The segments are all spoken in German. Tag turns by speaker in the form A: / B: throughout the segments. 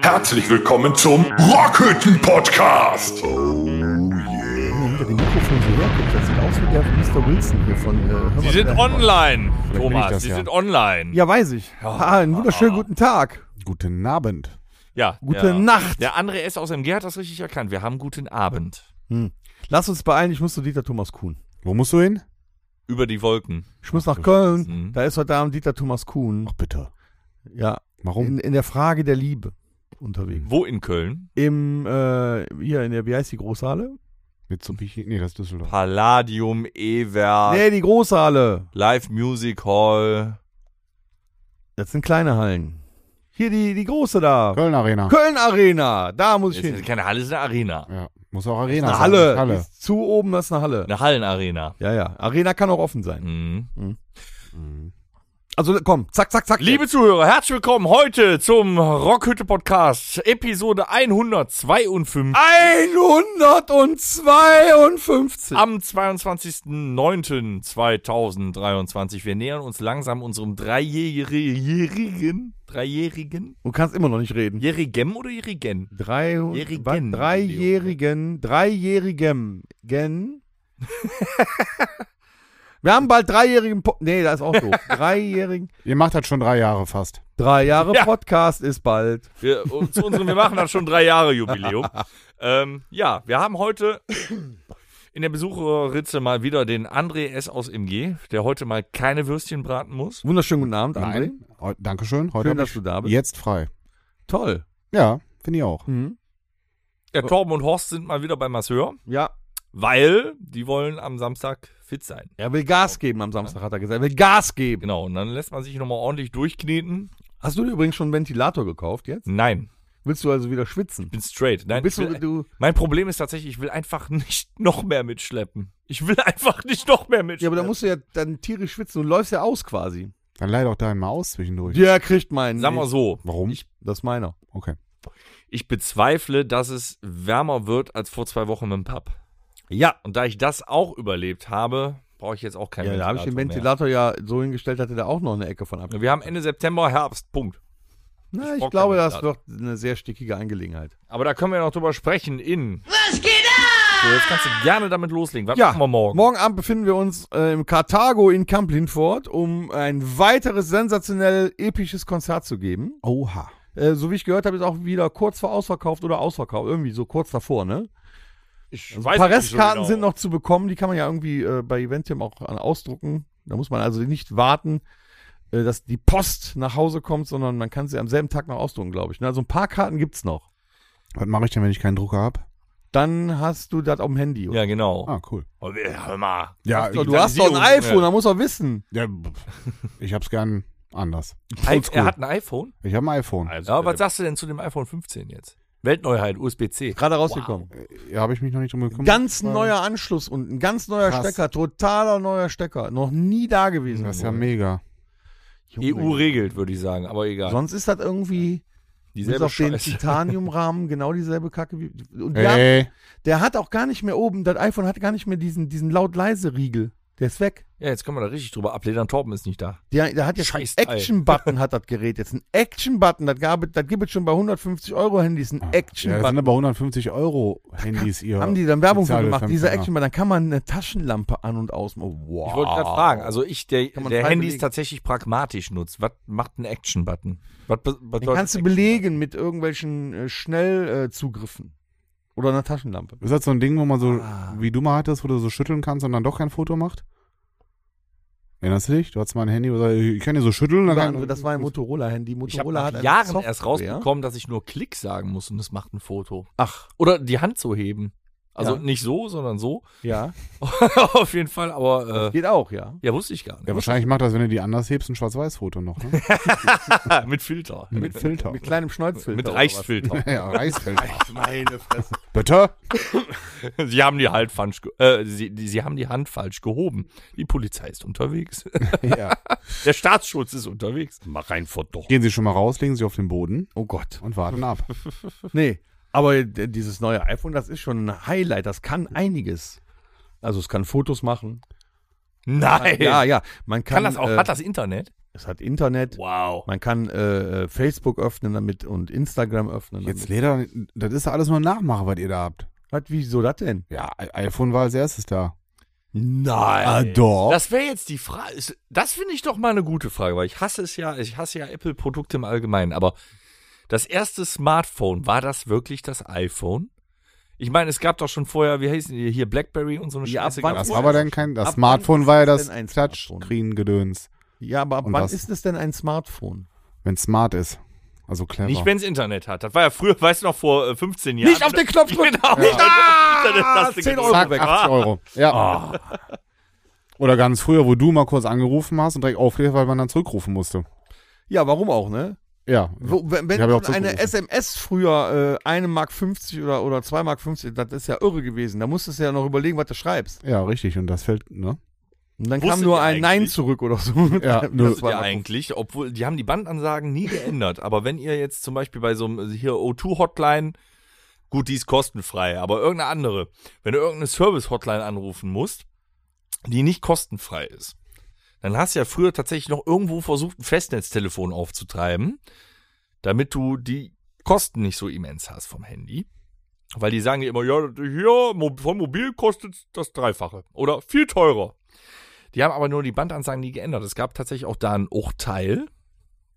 A: Herzlich willkommen zum Rockhütten-Podcast!
B: Hinter dem Mikrofon so herguckt, das sieht aus wie der Mr. Wilson hier von. Äh, hör mal,
C: Sie sind
B: der-
C: online,
D: bin ich
C: Thomas.
D: das
C: Sie
D: ja.
C: sind online.
B: Ja, weiß ich. ah, einen wunderschönen guten Tag.
D: Guten Abend.
C: Ja.
B: Gute
C: ja.
B: Nacht.
C: Der andere S aus MG hat das richtig erkannt. Wir haben guten Abend.
B: Hm. Lass uns beeilen, ich muss zu Dieter Thomas Kuhn.
D: Wo musst du hin?
C: Über die Wolken.
B: Ich muss nach Köln.
C: Mhm.
B: Da ist heute Abend Dieter Thomas Kuhn.
D: Ach bitte.
B: Ja,
D: Warum?
B: in, in der Frage der Liebe unterwegs.
C: Wo in Köln?
B: Im, äh, hier in der, wie heißt die Großhalle?
D: Mitsubishi? Nee, das ist Düsseldorf.
C: Palladium Ewer.
B: Nee, die Großhalle.
C: Live Music Hall.
B: Das sind kleine Hallen. Hier die, die große da.
D: Köln Arena.
B: Köln Arena. Da muss ich
C: Das ist
B: hin.
C: keine Halle, das ist eine Arena.
D: Ja, muss auch Arena
B: Eine
D: sein.
B: Halle.
D: Halle.
B: Ist zu oben, das ist eine Halle.
C: Eine Hallenarena.
B: Ja, ja. Arena kann auch offen sein.
C: Mhm.
B: Also komm, zack, zack, zack.
C: Liebe Zuhörer, herzlich willkommen heute zum Rockhütte Podcast, Episode 152
B: 152.
C: am 22.09.2023. Wir nähern uns langsam unserem dreijährigen, dreijährigen
B: Du kannst immer noch nicht reden.
C: Jerigem oder Jerigen?
B: Drei,
C: Jährigen.
B: was? dreijährigen, dreijährigem, gen. Wir haben bald dreijährigen, po nee, das ist auch doof. dreijährigen,
D: Ihr macht das schon drei Jahre fast.
B: drei Jahre
C: Ja.
B: Podcast ist bald.
C: Wir, zu unserem, wir machen das schon drei Jahre Jubiläum. ähm, ja, wir haben heute in der Besucherritze mal wieder den André S. aus MG, der heute mal keine Würstchen braten muss.
B: Wunderschönen guten Abend, André.
D: Nein. Heu- Dankeschön. Heute
B: Schön,
D: hab
B: dass du da
D: ich
B: bist.
D: jetzt frei.
B: Toll.
D: Ja, finde ich auch.
B: Mhm.
C: Der Torben und Horst sind mal wieder beim Masseur,
B: Ja,
C: weil die wollen am Samstag fit sein.
B: er will Gas geben am Samstag, hat er gesagt. Er will Gas geben.
C: Genau, und dann lässt man sich nochmal ordentlich durchkneten.
B: Hast du dir übrigens schon einen Ventilator gekauft jetzt?
C: Nein,
B: Willst du also wieder schwitzen?
C: ich bin straight. Nein,
B: Bist
C: ich
B: du,
C: will,
B: du,
C: mein Problem ist tatsächlich, ich will einfach nicht noch mehr mitschleppen. Ich will einfach nicht noch mehr mitschleppen.
B: ja, aber da musst du ja dann tierisch schwitzen. Du läufst ja aus quasi.
D: Dann leih doch deinen mal aus zwischendurch.
B: Der kriegt meinen.
C: Sag mal so,
D: Warum?
C: Ich-
B: Das ist meiner.
D: okay.
C: ich bezweifle, dass es wärmer wird als vor zwei Wochen mit dem Pub. Ja. Und da ich das auch überlebt habe, brauche ich jetzt auch keinen
B: Ja, da habe ich den
C: Ventilator
B: Ventilator ja so hingestellt, hatte der auch noch eine Ecke von ab.
C: mehr. Wir haben Ende September Herbst, Punkt.
B: Na,
C: ich
B: ich
C: brauch
B: glaube,
C: keinen
B: das wird eine sehr stickige Angelegenheit.
C: Aber da können wir noch drüber sprechen in... Was geht ab? So, jetzt kannst du gerne damit loslegen. Was machen wir morgen?
B: morgen Abend befinden wir uns äh, im Karthago in Kamp-Lindfort, um ein weiteres sensationell episches Konzert zu geben.
D: Oha.
B: Äh, so wie ich gehört habe, ist auch wieder kurz vor ausverkauft oder ausverkauft. Irgendwie so kurz davor, ne?
C: Ich
B: Ein paar
C: nicht so
B: Restkarten
C: genau.
B: sind noch zu bekommen, die kann man ja irgendwie äh, bei Eventim auch an- ausdrucken. Da muss man also nicht warten, äh, dass die Post nach Hause kommt, sondern man kann sie am selben Tag noch ausdrucken, glaube ich. ne? Also ein paar Karten gibt's noch.
D: Was mache ich denn, wenn ich keinen Drucker habe?
B: Dann hast du das auf dem Handy.
C: Ja, genau.
D: Ah, cool.
C: Oh, hör mal.
D: Ja,
B: Doch, du hast doch ein iPhone, da muss er wissen.
D: ja, pff, ich hab's gern anders.
C: I-
D: Oldschool.
C: Er hat ein iPhone?
D: Ich habe ein iPhone.
B: Also
C: ja, was sagst du denn zu dem iPhone 15 jetzt? Weltneuheit, USB-C.
B: Gerade rausgekommen.
D: Ja, habe ich mich noch nicht drum gekümmert. Äh,
B: Ganz
D: weil-
B: neuer Anschluss und ein ganz neuer
D: Krass.
B: Stecker, totaler neuer Stecker. Noch nie da gewesen.
D: Das ist ja mega.
C: EU E regelt, würde ich sagen, aber egal.
B: Sonst ist das irgendwie bis
C: Dieselbe
B: auf den
C: Scheiße.
B: Titaniumrahmen genau dieselbe Kacke wie. Und die haben-
D: Ey,
B: Der hat auch gar nicht mehr oben, das iPhone hat gar nicht mehr diesen, diesen laut-leise-Riegel. Der ist weg.
C: Ja, jetzt können wir da richtig drüber abledern. Torben ist nicht da.
B: Der, der hat jetzt einen
C: Scheiß Teil.
B: Action-Button, hat das Gerät jetzt. Ein Action-Button, das, gab- das gibt es schon bei 150-Euro-Handys,
C: Ah,
B: ein
D: ja, das sind
B: Action-Button.
D: aber 150 Euro Handys, ihr.
B: haben die dann Werbung für
D: Soziale
B: gemacht, dieser
D: Fremdgänger.
B: Action-Button, dann kann man eine Taschenlampe an- und aus. Oh, wow.
C: Ich wollte gerade fragen, also ich, der,
B: Kann man
C: der
B: frei
C: Handy
B: belegen.
C: ist tatsächlich pragmatisch nutzt. Was macht ein Action-Button? Was, be- was
B: Den kannst du
C: Action-Button?
B: belegen mit irgendwelchen äh, Schnellzugriffen. Oder einer Taschenlampe.
D: Ist das so ein Ding, wo man so,
B: Ah.
D: wie du mal hattest, wo du so schütteln kannst und dann doch kein Foto macht? Erinnerst du dich? Du hattest mal ein Handy, wo du sagst, ich kann dir so schütteln. Dann kann,
B: Das war ein Motorola-Handy.
C: Ich habe
B: Motorola hat
C: nach
B: eine
C: Jahren
B: Software.
C: erst rausbekommen, dass ich nur Klick sagen muss und es macht ein Foto.
B: Ach,
C: Oder die Hand zu heben. Also
B: Ja.
C: nicht so, sondern so.
B: ja.
C: Auf jeden Fall, aber äh,
B: Geht auch, ja.
C: ja, wusste ich gar nicht.
D: ja, wahrscheinlich macht das, wenn du die anders hebst, ein Schwarz-Weiß-Foto noch. Ne?
C: mit Filter.
D: Mit Filter.
B: Mit kleinem Schnäuzfilter.
C: Mit
B: oder was.
C: Reichsfilter.
D: ja, Reißfilter.
B: Meine Fresse.
D: Bitte?
C: sie haben die halt falsch, ge- äh, sie, die, sie haben die Hand falsch gehoben. Die Polizei ist unterwegs.
D: Ja.
C: Der Staatsschutz ist unterwegs. Mach rein verdorben.
D: Gehen Sie schon mal raus, legen Sie auf den Boden
B: Oh Gott.
D: und warten ab.
B: Nee, aber d- dieses neue iPhone, das ist schon ein Highlight. Das kann einiges. Also es kann Fotos machen.
C: Nein.
B: Ja, ja. Man kann,
C: Kann das auch,
B: äh,
C: hat das Internet?
B: Es hat Internet.
C: Wow.
B: Man kann äh, äh, Facebook öffnen damit und Instagram öffnen.
D: Jetzt
B: damit.
D: Leder, das ist ja alles nur Nachmache, was ihr da habt.
B: Was, wieso das denn?
D: Ja, I- iPhone war als erstes da.
B: Nein.
D: Ah, doch.
C: Das wäre jetzt die Frage. ist- Das finde ich doch mal eine gute Frage, weil ich hasse es ja, ich hasse ja Apple-Produkte im Allgemeinen, aber das erste Smartphone, war das wirklich das iPhone? Ich meine, es gab doch schon vorher, wie heißen die hier, Blackberry und so eine
B: Ja,
C: Scheiße.
B: ab wann-
C: gab's
D: Das
B: Uhr
D: war aber
B: ist
D: dann
B: es
D: kein.
B: ab
D: Das
B: wann
D: Smartphone
B: ist
D: war ja
B: es
D: das
B: denn ein Smartphone?
D: Touchscreen-Gedöns.
B: Ja, aber ab
D: Und
B: wann
D: was?
B: ist es denn ein Smartphone?
D: Wenn smart ist. Also clever.
C: Nicht, wenn's Internet hat. Das war ja früher, weißt du noch, vor äh, 15 Jahren.
B: den Knopf drücken! Ah,
C: Genau, nicht auf die Internet-Taste
B: 10
C: gedrückt.
B: Euro
D: Zack,
B: weg. Ah.
D: 80 Euro. Ja. Oder ganz früher, wo du mal kurz angerufen hast und direkt aufgelegt, weil man dann zurückrufen musste.
B: Ja, warum auch, ne?
D: Ja.
B: Wo, wenn wenn
D: Ich hab ja auch
B: man eine
D: zurückgerufen.
B: SMS früher äh, 1 Mark 50 oder, oder 2 Mark 50, das ist ja irre gewesen. Da musstest du ja noch überlegen, was du schreibst.
D: Ja, richtig. Und das fällt, ne?
B: Und dann kam
C: Wusstet
B: nur
C: ihr
B: ein Nein
C: eigentlich?
B: zurück oder so.
D: Ja, nö.
B: das war
C: ja eigentlich, obwohl die haben die Bandansagen nie geändert. Aber wenn ihr jetzt zum Beispiel bei so einem hier O2-Hotline, gut, die ist kostenfrei, aber irgendeine andere, wenn du irgendeine Service-Hotline anrufen musst, die nicht kostenfrei ist, dann hast du ja früher tatsächlich noch irgendwo versucht, ein Festnetztelefon aufzutreiben, damit du die Kosten nicht so immens hast vom Handy. Weil die sagen dir immer, ja, hier, mo- von mobil kostet das Dreifache oder viel teurer. Die haben aber nur die Bandansagen nie geändert. Es gab tatsächlich auch da ein Urteil.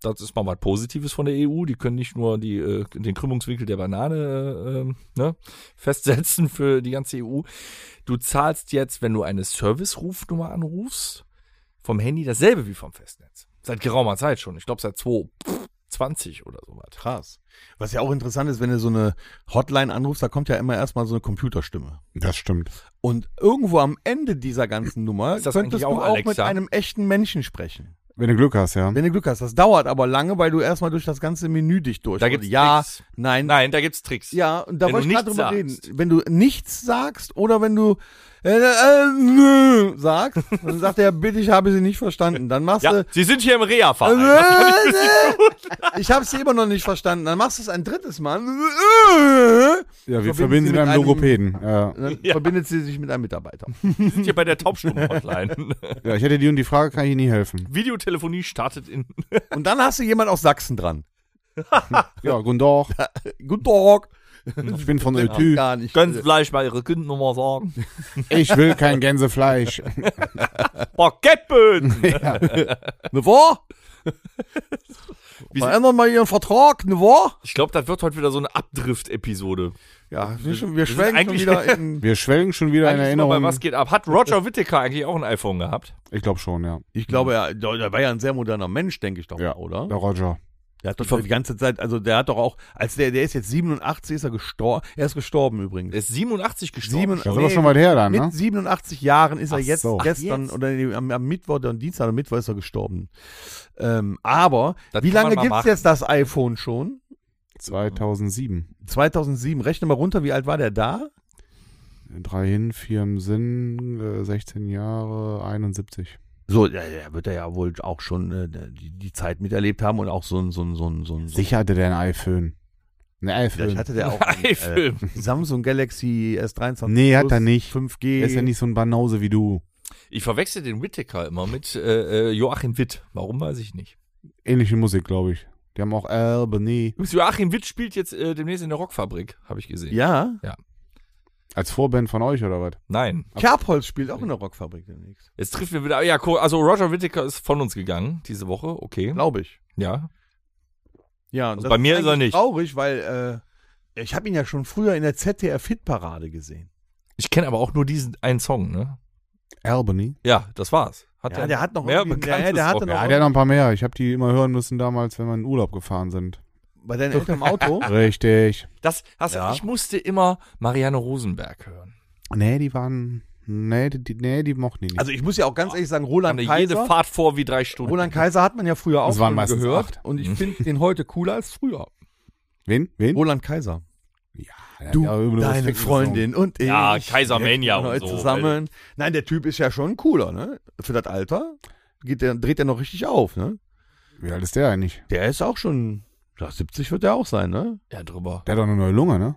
C: Das ist mal was Positives von der EU. Die können nicht nur die, äh, den Krümmungswinkel der Banane äh, ähm, ne, festsetzen für die ganze EU. Du zahlst jetzt, wenn du eine Service-Rufnummer anrufst, vom Handy dasselbe wie vom Festnetz. Seit geraumer Zeit schon. Ich glaube seit 2020 oder so was.
B: Krass. Was ja auch interessant ist, wenn du so eine Hotline anrufst, da kommt ja immer erstmal so eine Computerstimme.
D: Das stimmt.
B: Und irgendwo am Ende dieser ganzen Nummer
C: Ist das
B: könntest
C: eigentlich
B: du
C: auch
B: auch mit
C: Alexa?
B: einem echten Menschen sprechen.
D: Wenn du Glück hast, ja.
B: Wenn du Glück hast. Das dauert aber lange, weil du erstmal durch das ganze Menü dich durch.
C: Da gibt's
B: ja,
C: Tricks.
B: nein,
C: Nein, da gibt's Tricks.
B: Ja, und da
C: Wenn
B: wollte
C: du
B: ich gerade
C: nichts
B: drüber
C: sagst.
B: reden. Wenn du nichts sagst oder wenn du äh, äh, äh, sagst, dann sagt er, bitte, ich habe sie nicht verstanden. Dann machst
C: Ja,
B: du,
C: sie sind hier im
B: äh,
C: Reha-Verein. Was kann ich-
B: äh, ich habe sie immer noch nicht verstanden. Dann machst du es ein drittes Mal. Äh, äh,
D: Ja,
B: Verbinden
D: wir verbinden
B: Sie
D: sie mit
B: mit
D: einem
B: einem-
D: Logopäden. Ja.
B: Und dann
C: Ja.
B: verbindet sie sich mit einem Mitarbeiter.
C: Sie sind hier bei der Taubstumm-Hotline.
D: ja, ich hätte die und die Frage, kann ich Ihnen nie helfen.
C: Videotelefonie startet in
B: Und dann hast du jemand aus Sachsen dran.
D: Ja, guten Tag.
B: Guten Tag.
D: Ich bin von Ötü.
B: Gar nicht.
C: Können Sie vielleicht mal Ihre Kundennummer sagen?
D: Ich will kein Gänsefleisch.
C: Parkettböden!
B: Ne wahr? Verändern mal ihren Vertrag, ne wahr?
C: Ich glaube, das wird heute wieder so eine Abdrift-Episode.
B: Ja, wir, schon- wir
C: sind
B: schwenken schon
C: eigentlich-
B: wieder in.
D: Wir schwelgen schon wieder in
C: Eigentlich sind wir Bei
D: Erinnerung.
C: was geht ab? Hat Roger Whittaker eigentlich auch ein iPhone gehabt?
D: Ich glaube schon, ja.
B: Ich glaube, er, der war ja ein sehr moderner Mensch, denke ich doch,
D: Ja.
B: mal, oder?
D: Der Roger.
B: Der hat doch die ganze Zeit, also der hat doch auch, als der, der ist jetzt 87, ist er gestorben. Er ist gestorben übrigens.
C: Er ist 87 gestorben.
B: Siebenund-
D: Das ist
B: Nee,
D: aber schon weit her dann, ne?
B: Mit 87 Jahren ist er
D: Ach
B: jetzt
D: so. Ach,
B: gestern
C: jetzt.
B: oder nee, am, am Mittwoch oder Dienstag oder Mittwoch ist er gestorben. Ähm, aber
C: Das
B: wie
C: kann
B: lange
C: man mal
B: gibt's
C: machen.
B: jetzt das iPhone schon?
D: 2007.
B: 2007. Rechne mal runter, wie alt war der da?
D: Drei hin, vier im Sinn, äh, 16 Jahre, 71.
B: So, ja, ja, wird er ja wohl auch schon äh, die, die Zeit miterlebt haben und auch so ein so ein so ein so ein. So ein
D: Sicher hatte der ein iPhone. Ein
B: vielleicht
D: iPhone.
B: hatte der auch einen, äh,
C: iPhone.
B: Samsung Galaxy S23.
D: Nee, hat
B: Plus,
D: er nicht.
B: 5G.
D: Er ist ja nicht so ein Banause wie du.
C: Ich verwechsel den Whittaker immer mit äh, äh, Joachim Witt. Warum weiß ich nicht. Ähnliche
D: Musik, glaube ich. Die haben auch Albany
C: Übrigens, Joachim Witt spielt jetzt äh, demnächst in der Rockfabrik, habe ich gesehen.
B: Ja.
D: Als Vorband von euch oder was?
C: Nein.
B: Kerbholz spielt auch in der Rockfabrik demnächst.
C: Jetzt trifft mir wieder. Ja, cool. also Roger Whittaker ist von uns gegangen diese Woche. Okay.
B: Glaube ich.
C: Ja.
B: Ja,
C: Also
B: das
C: bei mir ist er
B: eigentlich
C: nicht.
B: Traurig, weil äh, ich habe ihn ja schon früher in der ZDF Hitparade gesehen.
C: Ich kenne aber auch nur diesen einen Song, ne?
D: Albany?
C: Ja, das war's. Hat
B: Ja,
C: er-
B: der hat noch
C: mehr
B: irgendwie-
C: Bekanntes
B: ja, der hatte
C: auch.
B: noch-
D: Ja, Ah, der hat noch ein paar mehr. Ich habe die immer hören müssen damals, wenn wir in Urlaub gefahren sind.
B: Bei deinen Eltern im
D: Oh.
B: Auto.
D: Richtig.
C: Das, hast du-
B: Ja.
C: Ich musste immer Marianne Rosenberg hören.
D: Nee, die waren. Nee, die, die- nee, die mochten die nicht.
B: Also ich muss ja auch ganz ehrlich sagen,
C: Kam
B: Roland
C: mir jede
B: Kaiser.
C: Fahrt vor wie drei Stunden.
B: Roland Kaiser hat man ja früher auch
D: Das waren
B: schon
D: meistens
B: gehört
D: acht. Mhm.
B: und ich finde den heute cooler als früher.
D: wen? Wen?
B: Roland Kaiser.
D: Ja, der hat ja über eine
B: deine
D: Respekt-
B: Freundin und ich.
C: Ja, Kaiser
B: wir
C: Mania
B: kommen
C: und
B: heute
C: so,
B: zusammen. Nein, der Typ ist ja schon cooler, ne? Für das Alter geht der, dreht er noch richtig auf, ne?
D: Wie alt ist der eigentlich?
B: Der ist auch schon, ja, 70 wird er auch sein, ne?
C: ja, drüber.
D: Der hat doch eine neue Lunge, ne?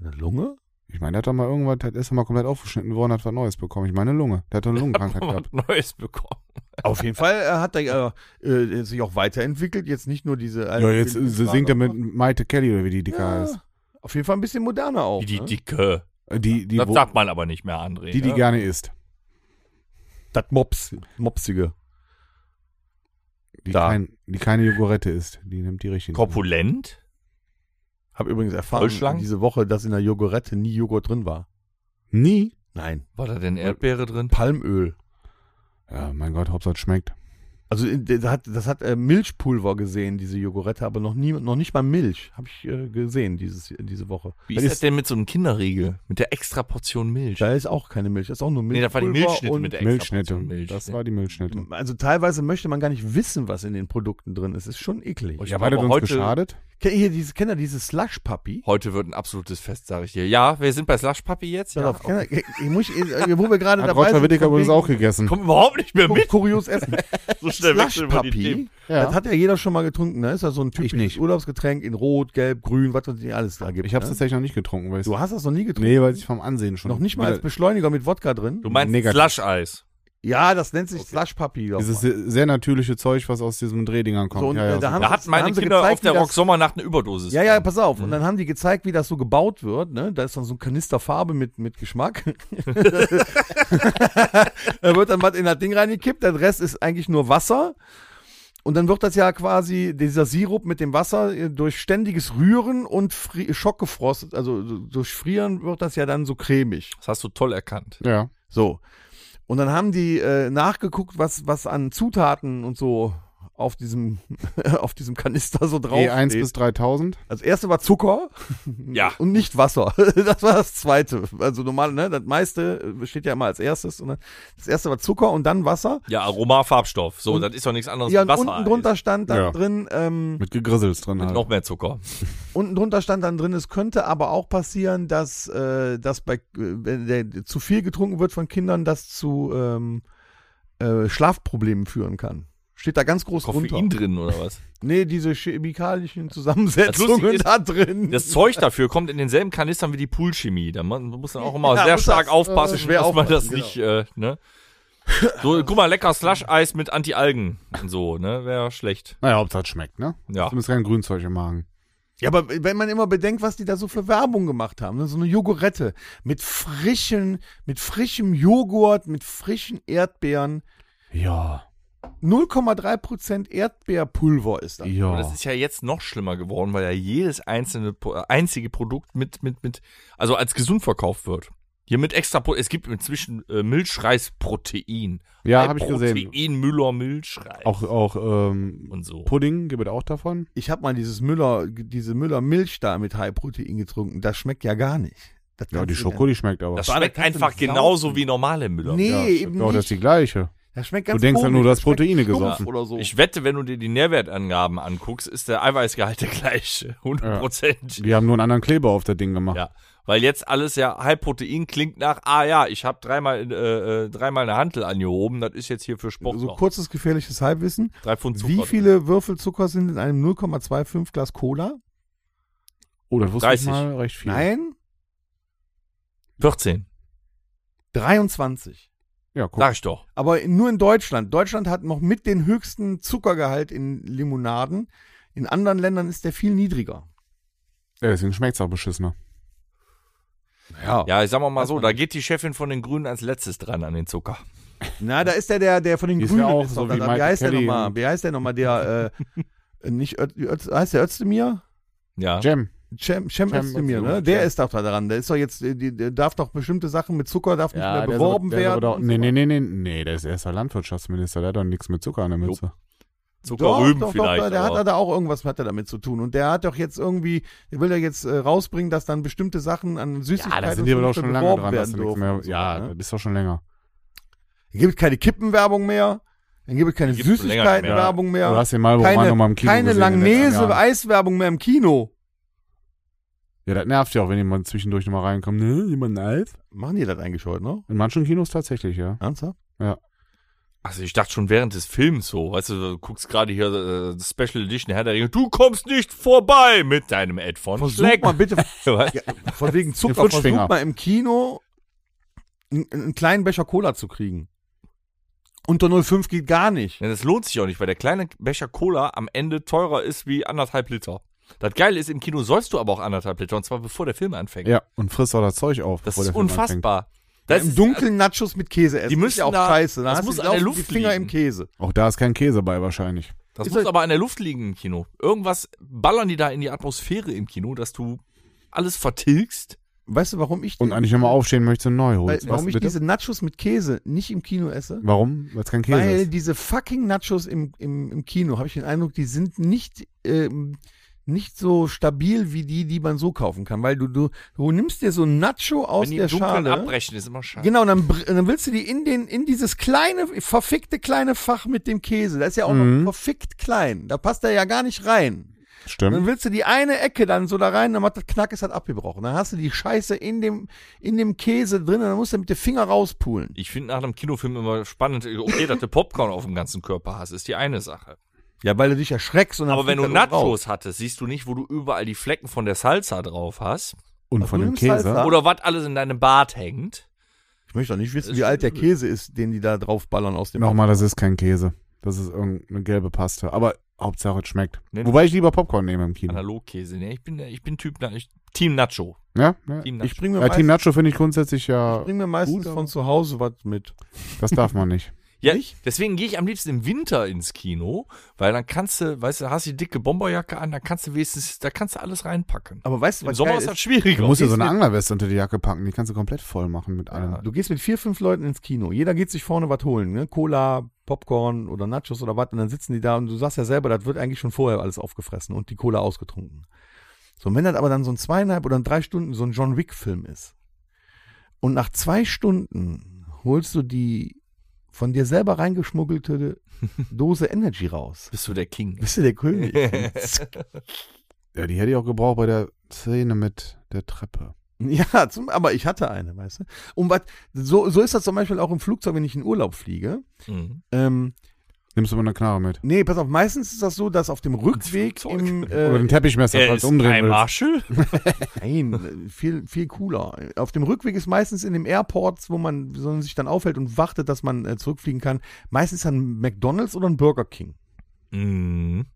B: Eine Lunge?
D: Ich meine, der hat doch mal irgendwas, der ist doch mal komplett aufgeschnitten worden, hat was Neues bekommen. Ich meine, eine Lunge. Der hat doch eine Lungenkrankheit
C: Hat
D: gehabt.
C: man Neues bekommen.
B: Auf jeden Fall äh, hat er äh, äh, sich auch weiterentwickelt. Jetzt nicht nur diese.
D: Ja, jetzt äh, singt er mit Maite Kelly oder wie die Dicker heißt.
B: Ja, auf jeden Fall ein bisschen moderner auch.
C: Wie die
B: ne?
C: Dicke.
D: Äh, Die, die,
C: das
D: wo,
C: sagt man aber nicht mehr, André.
D: die, die
C: ne?
D: gerne isst.
B: das Mops, Mopsige.
D: Die,
B: Da.
D: kein, die keine Jogurette isst. Die nimmt die richtigen.
C: Korpulent?
B: Habe übrigens erfahren
C: Vollschlank?
B: diese Woche, dass in der Jogurette nie Joghurt drin war.
D: Nie?
B: Nein,
C: War da denn Erdbeere drin?
B: Palmöl.
D: Ja, mein Gott, Hauptsache es schmeckt.
B: Also in- das hat, das hat äh, Milchpulver gesehen, diese Jogurette, aber noch nie, noch nicht mal Milch habe ich äh, gesehen dieses, diese Woche.
C: Wie
D: Das
C: ist das
D: ist-
C: denn mit so einem Kinderriegel? Mit der extra Portion Milch?
B: Da ist auch keine Milch, da ist auch nur
C: nee, da war
B: Milchpulver
C: die Milchschnitte
B: und
C: mit der extra
D: Milchschnitte.
C: Portion Milch.
D: Das
C: ne?
D: war die Milchschnitte.
B: also teilweise möchte man gar nicht wissen, was in den Produkten drin ist. Ist schon eklig.
C: Oh, ich
D: Ja,
C: hab
D: war das
C: aber
D: uns
C: heute-
D: geschadet?
B: Kennt ihr hier diese, kennt ihr dieses Slush Puppy?
C: Heute wird ein absolutes Fest, sage ich dir. Ja, wir sind bei Slush Puppy jetzt. Ja,
B: Pass auf, kennt ihr- ich muss, ich- wo wir gerade
D: Hat
B: dabei
D: Roger
B: sind,
D: Whittaker
B: von
D: übrigens
B: wegen
D: auch gegessen.
C: Komm oh, überhaupt nicht mehr mit.
B: kurios essen.
C: So schnell
B: Slush
C: wechseln wir die
B: Puppy,
C: Themen.
D: Ja.
B: das hat ja jeder schon mal getrunken. Da ist ja so ein
D: Ich
B: typisches
D: nicht.
B: Urlaubsgetränk in Rot, Gelb, Grün, was es nicht alles da gibt.
D: Ich hab's
B: ne?
D: tatsächlich noch nicht getrunken, weil ich.
B: Du hast das noch nie getrunken.
D: Nee, weil ich vom Ansehen schon.
B: Noch nicht mal als
D: Wieder-
B: Beschleuniger mit Wodka drin.
C: Du meinst
D: Negativ.
C: Slush-Eis.
B: Ja, das nennt sich Slush Puppy. glaub
D: Dieses
B: mal.
D: sehr natürliche Zeug, was aus diesem Drehdingern kommt.
B: So, und,
D: ja,
B: äh,
D: ja,
B: da
D: so.
B: haben-
C: Da
B: das-
C: hat meine
B: haben sie
C: Kinder
B: gezeigt,
C: auf der
B: wie das-
C: Rock Sommernacht eine Überdosis.
B: Ja, ja,
C: bekommen.
B: pass auf.
C: Mhm.
B: Und dann haben die gezeigt, wie das so gebaut wird. Ne? Da ist dann so ein Kanister Farbe mit, mit Geschmack. da wird dann was in das Ding reingekippt. Der Rest ist eigentlich nur Wasser. Und dann wird das ja quasi, dieser Sirup mit dem Wasser, äh, durch ständiges Rühren und Fri- Schockgefrost, also so- durch Frieren wird das ja dann so cremig.
C: Das hast du toll erkannt.
D: ja.
B: So. Und dann haben die äh, nachgeguckt, was, was an Zutaten und so auf diesem, auf diesem Kanister so drauf
D: E1 E bis 3000.
B: das erste war Zucker
C: Ja.
B: und nicht Wasser. Das war das zweite. Also normal, ne? Das meiste äh, steht ja immer als erstes. Und dann, das erste war Zucker und dann Wasser.
C: Ja, Aroma, Farbstoff. So,
B: Und-
C: das ist doch nichts anderes
B: Ja,
C: als
B: und
C: Wasser.
B: unten drunter stand dann
D: Ja.
B: drin, ähm,
D: Mit Gegrissels drin halt.
C: Noch mehr Zucker.
B: unten drunter stand dann drin, es könnte aber auch passieren, dass, äh, dass bei, äh, wenn der, zu viel getrunken wird von Kindern, das zu ähm, äh, Schlafproblemen führen kann. Steht da ganz groß
C: Koffein
B: drunter.
C: drin oder was?
B: Nee, diese chemikalischen
C: Das Lustige
B: Zusammensetzungen
C: ist,
B: da drin.
C: Das Zeug dafür kommt in denselben Kanistern wie die Poolchemie. Da man- man muss dann auch immer
B: Ja,
C: sehr
B: muss
C: stark
B: das, äh,
C: aufpassen,
B: schwer
C: dass man das
B: aufpassen, genau.
C: nicht, äh, ne? So, guck mal, lecker Slush-Eis mit Anti-Algen. und So, ne? Wäre schlecht.
D: Naja, Hauptsache es schmeckt, ne?
C: Ja.
D: Zumindest kein Grünzeug im Magen.
B: Ja, aber wenn man immer bedenkt, was die da so für Werbung gemacht haben, ne? so eine Jogurette mit frischen, mit frischem Joghurt, mit frischen Erdbeeren,
D: Ja.
B: 0,3% Erdbeerpulver ist da.
C: Aber
D: Ja.
C: das ist ja jetzt noch schlimmer geworden, weil ja jedes einzelne Pro- äh, einzige Produkt mit mit mit also als gesund verkauft wird. Hier mit extra Pro es gibt inzwischen äh, Milchreisprotein.
D: Ja,
C: Äh,
D: habe ich gesehen.
C: Protein Müller Milchreis
D: Auch, auch ähm,
C: und so.
D: Pudding gibt es auch davon.
B: Ich habe mal dieses Müller, diese Müller Milch da mit High Protein getrunken, das schmeckt ja gar nicht. Das
D: Ja,
B: kannst
D: die
B: du
D: Schoko, die schmeckt aber.
C: Das
B: war
C: schmeckt
B: eine Katze
C: einfach
B: mit Saufen.
C: genauso wie normale Müller.
B: nicht. Nee,
D: ja,
B: eben
D: stimmt auch, das
B: nicht.
D: ist die gleiche.
B: Das schmeckt
D: Du
B: ganz
D: denkst ja
B: komisch.
D: nur, du hast
B: Das schmeckt
D: Proteine
B: stumpf
D: gesoffen.
B: Oder so.
C: Ich wette, wenn du dir die Nährwertangaben anguckst, ist der Eiweißgehalt der gleiche, 100 Prozent.
D: Die haben nur einen anderen Kleber auf das Ding gemacht.
C: Ja, weil jetzt alles ja High Protein klingt nach, ah ja, ich habe dreimal äh, äh, dreimal eine Hantel angehoben, das ist jetzt hier für Sport.
B: so
C: noch.
B: kurzes gefährliches Halbwissen.
C: Drei Pfund Zucker.
B: Wie
C: drin.
B: viele Würfel Zucker sind in einem 0,25 Glas Cola?
D: Oh, das wusste
C: 30.
D: ich mal recht viel.
B: Nein,
C: 14.
B: 23.
D: Ja, guck.
C: Sag ich doch.
B: Aber in, nur in Deutschland. Deutschland hat noch mit den höchsten Zuckergehalt in Limonaden. In anderen Ländern ist der viel niedriger.
D: Ja, deswegen schmeckt's auch ne? beschissener.
C: Ja, ich sag mal, mal so, da geht die Chefin von den Grünen als letztes dran an den Zucker.
B: Na, da ist der, der, der von den
D: Die ist
B: Grünen.
D: ja auch
B: ist
D: so
B: doch
D: wie
B: da.
D: Michael
B: wie heißt der
D: Kelly
B: nochmal?
D: und-
B: Wie heißt der nochmal? Der, äh, nicht, Ö Öz, heißt der Özdemir?
C: Ja.
D: Jam.
B: Cem, Cem
D: Cem
B: Özdemir,
D: Özdemir,
B: ne? Der
D: Cem.
B: ist doch da dran. Der ist doch jetzt, äh, die, der darf doch bestimmte Sachen mit Zucker, darf nicht mehr beworben werden.
D: Doch,
B: und
D: nee,
B: so
D: nee, nee, nee, nee, der ist erster Landwirtschaftsminister, der hat doch nichts mit Zucker an der Mütze.
C: Zuckerrüben vielleicht.
B: der hat
C: aber-
B: da auch irgendwas hat er damit zu tun. Und der hat doch jetzt irgendwie, der will ja jetzt äh, rausbringen, dass dann bestimmte Sachen an Süßigkeiten
D: Ja, da sind
B: und
D: die
B: so
D: aber doch
B: nicht mehr
D: schon lange
B: beworben
D: dran, dass
B: werden
D: du nichts
B: dürfen
D: mehr.
B: und so,
D: Ja,
B: ne?
D: das ist doch schon länger.
B: Dann gibt es keine Kippenwerbung mehr. Dann gibt es keine
C: Gibt's schon länger nicht mehr.
B: Süßigkeitenwerbung mehr.
D: Du hast den Marlboro Mann
B: keine
D: noch mal im Kino
B: keine
D: gesehen in den letzten Jahren.
B: Langnese-Eiswerbung mehr im Kino.
D: Ja, das nervt ja auch, wenn jemand zwischendurch nochmal reinkommt. Ne, jemand ein Eis?
B: Machen die das eigentlich heute noch?
D: In manchen Kinos tatsächlich, ja.
B: Ernsthaft?
C: Also ich dachte schon während des Films so, weißt du, du guckst gerade hier äh, das Special Edition Herr der Ringe, du kommst nicht vorbei mit deinem Ad von
B: Versuch
C: Schleck.
B: mal bitte,
C: Weißt du?
B: von wegen Zucker,
D: Den Flutschfinger.
B: versuch mal im Kino einen, einen kleinen Becher Cola zu kriegen. Unter 0,5 geht gar nicht.
C: Ja, das lohnt sich auch nicht, weil der kleine Becher Cola am Ende teurer ist wie anderthalb Liter. Das Geile ist, im Kino säufst du aber auch anderthalb Liter, und zwar bevor der Film anfängt.
D: Ja, und frisst auch das Zeug auf.
C: das
D: bevor
C: ist
D: der Film
C: unfassbar. Das
B: Im
C: ist-
B: Dunkeln Nachos mit Käse essen.
C: Die
B: ist
C: müssen
B: ja auch
C: da-
B: scheiße. Dann
C: das
B: hast
C: muss
B: du
C: an der
B: laufen
C: Luft
B: die Finger
C: liegen.
B: im Käse.
D: Auch da ist kein Käse bei wahrscheinlich.
C: Das
B: Ist
C: muss
B: das-
C: aber an der Luft liegen im Kino. Irgendwas ballern die da in die Atmosphäre im Kino, dass du alles vertilgst.
B: Weißt du, warum ich,
D: Und eigentlich nochmal aufstehen möchte und neu holen.
B: weil, warum ich diese Nachos mit Käse nicht im Kino esse?
D: Warum? Weil es kein Käse
B: Weil
D: ist.
B: diese fucking Nachos im, im, im Kino, habe ich den Eindruck, die sind nicht, ähm, nicht so stabil wie die, die man so kaufen kann. Weil du, du, du nimmst dir so ein Nacho aus
C: Wenn die
B: der
C: im Dunkeln
B: Schale.
C: abbrechen, ist immer scheiße.
B: Genau, dann, br- dann willst du die in, den, in dieses kleine, verfickte kleine Fach mit dem Käse. Das ist ja auch
D: Mhm.
B: noch verfickt klein. Da passt er ja gar nicht rein. Und dann
D: Stimmt.
B: willst du die eine Ecke dann so da rein, dann macht das Knack ist halt abgebrochen. Dann hast du die Scheiße in dem, in dem Käse drin und dann musst du mit dem Finger rauspulen.
C: Ich finde nach einem Kinofilm immer spannend, okay, dass du Popcorn auf dem ganzen Körper hast, ist die eine Sache.
B: Ja, weil du dich erschreckst und dann
C: Aber wenn du
B: fliegt das oben raus.
C: Nachos hattest, siehst du nicht, wo du überall die Flecken von der Salsa drauf hast.
D: Und
B: Ach,
D: von
B: du
D: dem
B: nimmst Salz
D: Käse.
B: ab?
C: Oder was alles in deinem Bart hängt.
B: Ich möchte doch nicht wissen, wie alt der Käse ist, den die da draufballern aus dem
D: Nochmal, das ist kein Käse. Das ist irgendeine gelbe Paste. Aber Hauptsache es schmeckt.
C: Nee.
D: Wobei ich lieber Popcorn nehme im Kino.
C: Analogkäse. Nee, ich bin, ich bin Typ Na- ich, Team Nacho.
D: Ja? ja.
C: Team
B: Ich
C: Nacho.
B: bringe mir,
D: ja Team
B: meist,
D: Nacho finde ich grundsätzlich ja,
B: bring mir meistens
D: Gut, aber-
B: von zu Hause was mit.
D: das darf man nicht.
C: Ja,
B: nicht?
C: deswegen gehe ich am liebsten im Winter ins Kino, weil dann kannst du, weißt du, hast die dicke Bomberjacke an, da kannst du wenigstens, da kannst du alles reinpacken.
B: Aber weißt du,
C: Im
B: was
C: Sommer
B: geil
C: ist das
B: ist?
C: schwieriger.
D: Du musst dir so
B: gehst
D: eine
B: mit-
D: Anglerweste unter die Jacke packen. Die kannst du komplett voll machen mit allem.
B: Du gehst mit vier, fünf Leuten ins Kino. Jeder geht sich vorne was holen. Ne? Cola, Popcorn oder Nachos oder was. Und dann sitzen die da und du sagst ja selber, das wird eigentlich schon vorher alles aufgefressen und die Cola ausgetrunken. So, und wenn das aber dann so ein zweieinhalb oder ein drei Stunden so ein John Wick-Film ist und nach zwei Stunden holst du die von dir selber reingeschmuggelte Dose Energy raus.
C: Bist du der King? Mhm.
B: Bist du der König?
D: Ja, die hätte ich auch gebraucht bei der Szene mit der Treppe.
B: Ja, zum, aber ich hatte eine, weißt du. Und was, so, so ist das zum Beispiel auch im Flugzeug, wenn ich in Urlaub fliege.
C: Mhm.
B: Ähm,
D: Nimmst du immer eine Knarre mit.
B: nee, pass auf, meistens ist das so, dass auf dem Rückweg
C: Flugzeug.
B: im,
D: Oder den
B: äh,
D: Teppichmesser,
C: Er
D: falls
C: ist
D: du umdrehen
C: ein
D: willst.
C: Marshall?
B: nein, viel, viel cooler. Auf dem Rückweg ist meistens in dem Airport, wo man, so man sich dann aufhält und wartet, dass man äh, zurückfliegen kann, meistens ein McDonalds oder ein Burger King.
C: Mhm.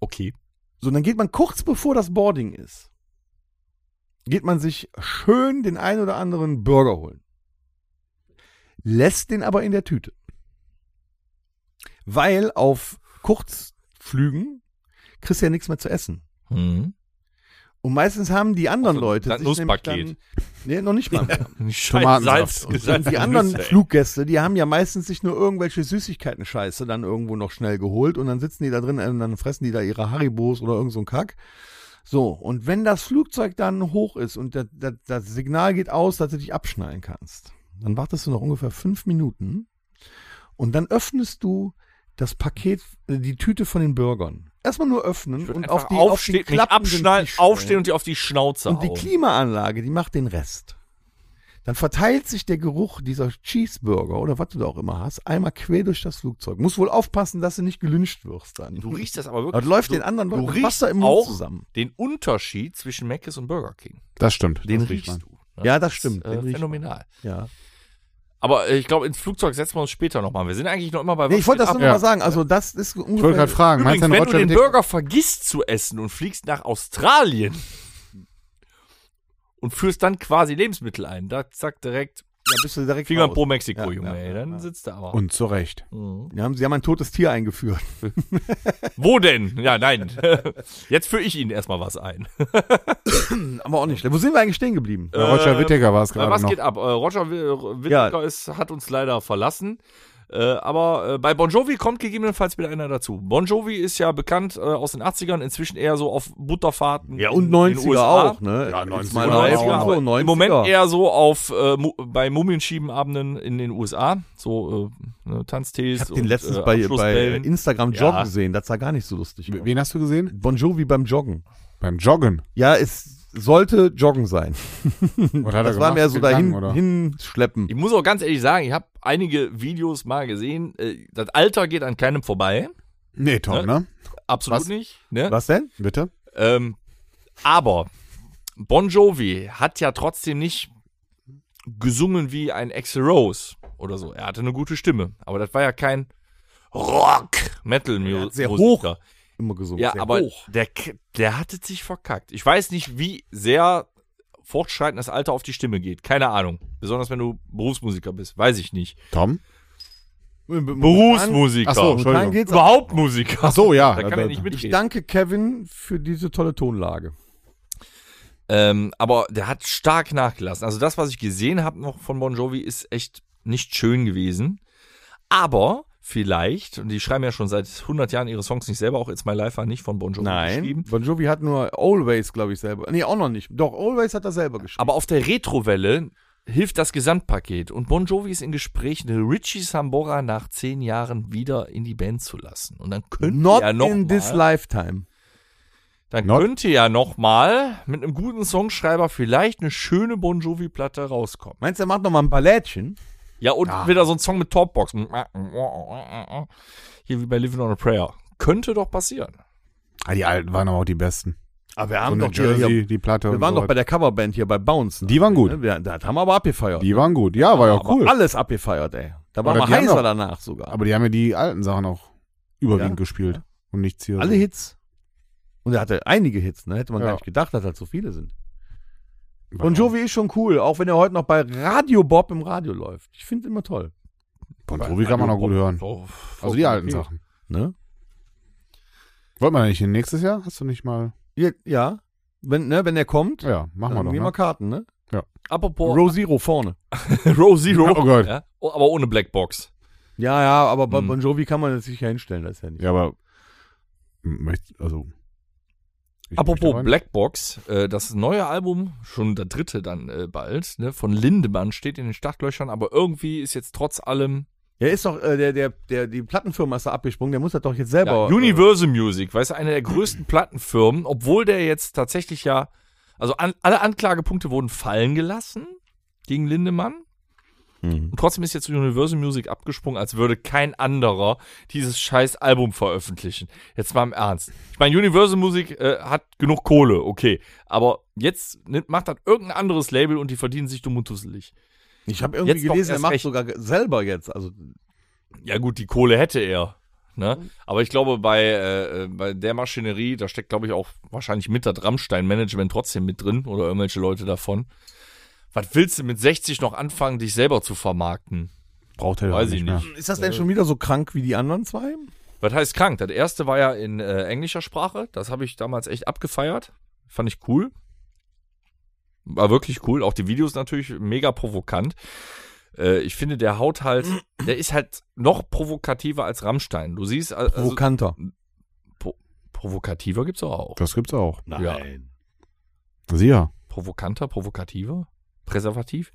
C: Okay.
B: So, und dann geht man kurz bevor das Boarding ist, geht man sich schön den ein oder anderen Burger holen. Lässt den aber in der Tüte. Weil auf Kurzflügen kriegst du ja nichts mehr zu essen.
C: Mhm.
B: Und meistens haben die anderen
C: Ach so,
B: Leute.
C: das
B: sich nämlich
C: Nusspaket.
B: Dann, nee, noch nicht mal.
C: Scheiß
D: Tomatensaft.
C: Salz,
D: Und
B: Und
C: Salz-
B: die anderen
C: Nüsse, ey.
B: Fluggäste, die haben ja meistens sich nur irgendwelche Süßigkeiten-Scheiße dann irgendwo noch schnell geholt und dann sitzen die da drin und dann fressen die da ihre Haribos oder irgend so ein Kack. So, und wenn das Flugzeug dann hoch ist und das, das, das Signal geht aus, dass du dich abschnallen kannst, dann wartest du noch ungefähr fünf Minuten und dann öffnest du das Paket, äh, die Tüte von den Burgern. Erstmal nur öffnen
C: Und
B: und auf
C: einfach
B: die, auf
C: aufstehen,
B: die
C: nicht
B: klappenden
C: abschnallen,
B: Tisch
C: aufstehen
B: stellen.
C: und die auf die Schnauze
B: Und die
C: hauen.
B: Klimaanlage, die macht den Rest. Dann verteilt sich der Geruch dieser Cheeseburger oder was du da auch immer hast, einmal quer durch das Flugzeug. Muss wohl aufpassen, dass du nicht gelünscht wirst dann.
C: Du riechst das aber wirklich.
B: das läuft
C: du,
B: den anderen
C: du
B: Leuten
C: riechst
B: Wasser im Mund
C: auch
B: zusammen.
C: den Unterschied zwischen Mc's und Burger King.
D: Das stimmt.
C: Den
D: das riecht
C: riechst
D: man.
C: du.
B: Ja, das stimmt,
C: Ist,
B: den
C: äh,
B: riecht man.
C: phänomenal.
B: Ja.
C: Aber äh, ich glaube, ins Flugzeug setzen wir uns später nochmal. Wir sind eigentlich noch immer bei
B: Nee, ich wollte das nur
D: Ja.
B: mal sagen. Also das ist
D: Ich wollte
B: ungefähr.
D: gerade fragen,
C: Übrigens,
D: meinst du,
C: wenn du
D: ein
C: den
D: Roger
C: Burger vergisst zu essen und fliegst nach Australien und führst dann quasi Lebensmittel ein, da zack direkt
B: da bist du direkt
C: Finger
B: raus.
C: pro Mexiko,
B: Ja,
C: Junge.
B: ja,
C: ey,
B: ja,
C: dann
B: ja.
C: sitzt er aber.
D: Und zu Recht.
C: Mhm.
B: Die haben, sie haben ein totes Tier eingeführt.
C: Wo denn? Ja, nein. Jetzt führe ich Ihnen erstmal was ein.
B: Aber auch nicht schlecht. Wo sind wir eigentlich stehen geblieben?
D: Bei Roger
C: Ähm,
D: Whittaker war es
C: Na,
D: gerade
C: was
D: noch.
C: geht ab? Äh, Roger Wi- Whittaker ist, hat uns leider verlassen. Äh, aber äh, bei Bon Jovi kommt gegebenenfalls wieder einer dazu. Bon Jovi ist ja bekannt äh, aus den 80ern, inzwischen eher so auf Butterfahrten.
B: Ja, und
C: in den
B: 90er
C: USA.
B: auch, ne?
D: Ja,
B: Jetzt
D: 90er
B: mal
D: auch.
B: auch
D: Ja,
B: so,
C: aber
B: 90er.
C: Im Moment eher so auf äh, Mu- bei Mumienschiebenabenden in den USA, so äh, ne, Tanztees. äh,
B: Ich habe den letztens bei, bei Instagram
C: Ja.
B: Joggen gesehen. Das sah gar nicht so lustig aus.
D: Wen hast du gesehen?
B: Bon Jovi beim Joggen.
D: Beim Joggen.
B: Ja, es sollte Joggen sein.
D: Oder hat er
B: Hm, das war
D: gemacht?
B: mehr so
D: Gegangen,
B: dahin
D: oder?
B: hinschleppen.
C: ich muss auch ganz ehrlich sagen, ich habe einige Videos mal gesehen. Äh, das Alter geht an keinem vorbei.
D: Nee,
B: Äh,
D: Tom, ne?
C: Absolut
D: Was?
C: nicht. Ne?
B: Was denn?
D: Bitte?
C: Ähm, aber Bon Jovi hat ja trotzdem nicht gesungen wie ein Axel Rose oder so. Er hatte eine gute Stimme, aber das war ja kein Rock Metal
B: hat sehr
C: Musiker.
B: Immer gesungen.
C: Ja,
B: sehr
C: aber
B: hoch.
C: der K- der hatte sich verkackt. Ich weiß nicht, wie sehr fortschreitendes Alter auf die Stimme geht. Keine Ahnung. Besonders wenn du Berufsmusiker bist, weiß ich nicht.
D: Tom?
C: Berufsmusiker.
D: Ach so,
B: Dann
D: Entschuldigung.
B: geht's auch.
C: Überhaupt Musiker.
D: Ach so, ja.
C: Da kann er nicht
B: Ich
C: mitreden.
B: danke Kevin für diese tolle Tonlage.
C: Ähm, aber der hat stark nachgelassen. Also das, was ich gesehen habe noch von Bon Jovi, ist echt nicht schön gewesen. Aber vielleicht, und die schreiben ja schon seit 100 Jahren ihre Songs nicht selber, auch It's My Life war nicht von Bon Jovi geschrieben.
B: Bon Jovi hat nur Always, glaube ich, selber. Nee, auch noch nicht. Doch, Always hat er selber geschrieben.
C: Aber auf der Retrowelle hilft das Gesamtpaket. Und Bon Jovi ist in Gesprächen, Richie Sambora nach 10 Jahren wieder in die Band zu lassen. Und dann könnte
B: Not
C: er noch
B: in
C: mal,
B: this lifetime.
C: Dann
D: Not-
C: könnte ja noch mal mit einem guten Songschreiber vielleicht eine schöne Bon Jovi-Platte rauskommen.
B: Meinst du, er macht noch mal ein Ballettchen?
C: Ja, und
D: Ah.
C: wieder so ein Song mit Topbox. Hier wie bei Living on a Prayer. Könnte doch passieren.
D: Ah, die alten waren aber auch die besten.
B: Aber wir
D: So
B: haben
D: eine
B: doch hier,
D: Jersey,
B: hier,
D: die Platte
B: wir
D: und
B: waren
D: so
B: doch bei der Coverband hier bei Bounce.
D: Die waren gut.
B: Ne? Wir, das haben wir aber abgefeiert.
D: Die waren gut. Ja, war ja
B: aber
D: cool.
B: alles abgefeiert, ey. Da waren
D: Aber
B: wir
D: die haben
B: heißer
D: doch-
B: danach sogar.
D: Aber die haben ja die alten Sachen auch überwiegend
B: Ja.
D: gespielt. Und nichts hier.
B: Alle
D: so.
B: Hits. Und er hatte einige Hits, ne? Hätte man
D: Ja.
B: gar nicht gedacht, dass halt so viele sind. Bon Jovi ist schon cool, auch wenn er heute noch bei Radio Bob im Radio läuft. Ich finde ihn immer toll.
D: Bon Jovi kann man auch gut hören.
C: So,
D: Also die alten
C: okay.
D: Sachen.
B: Ne?
D: Wollten wir nicht hin? Nächstes Jahr? Hast du nicht mal.
B: Ja, Ja, wenn, ne, wenn er kommt,
D: Ja, machen wir
B: dann
D: doch.
B: nehmen wir
D: Ne?
B: Karten, ne?
C: Apropos
B: Row Zero vorne.
C: Row Zero.
D: Oh Gott.
C: Ja, oh, aber ohne Blackbox.
B: Ja, ja, aber bei
C: Mhm.
B: Bon Jovi kann man das sicher hinstellen, das ist Hm. ja nicht.
D: Ja, aber. m- möcht- Also. ich möchte aber
C: Apropos
D: nicht.
C: Blackbox, äh, das neue Album, schon der dritte dann äh, bald, ne, von Lindemann steht in den Startlöchern, aber irgendwie ist jetzt trotz allem
B: Er ist doch, äh, der, der, der, die Plattenfirma ist da abgesprungen, der muss das doch jetzt selber.
C: ja, Universal Music, weißt du, eine der größten Plattenfirmen, obwohl der jetzt tatsächlich ja, also an, alle Anklagepunkte wurden fallen gelassen gegen Lindemann.
B: Mhm.
C: Und trotzdem ist jetzt Universal Music abgesprungen, als würde kein anderer dieses scheiß Album veröffentlichen. Jetzt mal im Ernst. Ich meine, Universal Music äh, hat genug Kohle, okay. Aber jetzt nimmt, macht das irgendein anderes Label und die verdienen sich dumm und tusselig.
B: Ich habe irgendwie
C: Jetzt doch
B: gelesen, er
C: erst
B: macht
C: recht.
B: sogar ge- selber jetzt. Also,
C: Ja gut, die Kohle hätte er. Ne? Aber ich glaube, bei, äh, äh, bei der Maschinerie, da steckt, glaube ich, auch wahrscheinlich mit das Rammstein-Management trotzdem mit drin oder irgendwelche Leute davon. Was willst du mit 60 noch anfangen, dich selber zu vermarkten?
D: Braucht er doch
C: Weiß ich
D: mehr.
C: nicht.
B: ist das denn schon wieder so krank wie die anderen zwei?
C: Was heißt krank? Das erste war ja in äh, englischer Sprache. Das habe ich damals echt abgefeiert. Fand ich cool. War wirklich cool. Auch die Videos natürlich mega provokant. Äh, ich finde, der haut halt, der ist halt noch provokativer als Rammstein. Du siehst, also, also
B: Provokanter.
C: provokativer gibt's auch.
D: Das gibt's auch.
C: Ja.
D: Sicher.
C: Provokanter, provokativer, präservativ.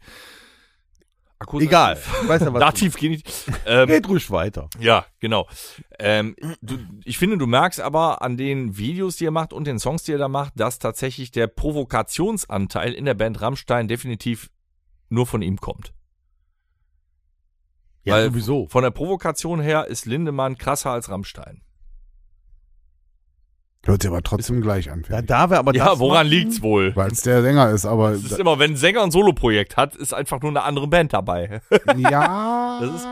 C: Akkusativ.
B: Egal. Ich weiß ja, was.
C: Dativ geht nicht. Ähm,
B: Geht ruhig weiter.
C: Ja, genau. Ähm, du, ich finde, du merkst aber an den Videos, die er macht und den Songs, die er da macht, dass tatsächlich der Provokationsanteil in der Band Rammstein definitiv nur von ihm kommt.
B: Ja,
C: Weil-
B: sowieso.
C: Von der Provokation her ist Lindemann krasser als Rammstein.
D: Hört sich aber trotzdem gleich an.
B: Da darf er aber
C: Ja,
B: das
C: woran
B: machen.
C: liegt's wohl?
D: Weil es der Sänger ist, aber.
C: Es ist immer, wenn ein Sänger ein Soloprojekt hat, ist einfach nur eine andere Band dabei.
D: ja.
C: Das ist-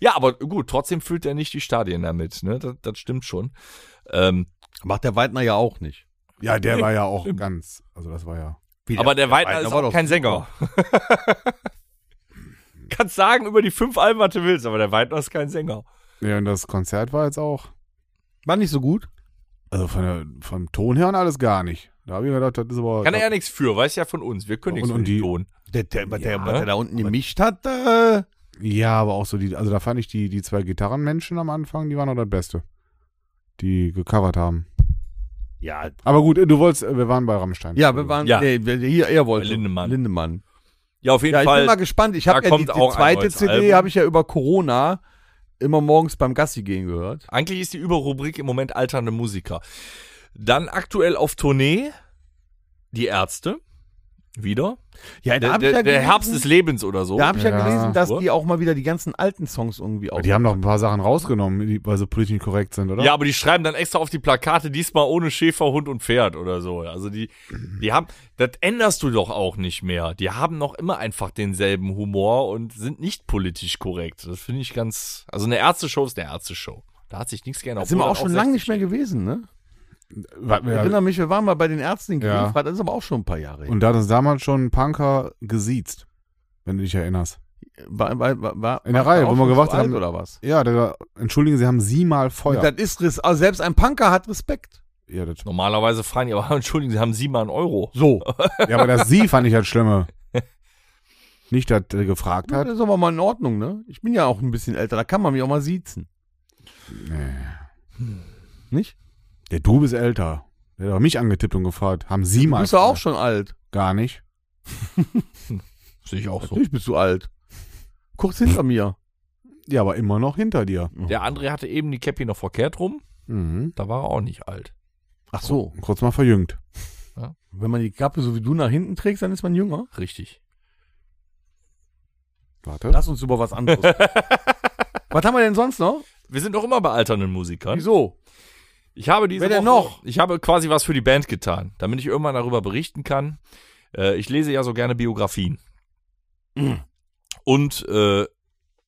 C: ja, aber gut, trotzdem füllt er nicht die Stadien damit. Ne? Das, das stimmt schon. Ähm,
B: Macht der Weidner ja auch nicht.
D: ja, der war ja auch ganz. Also, das war ja.
B: Wie
C: aber der Weidner
B: Weidner
C: ist
B: war
C: auch
B: doch
C: kein Sänger. Kannst sagen über die fünf Alben, was du willst, aber der Weidner ist kein Sänger.
D: Ja, und das Konzert war jetzt auch.
B: War nicht so gut.
D: Also, von der, vom Ton her und alles gar nicht. Da habe ich gedacht, das ist aber.
C: Kann er ja nichts für, weiß ja von uns. Wir können nichts
D: Und- und
C: für den
D: die-
C: Ton.
B: Der, der, der,
C: Ja.
B: was der da unten gemischt hat, äh,
D: Ja, aber auch so die, also da fand ich die, die zwei Gitarrenmenschen am Anfang, die waren noch das Beste. Die gecovert haben.
B: ja,
D: Aber gut, äh, du wolltest, äh, wir waren bei Rammstein.
B: ja, wir waren,
C: Ja.
B: nee, wir- hier, er wollte.
C: Lindemann.
B: Lindemann.
C: Ja, auf jeden
B: Ja, ich bin mal
C: Fall.
B: gespannt. Ich habe
C: da
B: ja die,
C: kommt
B: die
C: auch ein
B: zweite
C: neues
B: CD,
C: Album.
B: habe ich ja über Corona immer morgens beim Gassi gehen gehört.
C: Eigentlich ist die Überrubrik im Moment alternde Musiker. Dann aktuell auf Tournee die Ärzte. Wieder?
B: Ja,
C: Der, der, der Herbst des Lebens oder so.
B: Da habe ich ja,
D: Ja.
B: gelesen, dass
C: Uhr.
B: die auch mal wieder die ganzen alten Songs irgendwie auf.
D: Die haben doch ein paar Sachen rausgenommen, die, weil sie politisch nicht korrekt sind, oder?
C: Ja, aber die schreiben dann extra auf die Plakate, diesmal ohne Schäfer, Hund und Pferd oder so. Also die, die haben, das änderst du doch auch nicht mehr. Die haben noch immer einfach denselben Humor und sind nicht politisch korrekt. Das finde ich ganz, also eine Ärzte-Show ist eine Ärzte-Show. Da hat sich nichts geändert.
B: Das sind wir
C: obwohl
B: auch
C: das
B: schon lange nicht
C: 60
B: mehr gewesen, ne?
D: Wa-
B: Ich
D: ja.
B: erinnere mich, wir waren mal bei den Ärzten in
D: Ja.
B: Grefrath, das ist aber auch schon ein paar Jahre. her.
D: Und da hat uns damals schon ein Punker gesiezt, wenn du dich erinnerst.
B: War- war- war- war-
D: In der
B: war
D: Reihe,
B: auch
D: wo wir
B: schon
D: gewacht
B: zu alt
D: haben-
B: oder was?
D: Ja, der, entschuldigen Sie, haben Sie mal Feuer.
B: Das ist Res- also selbst ein Punker hat Respekt.
D: ja, das,
C: Normalerweise fragen die, aber entschuldigen, sie haben sie mal einen Euro.
B: So,
D: ja, aber das Sie fand ich das Schlimme. Nicht, dass er gefragt
B: das
D: hat.
B: ist aber mal in Ordnung, ne? Ich bin ja auch ein bisschen älter, da kann man mich auch mal siezen,
D: Nee.
B: nicht?
D: Der du bist älter. Der hat auch mich angetippt und gefragt, haben Sie
B: Du
D: mal
B: bist ja auch
D: Feuer?
B: schon alt.
D: Gar nicht.
C: Sehe ich auch so.
B: Natürlich bist du alt. Kurz hinter mir.
D: Ja, aber immer noch hinter dir.
B: Mhm.
C: Der André hatte eben die Cappy noch verkehrt rum.
D: Mhm.
C: Da war er auch nicht alt.
B: Ach so,
D: Kurz mal verjüngt.
B: wenn man die Kappe so wie du nach hinten trägst, dann ist man jünger.
C: Richtig.
D: Warte.
B: Lass uns über was anderes. was haben wir denn sonst noch?
C: Wir sind doch immer bei alternden Musikern.
B: Wieso?
C: Ich habe diese
B: Wer denn
C: Woche,
B: noch?
C: Ich habe quasi was für die Band getan, damit ich irgendwann darüber berichten kann. Äh, ich lese ja so gerne Biografien.
B: Mhm.
C: Und äh,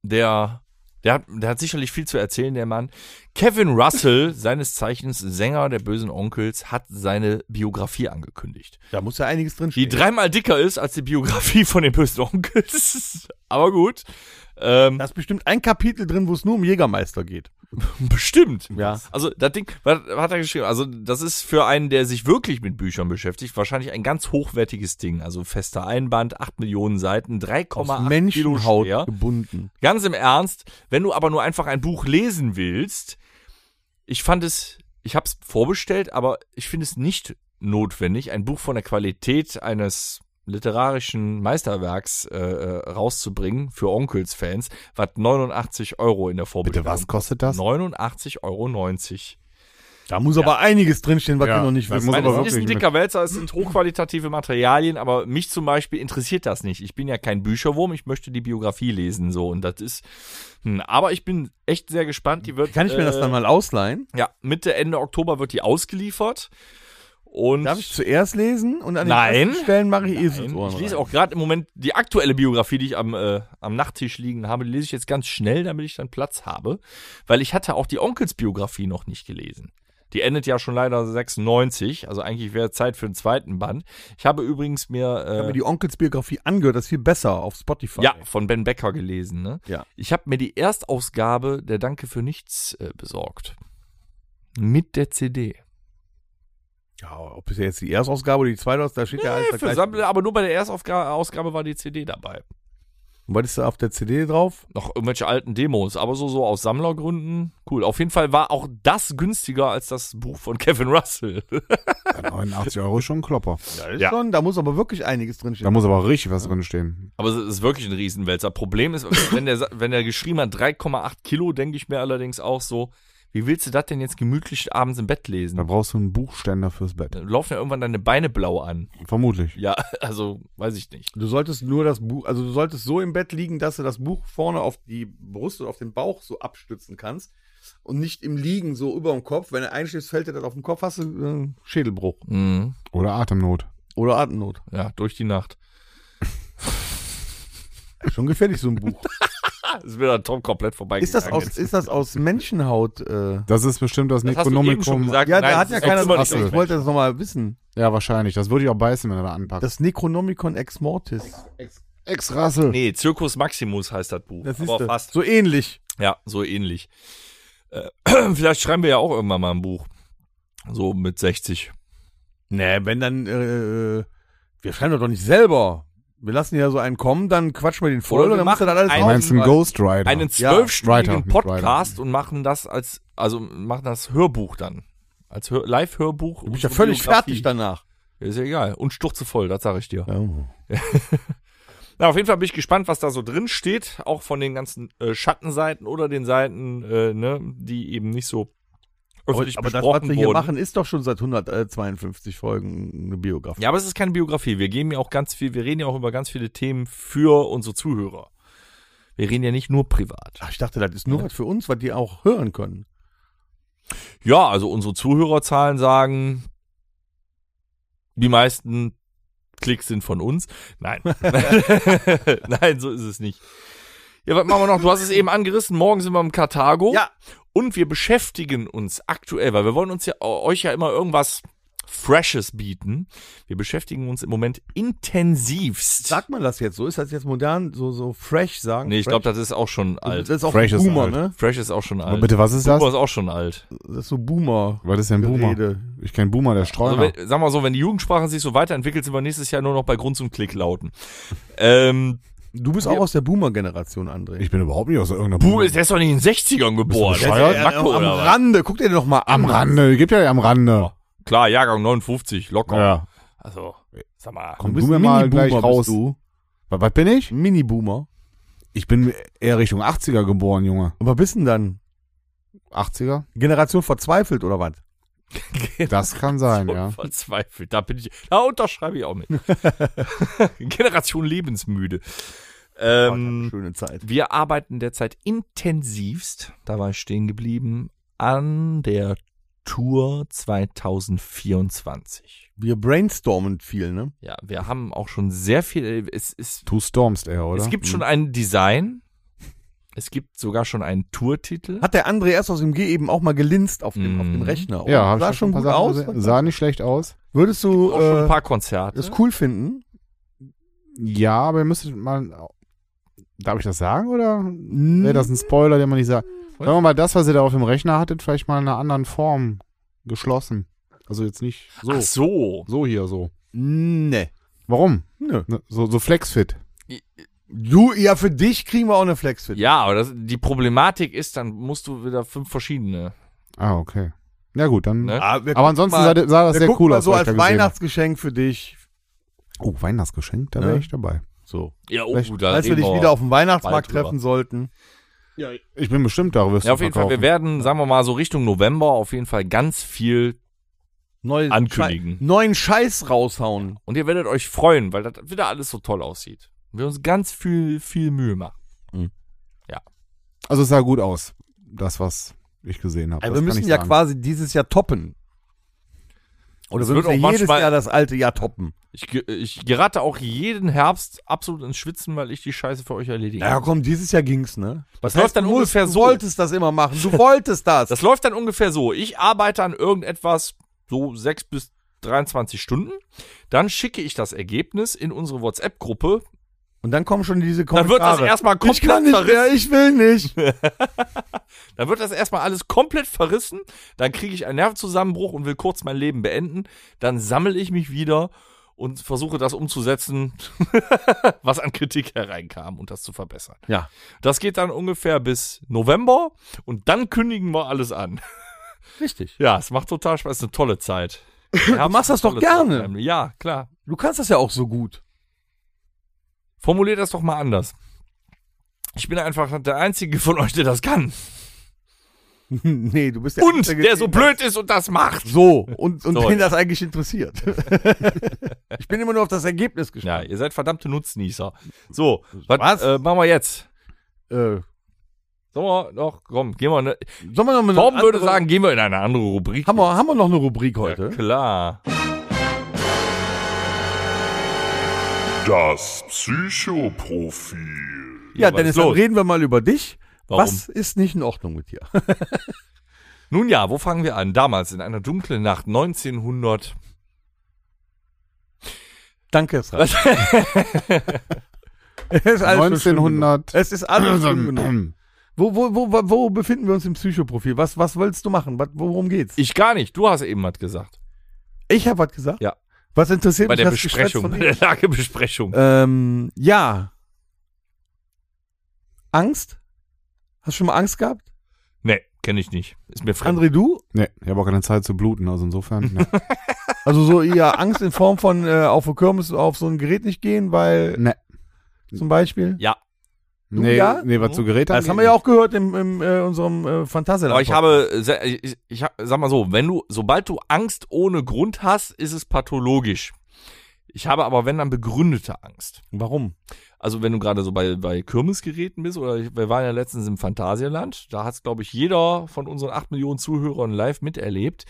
C: der, der, hat, der hat sicherlich viel zu erzählen, der Mann. Kevin Russell, seines Zeichens Sänger der bösen Onkels, hat seine Biografie angekündigt.
B: Da muss ja einiges drin
C: Die
B: stehen.
C: dreimal dicker ist als die Biografie von den bösen Onkels. Aber gut. Ähm,
B: Da ist bestimmt ein Kapitel drin, wo es nur um Jägermeister geht.
C: bestimmt.
B: Ja.
C: Also, das Ding, was, was hat er geschrieben? Also, das ist für einen, der sich wirklich mit Büchern beschäftigt, wahrscheinlich ein ganz hochwertiges Ding. Also, fester Einband, 8 Millionen Seiten, 3,8 Kilo
B: Menschenhaut
C: schwer.
B: gebunden.
C: Ganz im Ernst, wenn du aber nur einfach ein Buch lesen willst, ich fand es, ich habe es vorbestellt, aber ich finde es nicht notwendig, ein Buch von der Qualität eines literarischen Meisterwerks äh, äh, rauszubringen für Onkels-Fans, was 89 Euro in der
D: Bitte,
C: Vorbestellung.
D: was kostet das?
C: 89,90 Euro.
B: Da muss aber einiges drinstehen, was
D: Ja,
B: wir noch nicht
D: das
B: wissen.
D: muss
C: Ich meine,
D: aber
C: es ist ein
D: wirklich
C: dicker Wälzer, es sind hochqualitative Materialien, aber mich zum Beispiel interessiert das nicht. Ich bin ja kein Bücherwurm, ich möchte die Biografie lesen so und das ist. Hm, aber ich bin echt sehr gespannt. Die wird.
B: Kann ich mir das
C: äh,
B: dann mal ausleihen?
C: Ja, Mitte Ende Oktober wird die ausgeliefert und.
B: Darf ich zuerst lesen und an den
C: Nein.
B: ersten Stellen mache ich
C: Nein,
B: Eselsohren
C: ich lese
B: rein.
C: auch gerade im Moment die aktuelle Biografie, die ich am, äh, am Nachttisch liegen habe, die lese ich jetzt ganz schnell, damit ich dann Platz habe, weil ich hatte auch die Onkelsbiografie noch nicht gelesen. Die endet ja schon leider 96, also eigentlich wäre Zeit für einen zweiten Band. Ich habe übrigens
B: Ich habe mir
C: mir, äh,
B: die Onkelsbiografie angehört, das ist viel besser auf Spotify.
C: ja, von Ben Becker gelesen, ne?
B: Ja.
C: Ich habe mir die Erstausgabe der Danke für nichts äh, besorgt. Mit der CD.
B: ja ob es jetzt die Erstausgabe oder die Zweitausgabe, da steht ja alles
C: Für
B: vergleichbar.
C: Sammler, aber nur bei der Erstausgabe war die CD dabei.
B: Und was ist da auf der CD drauf?
C: noch irgendwelche alten Demos, aber so, so aus Sammlergründen. Cool. Auf jeden Fall war auch das günstiger als das Buch von Kevin Russell.
D: 89 Euro ist schon ein Klopper.
B: Da ist schon, da muss aber wirklich einiges
D: Da
B: drinstehen.
D: muss aber richtig was drinstehen.
C: aber es ist wirklich ein Riesenwälzer. Problem ist, wenn der, wenn der geschrieben hat 3,8 Kilo, denke ich mir allerdings auch so, wie willst du das denn jetzt gemütlich abends im Bett
D: Da
C: lesen?
D: brauchst du einen Buchständer fürs Bett.
C: Dann laufen ja irgendwann deine Beine blau an.
D: Vermutlich.
C: Ja, also weiß ich nicht.
B: Du solltest nur das Buch, also du solltest so im Bett liegen, dass du das Buch vorne auf die Brust oder auf den Bauch so abstützen kannst und nicht im Liegen so über dem Kopf. Wenn du einschläfst, fällt dir das auf den Kopf, hast du äh, Schädelbruch
C: Mhm.
D: Oder Atemnot.
B: oder Atemnot.
C: Ja, durch die Nacht.
B: Schon gefährlich so ein Buch.
C: Ah, ist mir dann Tom komplett vorbeigegangen.
B: ist das aus,
C: jetzt.
B: ist das aus Menschenhaut? Äh,
D: Das ist bestimmt das,
C: das hast du eben schon
D: Necronomicon.
C: gesagt.
B: ja, da
C: Nein, das
B: hat
C: ist
B: ja
C: aus
B: keiner
C: Zimmer-
B: das. Ich wollte das nochmal wissen.
D: Ja, wahrscheinlich. Das würde ich auch beißen, wenn er da anpackt.
B: Das Necronomicon Ex Mortis.
D: Ex-Rassel.
C: Nee, Circus Maximus heißt das Buch.
B: Das
C: aber
B: siehste.
C: fast.
B: So ähnlich.
C: Ja, so ähnlich. Äh, Vielleicht schreiben wir ja auch irgendwann mal ein Buch. So mit 60.
B: Nee, wenn dann, äh, wir schreiben das doch nicht selber. Wir lassen ja so einen kommen, dann quatschen wir den voll
C: Oder wir
B: und dann macht er
C: machen
B: das alles
C: einen-
D: Du meinst einen
B: rausschneiden.
D: Ghost Rider?
C: Einen
B: genau. Ja,
C: zwölfstündigen
D: Writer, mit
C: Podcast und machen das als, also machen das Hörbuch dann. Als Hör Live-Hörbuch.
B: Du bist ja völlig fertig
C: dann.
B: danach.
C: Ist ja egal. Und sturze voll, das sage ich dir.
B: Oh.
C: Na, auf jeden Fall bin ich gespannt, was da so drin steht, auch von den ganzen äh, Schattenseiten oder den Seiten, äh, ne, die eben nicht so öffentlich
B: aber das, was
C: besprochen
B: wir hier
C: wurden.
B: machen, ist doch schon seit 152 Folgen eine Biografie.
C: Ja, aber es ist keine Biografie. Wir geben ja auch ganz viel, wir reden ja auch über ganz viele Themen für unsere Zuhörer. Wir reden ja nicht nur privat.
B: Ach, ich dachte, das ist nur was für uns, was die auch hören können.
C: Ja, also unsere Zuhörerzahlen sagen, die meisten Klicks sind von uns. Nein. Nein, so ist es nicht. Ja, was machen wir noch? Du hast es eben angerissen. Morgen sind wir im Karthago.
B: Ja.
C: Und wir beschäftigen uns aktuell, weil wir wollen uns ja äh, euch ja immer irgendwas Freshes bieten. Wir beschäftigen uns im Moment intensivst.
B: Sagt man das jetzt so? Ist das jetzt modern, so, so fresh sagen?
C: nee, ich glaube,
B: Fresh?
C: das ist auch schon alt.
B: das ist auch
D: Fresh ist
B: Boomer,
D: alt.
B: ne?
C: Fresh ist auch schon
D: Aber
C: alt.
D: bitte, was Oh ist das?
C: Boomer ist auch schon alt.
B: Das ist so Boomer.
D: Was ist denn Boomer?
B: Gerede.
D: Ich kenne Boomer, der
C: Also,
D: Streuner.
C: wenn, sagen wir so, wenn die Jugendsprache sich so weiterentwickelt, sind wir nächstes Jahr nur noch bei Grund zum Klick lauten. Ähm,
B: Du bist auch aus der Boomer-Generation, André.
D: ich bin überhaupt nicht aus irgendeiner
C: Boom ist, der ist doch nicht in den 60ern geboren.
D: Bist du
C: Der ist
D: bescheuert?
C: ja Macko
B: am
C: oder was?
B: Rande, guck dir den noch mal an.
D: Am Rande, gibt ja am Rande.
C: Oh, Klar, Jahrgang 59, locker.
D: Ja.
C: Also, sag mal.
D: Komm
B: Du bist
D: du mir
B: ein
D: mal
B: Mini-Boomer,
D: gleich raus.
B: bist du.
D: Was, was bin ich?
B: Mini-Boomer.
D: Ich bin eher Richtung 80er geboren, Junge.
B: Aber bist denn dann?
D: 80er?
B: Generation verzweifelt oder was?
D: Das kann sein,
C: so
D: Genau, ja.
C: Verzweifelt, da bin ich, da unterschreibe ich auch mit. Generation lebensmüde. Ähm,
B: Oh, schöne Zeit.
C: wir arbeiten derzeit intensivst, da war ich stehen geblieben, an der Tour 2024.
B: Wir brainstormen viel, ne?
C: Ja, wir haben auch schon sehr viel. äh, Es, es,
D: Du stormst eher, oder?
C: es gibt schon ein Design. Es gibt sogar schon einen Tourtitel.
B: Hat der André erst aus dem G eben auch mal gelinst auf dem,
C: Mhm.
B: auf dem Rechner? Und
D: Ja, hab ich
B: sah
D: auch
B: schon
D: ein
B: gut
D: paar Sachen
B: aus.
D: gesehen. Sah nicht schlecht aus.
B: Würdest du
C: Auch schon ein
B: äh,
C: paar Konzerte.
B: das cool finden?
D: Ja, aber ihr müsstet mal. Darf ich das sagen oder wäre das ein Spoiler, den man nicht sagt? Sagen wir mal, das, was ihr da auf dem Rechner hattet, vielleicht mal in einer anderen Form geschlossen. Also jetzt nicht so.
C: Ach so.
D: So hier, so.
B: Nee.
D: Warum?
B: Nö.
D: Ne, So, so Flexfit.
B: Du, ja, für dich kriegen wir auch eine Flex fit.
C: Ja, aber das, die Problematik ist, dann musst du wieder fünf verschiedene.
D: Ah, okay. Ja, gut, dann.
C: Ne?
B: Ah, wir
D: Aber ansonsten
B: gucken
D: sah, sah das
B: wir
D: sehr
B: gucken
D: cool
B: mal
D: aus.
B: so
D: was
B: als
D: ich da gesehen hab.
B: Weihnachtsgeschenk für dich.
D: Oh, Weihnachtsgeschenk, da
B: Ne?
D: wäre ich dabei.
B: So.
C: Ja, oh,
D: Vielleicht-
C: da
B: als wir
C: reden
B: dich wieder auf dem Weihnachtsmarkt
C: bald drüber.
B: treffen sollten.
D: Ich bin bestimmt darüber.
C: ja, auf jeden Fall. Wir werden, sagen wir mal, so Richtung November auf jeden Fall ganz viel.
B: Neue
C: Ankündigen.
B: Schei neuen Scheiß raushauen.
C: Und ihr werdet euch freuen, weil das wieder alles so toll aussieht. Wir uns ganz viel, viel Mühe machen.
D: Also es sah gut aus, das, was ich gesehen habe.
B: Also wir müssen ja quasi dieses Jahr toppen. Oder
C: Es
B: wir
C: wird
B: müssen ja
C: auch
B: jedes
C: manchmal-
B: Jahr das alte Jahr toppen.
C: Ich, ge- ich gerate auch jeden Herbst absolut ins Schwitzen, weil ich die Scheiße für euch erledige.
B: Ja, komm, dieses Jahr ging's, ne?
C: Das
B: heißt,
C: läuft dann
B: du musst-
C: ungefähr
B: du
C: so.
B: wolltest das immer machen. Du wolltest das.
C: Das läuft dann ungefähr so. Ich arbeite an irgendetwas so sechs bis 23 Stunden. Dann schicke ich das Ergebnis in unsere WhatsApp-Gruppe.
B: Und dann kommen schon diese
C: Dann
B: Kommentare.
C: wird das erstmal
B: ich kann
C: komplett
B: nicht mehr,
C: verrissen.
B: ich will nicht.
C: Dann wird das erstmal alles komplett verrissen. Dann kriege ich einen Nervenzusammenbruch und will kurz mein Leben beenden. Dann sammle ich mich wieder und versuche das umzusetzen, was an Kritik hereinkam und das zu verbessern.
B: Ja.
C: Das geht dann ungefähr bis November und dann kündigen wir alles an.
B: Richtig.
C: Ja, es macht total Spaß. Es ist eine tolle Zeit.
B: Du machst das doch gerne.
C: Ja, klar.
B: Du kannst das ja auch so gut.
C: Formulier das doch mal anders. Ich bin einfach der Einzige von euch, der das kann.
B: nee, du bist der
C: Und
B: Einzige,
C: der so blöd ist und das macht.
B: So, und, und
C: So,
B: den
C: ja.
B: das eigentlich interessiert. ich bin immer nur auf das Ergebnis
C: Ja,
B: gespannt.
C: ihr seid verdammte Nutznießer. So, wat,
B: Was?
C: Äh, machen wir jetzt?
B: Äh,
C: Sollen wir noch, komm, gehen wir. Ne,
B: sollen wir noch mal eine
C: Torben würde
B: andere-
C: sagen, gehen wir in eine andere Rubrik.
B: Haben wir, haben wir noch eine Rubrik heute?
C: Ja, klar.
A: Das Psychoprofil.
B: Ja,
C: was
B: Dennis,
C: ist
B: dann
C: los?
B: reden wir mal über dich.
C: Warum?
B: Was ist nicht in Ordnung mit dir?
C: Nun ja, wo fangen wir an? Damals in einer dunklen Nacht 1900.
B: Danke, es reicht. es ist alles schon schlimm genug.
D: 1900.
B: Es ist alles genau. schlimm genug. Wo, wo, wo, wo- wo befinden wir uns im Psychoprofil? Was, was willst du machen? Was, worum geht's?
C: Ich gar nicht, du hast eben was gesagt.
B: Ich habe was gesagt.
C: Ja.
B: Was interessiert
C: Bei
B: mich?
C: der
B: das Geschwätz
C: Besprechung, bei
B: von
C: der
B: ihm?
C: Lagebesprechung.
B: ähm, ja. Angst? Hast du schon mal Angst gehabt?
C: Nee, kenne ich nicht. Ist mir fremd.
B: André, du?
D: Nee, ich habe auch keine Zeit zu bluten, also insofern. Ne.
B: Also so eher Angst in Form von äh, auf eine Kirmes auf so ein Gerät nicht gehen, weil
D: Nee.
B: zum Beispiel?
C: Ja.
B: Du
D: nee,
B: ja? Mhm.
D: nee, was zu Gerät
B: Das
D: angeht,
B: haben wir ja auch gehört in, in äh, unserem äh, Fantasia.
C: Aber ich habe, sehr- ich, ich hab- sag mal so, wenn du, sobald du Angst ohne Grund hast, ist es pathologisch. Ich habe aber, wenn dann begründete Angst.
B: Warum?
C: Also wenn du gerade so bei, bei Kirmesgeräten bist, oder ich, wir waren ja letztens im Phantasialand, da hat glaube ich, jeder von unseren 8 Millionen Zuhörern live miterlebt.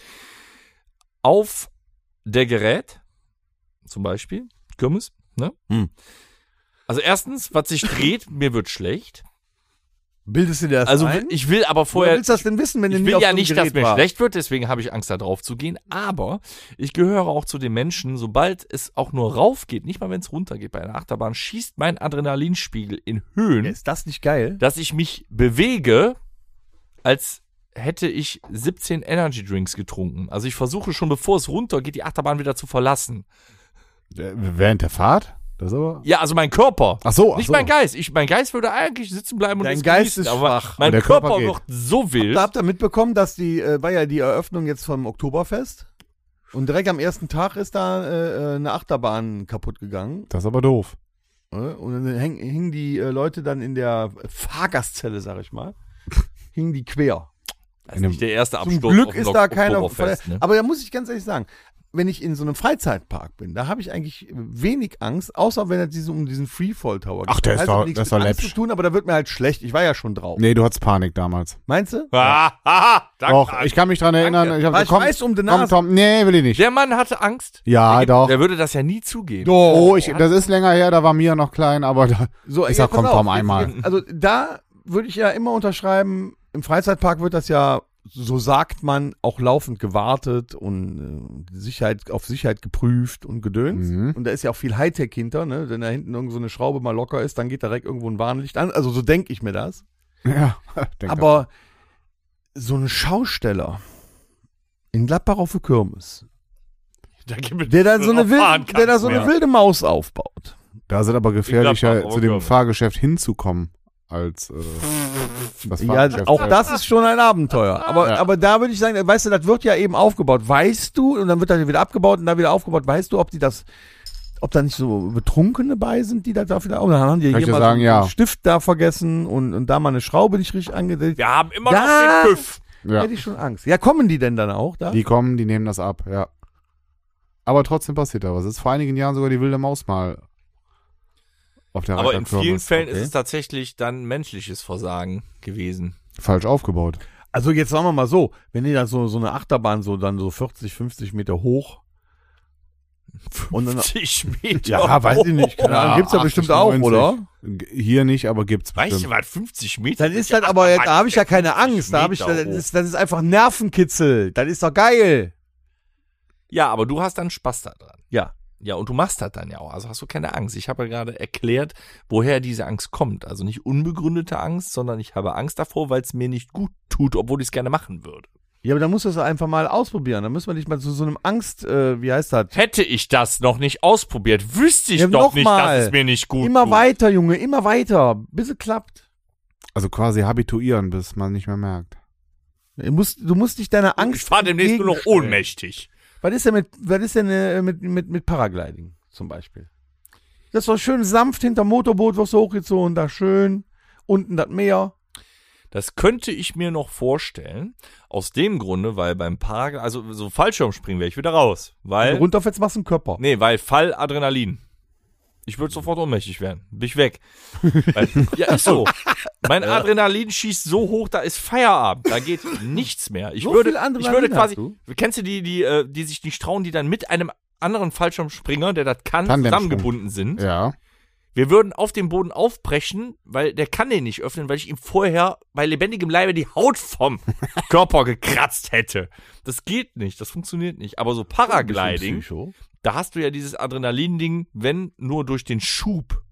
C: Auf der Gerät, zum Beispiel, Kirmes, ne?
B: Hm.
C: Also erstens, was sich dreht, mir wird schlecht.
B: Bildest du dir das
C: Also
B: ein?
C: ich will aber
B: Woher
C: vorher,
B: willst du das denn wissen, wenn du
C: ich
B: nie
C: will
B: auf
C: ja
B: so einem
C: nicht,
B: Gerät
C: dass mir
B: war?
C: schlecht wird, deswegen habe ich Angst, da drauf zu gehen. Aber ich gehöre auch zu den Menschen, sobald es auch nur rauf geht, nicht mal wenn es runter geht bei einer Achterbahn, schießt mein Adrenalinspiegel in Höhen,
B: Ja, ist das nicht geil?
C: dass ich mich bewege, als hätte ich 17 Energy Drinks getrunken. Also ich versuche schon, bevor es runter geht, die Achterbahn wieder zu verlassen.
D: äh, während der Fahrt? Das ist aber.
C: Ja, also mein Körper.
D: Ach so, ach
C: Nicht
D: so.
C: mein Geist. Ich, mein Geist würde eigentlich sitzen bleiben und
B: Dein
C: es
B: Geist
C: genießen,
B: ist
C: aber
B: schwach.
C: Mein
D: Und der
C: Körper,
D: Körper geht.
C: wird so wild.
B: Da habt ihr mitbekommen, dass die, äh, war ja die Eröffnung jetzt vom Oktoberfest. Und direkt am ersten Tag ist da äh, eine Achterbahn kaputt gegangen.
D: Das ist aber doof.
B: äh, Und dann häng, hingen die äh, Leute dann in der Fahrgastzelle, sag ich mal, hingen die quer.
C: Das ist nicht der erste
B: Zum
C: Absturz auf
B: Glück
C: dem
B: ist da
C: Ok-
B: keiner.
C: Oktoberfest,
B: verletzt.
C: ne?
B: Aber da muss ich ganz ehrlich sagen, wenn ich in so einem Freizeitpark bin, da habe ich eigentlich wenig Angst, außer wenn es diesen, um diesen Freefall Tower geht.
D: Ach, der ist
B: Also
D: doch-
B: nichts
D: der ist
B: mit
D: doch
B: Angst
D: läppsch.
B: zu tun, aber da wird mir halt schlecht. Ich war ja schon drauf.
D: Nee, du hattest Panik damals.
B: Meinst du?
C: Ah, haha, danke.
D: Doch, ich kann mich dran erinnern. Ich hab,
B: Weil
D: gesagt,
B: ich
D: komm,
B: weiß um die
D: komm,
B: Nase.
D: Tom. Nee, will ich nicht.
C: der Mann hatte Angst.
D: Ja,
C: der gibt-
D: doch.
C: Der würde das ja nie zugeben.
D: Oh, ich, das ist länger her, da war Mia noch klein, aber da,
B: So,
D: Ich
B: ja,
D: sag, komm,
B: pass auf,
D: komm,
B: jetzt-
D: einmal.
B: jetzt- Also da würde ich ja immer unterschreiben, im Freizeitpark wird das ja, so sagt man, auch laufend gewartet und äh, Sicherheit, auf Sicherheit geprüft und gedöns.
D: Mhm.
B: Und da ist ja auch viel Hightech hinter, ne? Wenn da hinten irgend so eine Schraube mal locker ist, dann geht da direkt irgendwo ein Warnlicht an. Also so denke ich mir das.
D: ja, denk doch.
B: Aber so ein Schausteller in Gladbach auf der Kirmes,
C: Da gibt es-
B: der da so eine,
C: fahren
B: wilde,
C: kannst
B: der da so
C: mehr.
B: eine wilde Maus aufbaut.
D: da sind aber
C: Ich
D: gefährlicher,
C: glaub,
D: zu dem
C: aber-
D: Fahrgeschäft hinzukommen, als, äh, das
B: Ja,
D: Fahrgeschäft
B: auch
D: selbst.
B: das ist schon ein Abenteuer. Aber,
D: Ja.
B: aber da würde ich sagen, weißt du, das wird ja eben aufgebaut. Weißt du, und dann wird das wieder abgebaut und da wieder aufgebaut. Weißt du, ob die das, ob da nicht so Betrunkene bei sind, die das da wieder, oh, dann haben die
D: Kann ich
B: hier
D: dir
B: mal
D: sagen,
B: so einen
D: ja.
B: Stift da vergessen und, und da mal eine Schraube nicht richtig angedreht.
C: Wir haben immer
B: Ja.
C: noch den Püff.
D: Ja.
B: Hätte ich schon Angst. Ja, kommen die denn dann auch da?
D: Die kommen, die nehmen das ab, ja. Aber trotzdem passiert da was. Es ist vor einigen Jahren sogar die wilde Maus mal auf der
C: Aber in
D: Reiterkirmes.
C: vielen Fällen
D: Okay.
C: ist es tatsächlich dann menschliches Versagen gewesen.
D: falsch aufgebaut.
B: Also jetzt sagen wir mal so, wenn die da so, so eine Achterbahn so dann so 40, 50 Meter hoch und dann,
C: 50 Meter.
B: ja, weiß ich nicht, keine Ahnung, gibt's ja
D: 80,
B: bestimmt auch,
D: 90.
B: oder?
D: G- Hier nicht, aber gibt's
C: Weißt du
D: bestimmt.
C: was, 50 Meter?
B: Dann ist das aber, da habe ich ja keine Angst. Da habe ich, das ist, das ist einfach Nervenkitzel. Das ist doch geil.
C: ja, aber du hast dann Spaß daran.
B: Ja.
C: Ja, und du machst das dann ja auch. Also hast du keine Angst. Ich habe ja gerade erklärt, woher diese Angst kommt. Also nicht unbegründete Angst, sondern ich habe Angst davor, weil es mir nicht gut tut, obwohl ich es gerne machen würde.
B: Ja, aber dann musst du es einfach mal ausprobieren. Dann müssen wir dich mal zu so einem Angst, äh, wie heißt das?
C: Hätte ich das noch nicht ausprobiert, wüsste ich
B: Ja,
C: doch
B: noch
C: nicht,
B: mal.
C: dass es mir nicht gut
B: Immer
C: tut.
B: weiter, Junge, immer weiter, bis es klappt.
D: Also quasi habituieren, bis man nicht mehr merkt.
B: Du musst, du musst dich deiner Angst.
C: Ich fahre demnächst nur noch
B: entgegenstellen.
C: ohnmächtig.
B: Was ist denn mit, was ist denn äh, mit, mit, mit Paragliding zum Beispiel? Das ist doch schön sanft hinterm Motorboot, wirst du hochgezogen, da schön. Unten das Meer.
C: Das könnte ich mir noch vorstellen. Aus dem Grunde, weil beim Park, also so Fallschirmspringen wäre ich wieder raus.
B: Wenn
C: Weil
B: du runterfällst, machst du einen Körper.
C: Nee, weil Fall Adrenalin. Ich würde sofort ohnmächtig werden. Bin ich weg. weil, ja, ist so. Mein Adrenalin schießt so hoch, da ist Feierabend. Da geht nichts mehr. Ich
B: So
C: würde,
B: viel
C: ich
B: Adrenalin
C: würde quasi,
B: hast du?
C: kennst du die, die, äh, die sich nicht trauen, die dann mit einem anderen Fallschirmspringer, der das kann,
D: Tandemsprung.
C: zusammengebunden sind.
D: Ja.
C: Wir würden auf dem Boden aufbrechen, weil der kann den nicht öffnen, weil ich ihm vorher bei lebendigem Leibe die Haut vom Körper gekratzt hätte. Das geht nicht, das funktioniert nicht. Aber so Paragliding,
B: Psycho.
C: da hast du ja dieses Adrenalin-Ding, wenn nur durch den Schub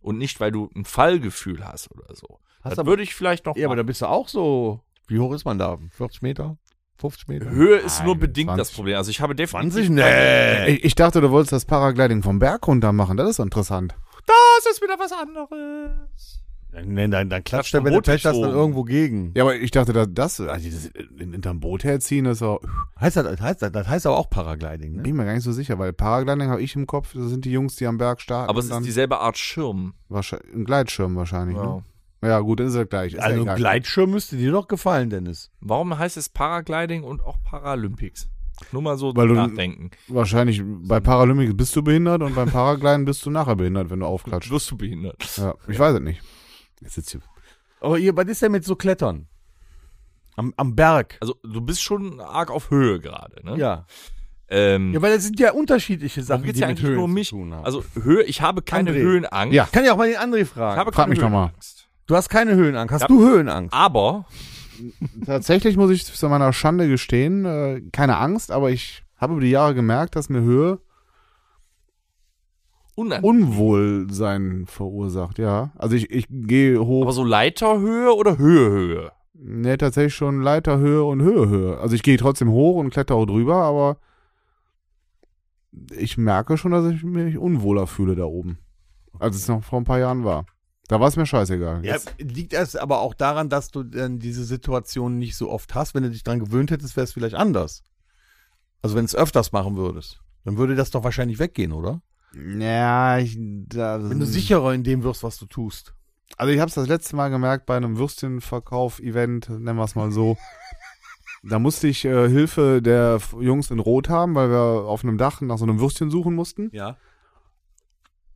C: und nicht, weil du ein Fallgefühl hast oder so.
B: Hast
C: das
B: aber-
C: würde ich vielleicht noch.
B: Ja, aber da
C: machen.
B: bist du auch so. Wie hoch ist man da? 40 Meter? 50 Meter?
C: Höhe ist nur
D: Nein,
C: bedingt
D: 20.
C: das Problem. Also ich habe definitiv.
B: 20? Nee.
D: Ich, ich dachte, du wolltest das Paragliding vom Berg runter machen. Das ist interessant.
C: Das ist wieder was anderes.
B: Nein, nein, dann klatscht
C: Klatscht
B: der, wenn du
C: Boot
B: Pech hast, dann
C: gezogen.
B: irgendwo gegen.
D: Ja, aber ich dachte, da- das, also das in- hinterm Boot herziehen, das ist auch,
B: Heißt das, heißt das, das heißt aber auch
C: ne?
B: Paragliding, ne?
D: bin ich mir gar nicht so sicher, weil Paragliding habe ich im Kopf, das sind die Jungs, die am Berg starten.
C: Aber es ist
D: dann
C: dieselbe Art Schirm.
D: wahrscheinlich- ein Gleitschirm wahrscheinlich.
C: Ja.
D: Ne? Ja, gut, dann ist er gleich. Ist ja
B: Also
D: egal.
B: Gleitschirm müsste dir doch gefallen, Dennis.
C: Warum heißt es Paragliding und auch Paralympics? Nur mal so
D: Weil du-
C: nachdenken.
D: Wahrscheinlich bei Paralympics bist du behindert und beim Paragliden bist du nachher behindert, wenn du aufklatscht.
C: Wirst du behindert?
D: Ja, ich weiß es nicht. Jetzt sitzt hier.
B: Aber ihr, was ist denn mit so Klettern? Am, am Berg.
C: Also du bist schon arg auf Höhe gerade, ne?
B: Ja.
C: Ähm,
B: Ja, weil das sind ja unterschiedliche Sachen,
C: warum geht's ja eigentlich nur um mich?
B: zu tun haben.
C: Also Höhe, ich habe keine
B: André.
C: Höhenangst.
D: Ja.
B: Ich kann ja auch mal den André
C: Ich
B: fragen.
C: habe
D: Frag
C: keine
D: mich doch mal.
C: Höhenangst.
B: du hast keine Höhenangst. Hast
C: Ja.
B: du Höhenangst?
C: Aber
D: Tatsächlich muss ich zu meiner Schande gestehen, äh, keine Angst, aber ich habe über die Jahre gemerkt, dass mir Höhe
C: unangenehm.
D: Unwohlsein verursacht, ja. Also ich, ich gehe hoch.
C: Aber so Leiterhöhe oder Höhe-Höhe?
D: Nee, tatsächlich schon Leiterhöhe und Höhehöhe. Also ich gehe trotzdem hoch und klettere drüber, aber ich merke schon, dass ich mich unwohler fühle da oben. Als es noch vor ein paar Jahren war. Da war es mir scheißegal.
B: Ja, liegt es aber auch daran, dass du dann diese Situation nicht so oft hast. Wenn du dich dran gewöhnt hättest, wäre es vielleicht anders. Also wenn du es öfters machen würdest, dann würde das doch wahrscheinlich weggehen, oder?
D: Ja, ich. Da,
C: Hm.
B: Wenn du sicherer in dem wirst, was du tust.
D: Also ich habe es das letzte Mal gemerkt bei einem Würstchenverkauf-Event, nennen wir es mal so. Da musste ich äh, Hilfe der F- Jungs in Rot haben, weil wir auf einem Dach nach so einem Würstchen suchen mussten.
B: Ja.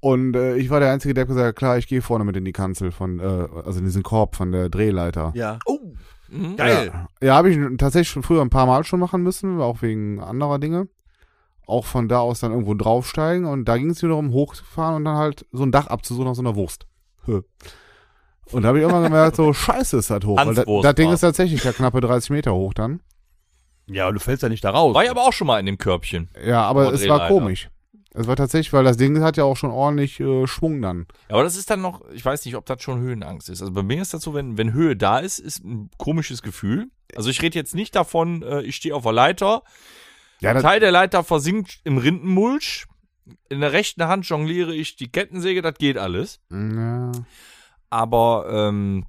D: Und äh, ich war der Einzige, der gesagt hat, klar, ich gehe vorne mit in die Kanzel von, äh, also in diesen Korb von der Drehleiter.
B: Ja.
C: Oh. Mhm.
B: Geil.
D: Ja, habe ich tatsächlich schon früher ein paar Mal schon machen müssen, auch wegen anderer Dinge. Auch von da aus dann irgendwo draufsteigen und da ging es wiederum hochzufahren und dann halt so ein Dach abzusuchen aus so einer Wurst. Hö. Und da habe ich irgendwann gemerkt, so scheiße ist das hoch. Weil da,
C: Hanswurst
D: das Ding
C: war's.
D: ist tatsächlich ja knappe 30 Meter hoch dann.
B: Ja, aber du fällst ja nicht da raus.
C: War ich aber auch schon mal in dem Körbchen.
D: Ja, aber es war
C: Drehleiter.
D: komisch. Es war tatsächlich, weil das Ding hat ja auch schon ordentlich äh, Schwung dann.
C: Aber das ist dann noch, ich weiß nicht, ob das schon Höhenangst ist. Also bei mir ist das so, wenn, wenn Höhe da ist, ist ein komisches Gefühl. Also ich rede jetzt nicht davon, äh, ich stehe auf der Leiter,
D: Ja,
C: ein
D: das,
C: Teil der Leiter versinkt im Rindenmulch, in der rechten Hand jongliere ich die Kettensäge, das geht alles.
D: Hm, ja.
C: Aber ähm,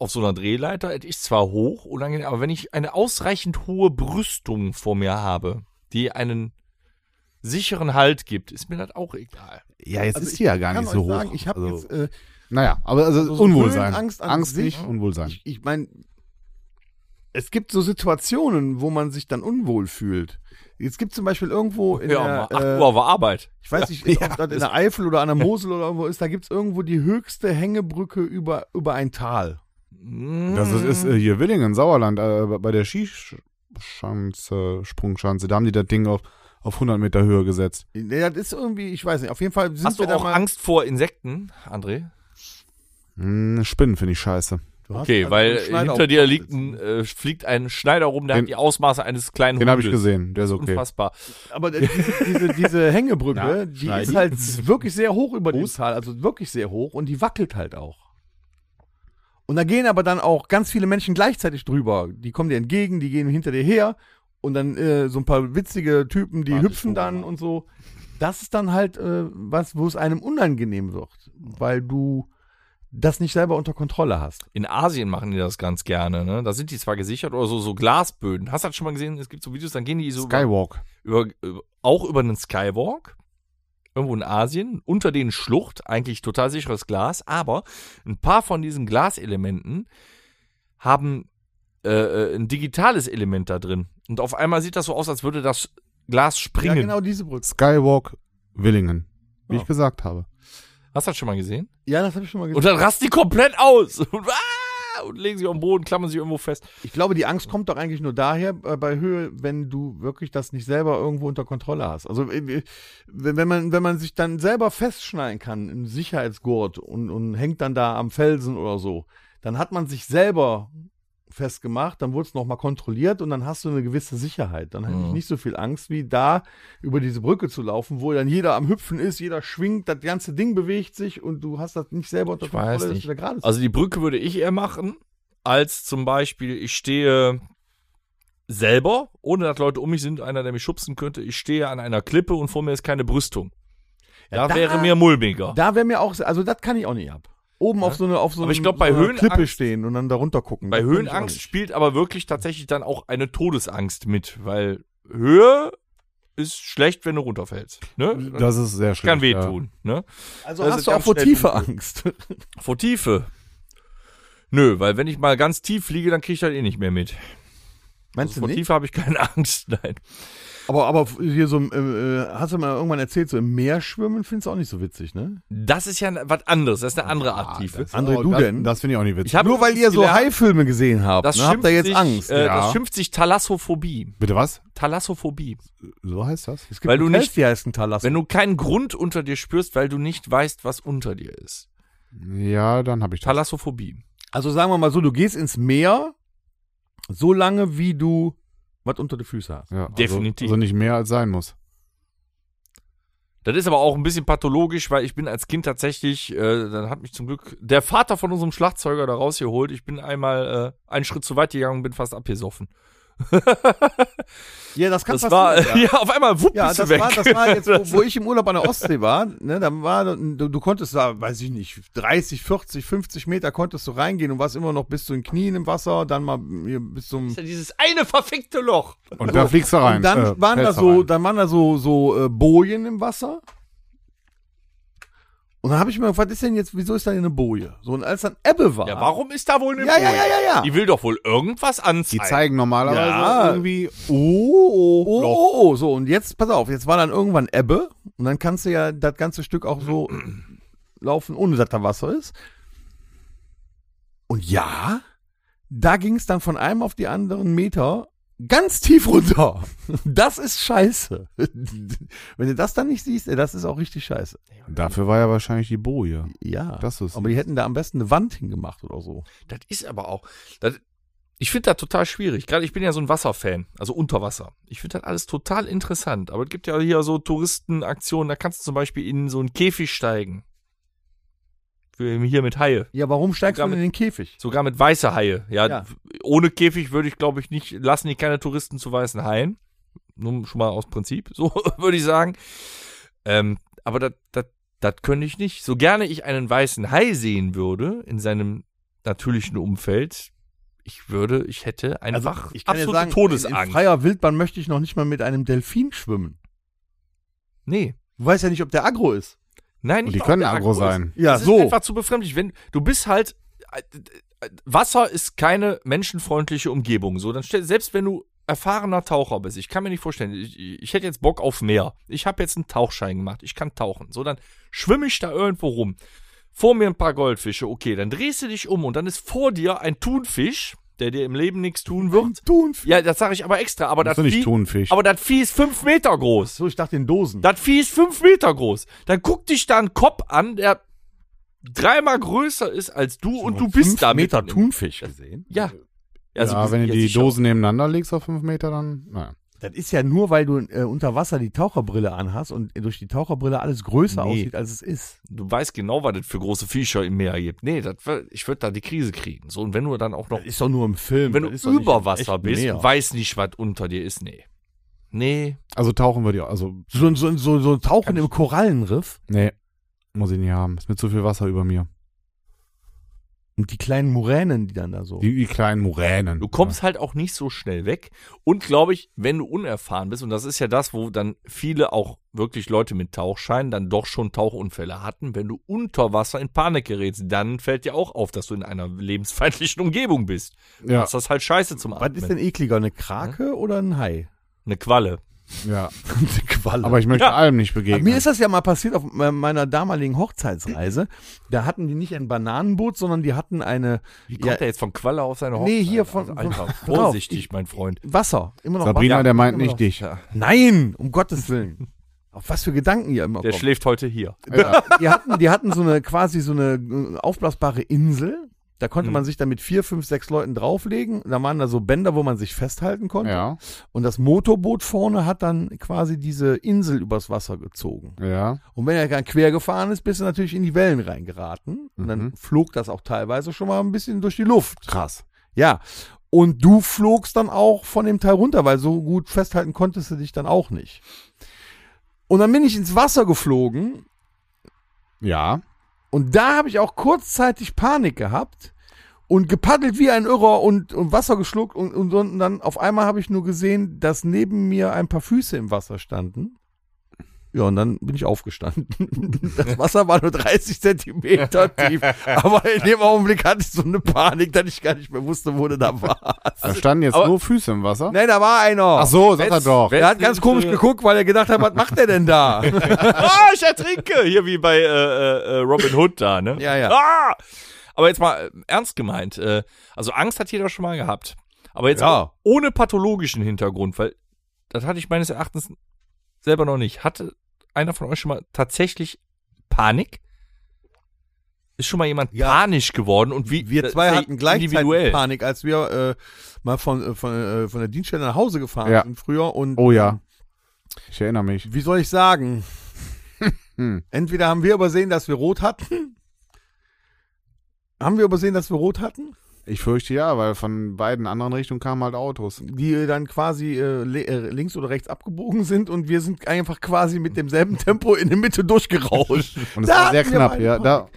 C: auf so einer Drehleiter es ist zwar hoch, unangenehm, aber wenn ich eine ausreichend hohe Brüstung vor mir habe, die einen sicheren Halt gibt, ist mir das auch egal.
D: ja, jetzt
B: Also
D: ist die ja gar
B: kann
D: nicht so
B: euch
D: hoch.
B: sagen, ich habe
D: also,
B: jetzt, äh,
D: naja, aber also,
B: so
D: Unwohlsein.
B: Höhenangst an
D: Angst
B: sich-
D: nicht, Unwohlsein.
B: ich, ich meine, es gibt so Situationen, wo man sich dann unwohl fühlt. Jetzt gibt zum Beispiel irgendwo in
C: Ja,
B: der,
C: um 8
B: äh,
C: Uhr war Arbeit.
B: ich weiß nicht, ob das in der Eifel oder an der Mosel oder irgendwo ist, da gibt's irgendwo die höchste Hängebrücke über, über ein Tal.
D: Das ist, ist äh, hier Willingen, Sauerland, äh, bei der Skischanze, Sprungschanze, da haben die das Ding auf, auf 100 Meter Höhe gesetzt.
B: Nee, Das ist irgendwie, ich weiß nicht, auf jeden Fall sind
C: Hast du
B: wir da
C: auch
B: mal,
C: Angst vor Insekten, André?
D: Hm, Spinnen finde ich scheiße.
B: Du hast
C: Okay,
B: also
C: weil
B: einen Schneider
C: hinter
B: auf-
C: dir liegt ein, äh, fliegt ein Schneider rum, der
D: Den-
C: hat die Ausmaße eines kleinen
D: Den habe ich
C: Hundes.
D: gesehen, der ist okay.
C: Unfassbar.
B: Aber äh, diese, diese, diese Hängebrücke,
D: Ja,
B: die
D: Schneider.
B: ist halt wirklich sehr hoch über dem Tal, also wirklich sehr hoch und die wackelt halt auch. Und da gehen aber dann auch ganz viele Menschen gleichzeitig drüber. Die kommen dir entgegen, die gehen hinter dir her und dann äh, so ein paar witzige Typen, die hüpfen dann und so. Das ist dann halt äh, was, wo es einem unangenehm wird, weil du das nicht selber unter Kontrolle hast.
C: In Asien machen die das ganz gerne, ne? Da sind die zwar gesichert oder so, so Glasböden. Hast du das schon mal gesehen? Es gibt so Videos, dann gehen die so über,
D: Skywalk.
C: über, über, auch über einen Skywalk. Irgendwo in Asien, unter den Schlucht, eigentlich total sicheres Glas, aber ein paar von diesen Glaselementen haben äh, äh, ein digitales Element da drin. Und auf einmal sieht das so aus, als würde das Glas springen.
B: Ja, genau diese Brücke.
D: Skywalk Willingen, wie
C: Ja.
D: ich gesagt habe.
C: Hast du das schon mal gesehen?
B: Ja, das habe ich schon mal gesehen.
C: Und dann rasten die komplett aus und, ah, und legen sich auf den Boden, klammern sich irgendwo fest.
B: Ich glaube, die Angst kommt doch eigentlich nur daher äh, bei Höhe, wenn du wirklich das nicht selber irgendwo unter Kontrolle hast. Also äh, wenn wenn man, wenn man sich dann selber festschnallen kann im Sicherheitsgurt und, und hängt dann da am Felsen oder so, dann hat man sich selber festgemacht, dann wurde es nochmal kontrolliert und dann hast du eine gewisse Sicherheit. Dann hatte ich
C: Mhm.
B: nicht so viel Angst, wie da über diese Brücke zu laufen, wo dann jeder am Hüpfen ist, jeder schwingt, das ganze Ding bewegt sich und du hast das nicht selber unter
C: Ich weiß
B: Kontrolle, dass
C: nicht.
B: du da gerade
C: Also die Brücke würde ich eher machen, als zum Beispiel, ich stehe selber, ohne dass Leute um mich sind, einer, der mich schubsen könnte, ich stehe an einer Klippe und vor mir ist keine Brüstung.
B: Ja,
C: Da,
B: da-
C: wäre mir mulmiger.
B: Da wäre mir auch, also das kann ich auch nicht ab. Oben auf so eine, auf so
C: Aber ich
B: einem-
C: glaub, bei
B: so einer
C: Höhenangst-
B: Klippe stehen und dann darunter gucken.
C: Bei
B: Das kann ich
C: Höhenangst
B: auch nicht.
C: spielt aber wirklich tatsächlich dann auch eine Todesangst mit, weil Höhe ist schlecht, wenn du runterfällst. Ne?
D: Das ist sehr schlecht.
C: kann
D: ja.
C: wehtun. Ne?
B: Also
C: das
B: hast
C: ist
B: du auch
C: ganz
B: vor
C: schnell
B: tiefe Angst.
C: Vor Tiefe. Nö, weil wenn ich mal ganz tief fliege, dann kriege ich das eh nicht mehr mit.
B: Meinst
C: Vor
B: du nicht?
C: tief habe ich keine Angst. Nein.
B: Aber, aber hier so, im, äh, äh, hast du mal irgendwann erzählt, so im Meer schwimmen findest du auch nicht so witzig, ne?
C: Das ist ja was anderes. Das ist eine andere Art Tiefe.
D: das-
B: André, du
D: das,
B: denn?
D: Das finde ich auch nicht witzig.
C: Ich hab-
B: Nur weil ihr so
C: gelernt-
B: Haifilme gesehen habt,
C: Das
B: ne, habt
C: schimpft
B: ihr jetzt
C: sich,
B: Angst.
C: Äh,
D: ja.
C: Das schimpft sich Thalassophobie.
D: Bitte was?
C: Thalassophobie.
D: So heißt das?
B: Es gibt
C: weil du
B: Hotels,
C: nicht-
B: die heißen Talas.
C: Wenn du keinen Grund unter dir spürst, weil du nicht weißt, was unter dir ist.
D: Ja, dann habe ich das.
C: Thalassophobie.
B: Also sagen wir mal so, du gehst ins Meer, so lange wie du was unter die Füße hast.
D: Ja, also,
C: Definitiv.
D: Also nicht mehr als sein muss.
C: Das ist aber auch ein bisschen pathologisch, weil ich bin als Kind tatsächlich, äh, dann hat mich zum Glück der Vater von unserem Schlagzeuger da rausgeholt. Ich bin einmal äh, einen Schritt zu weit gegangen und bin fast abgesoffen.
B: Ja, das kann
C: Das war, ja. auf einmal wupp
B: Ja,
C: bist
B: das
C: du weg.
B: war, das war jetzt, wo, wo ich im Urlaub an der Ostsee war, ne, dann war, du, du konntest da, weiß ich nicht, 30, 40, 50 Meter konntest du reingehen und warst immer noch bis zu den Knien im Wasser, dann mal hier bis zum,
C: Das ist ja dieses eine verfickte Loch.
D: Und da fliegst du rein.
B: und dann
D: äh,
B: waren da
D: fällst
B: so,
D: rein.
B: dann waren da so, so äh, Bojen im Wasser. Und dann habe ich mir gefragt, was ist denn jetzt, wieso ist da hier eine Boje? So, und als dann Ebbe war.
C: Ja, warum ist da wohl eine
B: Ja, ja,
C: Boje?
B: ja, ja, ja.
C: Die will doch wohl irgendwas
D: Die
C: anzeigen.
D: zeigen normalerweise
B: Ja.
D: irgendwie. Oh,
B: Oh,
D: Loch.
B: oh, oh, so, und jetzt, pass auf, jetzt war dann irgendwann Ebbe und dann kannst du ja das ganze Stück auch so laufen, ohne dass da Wasser ist. Und ja, da ging es dann von einem auf die anderen Meter ganz tief runter. Das ist scheiße. Wenn du das dann nicht siehst, ey, das ist auch richtig scheiße.
D: Dafür war ja wahrscheinlich die Boje.
B: Ja,
D: Das ist-
B: aber die hätten da am besten eine Wand hingemacht oder so.
C: Das ist aber auch. Das, ich finde das total schwierig. Gerade ich bin ja so ein Wasserfan, also Unterwasser. Ich finde das alles total interessant. Aber es gibt ja hier so Touristenaktionen, da kannst du zum Beispiel in so einen Käfig steigen. Für hier mit Haie.
B: Ja, warum steigst du
C: Sogar
B: denn in den Käfig?
C: Sogar mit weiße Haie. Ja,
B: Ja.
C: ohne Käfig würde ich, glaube ich, nicht, lassen die keine Touristen zu weißen Haien. Nur schon mal aus Prinzip, so würde ich sagen. Ähm, aber das- das das könnte ich nicht. So gerne ich einen weißen Hai sehen würde in seinem natürlichen Umfeld, ich würde, Also, ich hätte einfach
B: Also,
C: absolute
B: in, in
C: Todesangst.
B: freier Wildbahn möchte ich noch nicht mal mit einem Delfin schwimmen.
C: nee.
B: Du weißt ja nicht, ob der aggro ist.
C: Nein,
D: Und
C: nicht
D: die
C: mal, ob
D: können
C: der
D: aggro
C: ist.
D: sein.
B: Ja,
C: das ist einfach zu befremdlich. Wenn, du bist halt. äh, äh, Wasser ist keine menschenfreundliche Umgebung. So, dann stell, selbst wenn du erfahrener Taucher bist, ich kann mir nicht vorstellen, ich, ich hätte jetzt Bock auf Meer. Ich habe jetzt einen Tauchschein gemacht, ich kann tauchen. So, dann schwimme ich da irgendwo rum. Vor mir ein paar Goldfische, okay, dann drehst du dich um und dann ist vor dir ein Thunfisch, der dir im Leben nichts tun wird.
B: Thunfisch.
C: Ja, das sage ich aber extra, aber das
D: Musst du nicht
C: Vieh,
D: Thunfisch.
C: aber das Vieh ist fünf Meter groß.
B: So, ich dachte in Dosen.
C: Das Vieh ist fünf Meter groß. Dann guck dich da ein Kopf an, der dreimal größer ist als du und du bist da
B: Meter
C: mitten im-
B: Thunfisch gesehen.
C: Ja.
D: ja,
C: wir
D: wenn
C: sind
D: du die
C: sicher.
D: Dosen nebeneinander legst auf fünf Meter, dann. Naja.
B: Das ist ja nur, weil du äh, unter Wasser die Taucherbrille anhast und durch die Taucherbrille alles größer
C: Nee.
B: aussieht, als es ist.
C: Du weißt genau, was das für große Viecher im Meer gibt. Nee, das, wär- ich würde da die Krise kriegen. So, und wenn du dann auch noch,
B: ist doch nur im Film.
C: wenn du
B: Das ist doch nicht
C: über
B: im
C: Wasser
B: echten
C: bist,
B: Meer.
C: und weißt nicht, was unter dir ist. Nee. Nee.
D: Also tauchen würde ich auch. Also,
B: So, so, so, so ein Tauchen im Korallenriff
D: nee. Muss ich nicht haben. Ist mir zu viel Wasser über mir.
B: und die kleinen Muränen, die dann da so.
D: Die, die kleinen Muränen.
C: Du kommst halt auch nicht so schnell weg. Und glaube ich, wenn du unerfahren bist, und das ist ja das, wo dann viele auch wirklich Leute mit Tauchschein dann doch schon Tauchunfälle hatten, wenn du unter Wasser in Panik gerätst, dann fällt dir auch auf, dass du in einer lebensfeindlichen Umgebung bist.
D: Ja.
C: Das ist halt scheiße zum
B: was
C: Atmen.
B: ist denn ekliger, eine Krake oder ein Hai?
C: Eine Qualle.
D: Ja.
B: Eine Qualle.
D: Aber ich möchte
C: Ja.
D: allem nicht begegnen.
B: Mir ist das ja mal passiert auf me- meiner damaligen Hochzeitsreise. Da hatten die nicht ein Bananenboot, sondern die hatten eine
C: Wie kommt
B: Ja.
C: er jetzt von Qualle auf seine Hochzeit?
B: Nee, hier von-
C: Also, Alter,
B: von-
C: vorsichtig, mein Freund.
B: Wasser. Immer noch
D: Sabrina,
B: Wasser.
D: der meint
B: Immer
D: nicht
B: noch.
D: dich.
C: Ja.
B: Nein, um Gottes Willen. Auf was für Gedanken ihr immer
C: Der
B: kommt.
C: schläft heute hier.
B: Die hatten, die hatten so eine quasi so eine äh, aufblasbare Insel. Da konnte man sich dann mit vier, fünf, sechs Leuten drauflegen. Da waren da so Bänder, wo man sich festhalten konnte.
D: Ja.
B: Und das Motorboot vorne hat dann quasi diese Insel übers Wasser gezogen.
D: Ja.
B: Und wenn er dann quer gefahren ist, bist du natürlich in die Wellen reingeraten. Und dann flog das auch teilweise schon mal ein bisschen durch die Luft. Krass. Ja. Und du flogst dann auch von dem Teil runter, weil so gut festhalten konntest du dich dann auch nicht. Und dann bin ich ins Wasser geflogen
D: Ja.
B: und da habe ich auch kurzzeitig Panik gehabt und gepaddelt wie ein Irrer und, und Wasser geschluckt und, und, und dann auf einmal habe ich nur gesehen, dass neben mir ein paar Füße im Wasser standen. Ja, und dann bin ich aufgestanden. Das Wasser war nur 30 Zentimeter tief. Aber in dem Augenblick hatte ich so eine Panik, dass ich gar nicht mehr wusste, wo du da warst.
D: Da standen jetzt
C: aber-
D: nur Füße im Wasser.
B: Nein, da war einer.
D: Ach so, sagt er
C: Wetz-
D: doch.
C: Wetz-
B: Er hat ganz komisch geguckt, weil er gedacht hat, was macht der denn da?
C: Ah, ich ertrinke! Hier wie bei äh, äh, äh, Robin Hood da, ne?
B: Ja, ja.
C: Ah! Aber jetzt mal äh, ernst gemeint. Äh, also Angst hat jeder schon mal gehabt. Aber jetzt
B: Ja.
C: auch ohne pathologischen Hintergrund, weil das hatte ich meines Erachtens selber noch nicht. Hatte einer von euch schon mal tatsächlich Panik? Ist schon mal jemand
B: Ja.
C: panisch geworden und wie
B: Wir
C: das
B: zwei
C: ist ja
B: hatten gleichzeitig
C: individuell.
B: Panik, als wir äh, mal von, äh, von, äh, von der Dienststelle nach Hause gefahren
D: Ja.
B: sind früher. Und
D: Oh ja. Ich erinnere mich.
B: wie soll ich sagen?
D: Hm.
B: Entweder haben wir übersehen, dass wir rot hatten. Haben wir übersehen, dass wir rot hatten?
D: Ich fürchte ja, weil von beiden anderen Richtungen kamen halt Autos.
B: die dann quasi äh, le äh, links oder rechts abgebogen sind und wir sind einfach quasi mit demselben Tempo in der Mitte durchgerauscht.
D: Und es
B: Da
D: war sehr
B: hatten wir
D: knapp,
B: beide
D: ja. Da,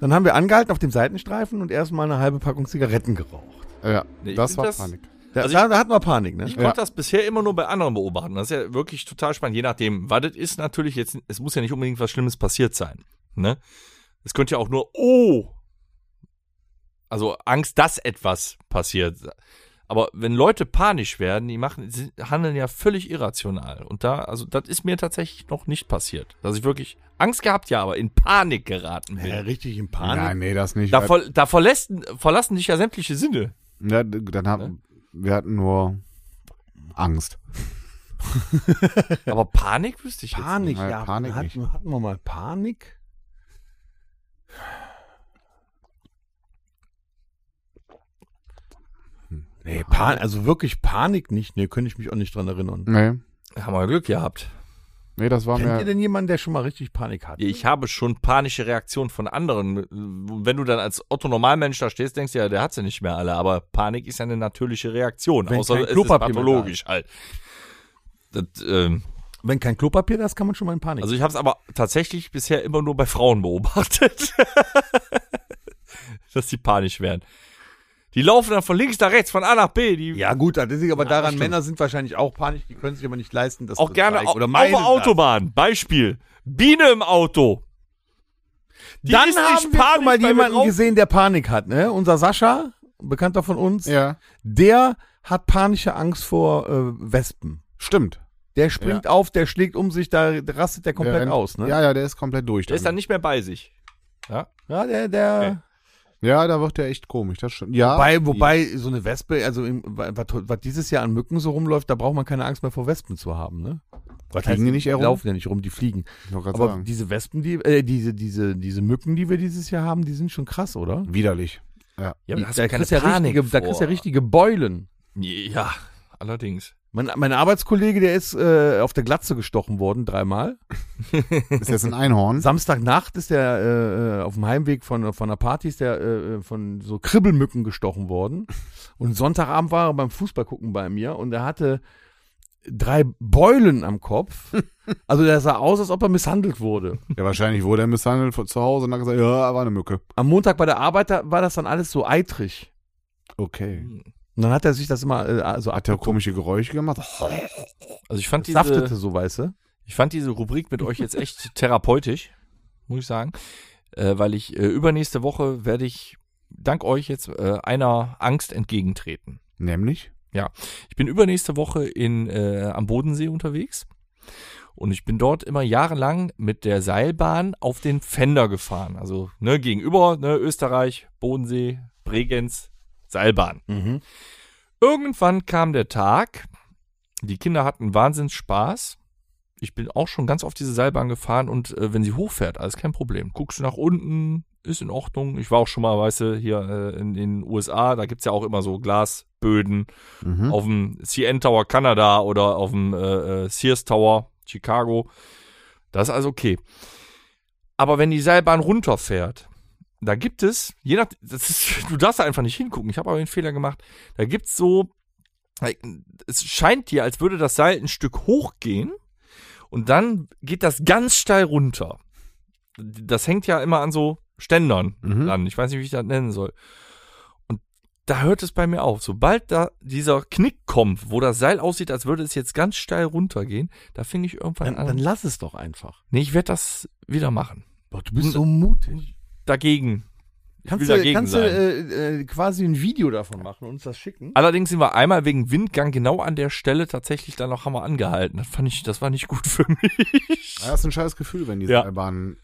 B: Dann haben wir angehalten auf dem Seitenstreifen und erstmal eine halbe Packung Zigaretten geraucht.
D: ja,
C: Nee, ich
D: das
C: find
D: war
C: das-
D: Panik.
B: Da,
C: Also
B: da, da hatten wir Panik, ne?
C: Ich konnte das bisher immer nur bei anderen beobachten. Das ist ja wirklich total spannend. Je nachdem, was das ist natürlich jetzt, es muss ja nicht unbedingt was Schlimmes passiert sein. Ne? Es könnte ja auch nur, oh, also Angst, dass etwas passiert. Aber wenn Leute panisch werden, die machen, sie handeln ja völlig irrational. Und da, also das ist mir tatsächlich noch nicht passiert. Dass ich wirklich Angst gehabt, ja, aber in Panik geraten bin.
B: Ja, richtig in
D: Nein, nee, das nicht.
C: da
D: weil-
C: ver, da verlässt, verlassen dich ja sämtliche Sinne.
D: ja, dann haben, wir hatten nur Angst.
C: Aber Panik wüsste ich jetzt
B: halt Panik,
C: nicht.
D: Nein,
B: ja.
D: Panik
B: hatten, hatten wir mal Panik? Nee, Pan also wirklich Panik nicht. Nee, könnte ich mich auch nicht dran erinnern.
D: Nee,
C: Haben wir Glück gehabt.
D: nee das war
B: Kennt
D: mir.
B: ihr denn jemanden, der schon mal richtig Panik hat?
C: Ja, Ich habe schon panische Reaktionen von anderen. Wenn du dann als Otto Normalmensch da stehst, denkst du ja, der hat sie nicht mehr alle. Aber Panik ist ja eine natürliche Reaktion.
B: Wenn
C: außer
B: kein
C: es ist
B: Klopapier mehr da
C: pathologisch halt. Das, ähm,
B: Wenn kein Klopapier da ist, kann man schon mal in Panik.
C: also ich habe es aber tatsächlich bisher immer nur bei Frauen beobachtet, dass die panisch werden. Die laufen dann von links nach rechts, von A nach B. Die
B: ja gut, das ist aber daran,
C: stimmt.
B: Männer sind wahrscheinlich auch panisch, die können sich aber nicht leisten, dass
C: auch
B: das
C: gerne
B: zeigen.
C: au-
B: oder
C: auf
B: meinen
C: der Autobahn. Beispiel: Biene im Auto. Die
B: Dann
C: ist
B: haben
C: nicht
B: wir schon mal
C: weil wir
B: jemanden
C: drauf-
B: gesehen, der Panik hat. Ne? Unser Sascha, ein Bekannter von uns,
D: Ja,
B: der hat panische Angst vor äh, Wespen.
D: stimmt.
B: Der springt auf, der schlägt um sich, da rastet der
D: der
B: komplett
D: rennt-
B: aus. Ne?
D: Ja, ja, der ist komplett durch.
C: Der ist dann nicht mehr bei sich.
B: Ja, der, der
C: Okay.
D: ja, da wird der echt komisch. Das stimmt. Ja,
B: Wobei, wobei so eine Wespe, also im, was, was dieses Jahr an Mücken so rumläuft, da braucht man keine Angst mehr vor Wespen zu haben. Ne? Was
D: Fliegen die nicht
B: Die
D: herum?
B: laufen ja nicht rum, die fliegen.
D: ich wollte gerade
B: Aber
D: sagen.
B: diese Wespen, die, äh, diese, diese, diese Mücken, die wir dieses Jahr haben, die sind schon krass, oder?
D: widerlich. Ja.
C: Ja,
B: Die-
C: aber da hast du keine
B: kriegst ja
C: Panik
B: richtige, Hm, da
C: vor.
B: kriegst du ja richtige Beulen.
C: Ja, allerdings.
B: Mein, mein Arbeitskollege, der ist äh, auf der Glatze gestochen worden, dreimal.
D: Ist jetzt ein Einhorn.
B: Samstagnacht ist der äh, auf dem Heimweg von, von einer Party ist der äh, von so Kribbelmücken gestochen worden. Und Sonntagabend war er beim Fußballgucken bei mir und er hatte drei Beulen am Kopf. Also der sah aus, als ob er misshandelt wurde.
D: Ja, wahrscheinlich wurde er misshandelt von zu Hause und hat gesagt, ja, war eine Mücke.
B: Am Montag bei der Arbeit da war das dann alles so eitrig.
D: Okay.
B: Und dann hat er sich das immer äh, so
D: Hat er komische Geräusche gemacht?
C: Also ich fand,
B: Das saftete
C: diese,
B: so, weißt du?
C: ich fand diese Rubrik mit euch jetzt echt therapeutisch, muss ich sagen. Äh, weil ich äh, übernächste Woche werde ich dank euch jetzt äh, einer Angst entgegentreten.
D: Nämlich?
C: Ich bin übernächste Woche in, äh, am Bodensee unterwegs und ich bin dort immer jahrelang mit der Seilbahn auf den Fender gefahren. Also ne, gegenüber ne, Österreich, Bodensee, Bregenz, Seilbahn.
B: Mhm.
C: Irgendwann kam der Tag, die Kinder hatten Wahnsinnsspaß. Ich bin auch schon ganz auf diese Seilbahn gefahren und äh, wenn sie hochfährt, alles kein Problem. Guckst du nach unten, ist in Ordnung. Ich war auch schon mal, weißt du, hier äh, in den USA, da gibt's ja auch immer so Glasböden
D: Mhm.
C: auf dem CN Tower Kanada oder auf dem äh, äh, Sears Tower Chicago. Das ist also okay. Aber wenn die Seilbahn runterfährt, da gibt es, je nach, das ist, du darfst da einfach nicht hingucken. Ich habe aber den Fehler gemacht. Da gibt's so, es scheint dir, als würde das Seil ein Stück hochgehen und dann geht das ganz steil runter. Das hängt ja immer an so Ständern
D: Mhm.
C: dran. Ich weiß nicht, wie ich das nennen soll. Und da hört es bei mir auf. Sobald da dieser Knick kommt, wo das Seil aussieht, als würde es jetzt ganz steil runtergehen, da fing ich irgendwann
B: Dann,
C: an.
B: dann lass es doch einfach.
C: nee, ich werde das wieder machen.
B: Boah, du bist so mutig.
C: Dagegen. Ich
B: Kannst
C: will
B: du,
C: dagegen
B: kannst du
C: sein.
B: äh, äh, quasi ein Video davon machen und uns das schicken?
C: Allerdings sind wir einmal wegen Windgang genau an der Stelle tatsächlich dann noch haben wir angehalten. Das fand ich, das war nicht gut für mich.
D: Ja, Das ist ein scheiß Gefühl, wenn die
C: Ja.
D: Seilbahnen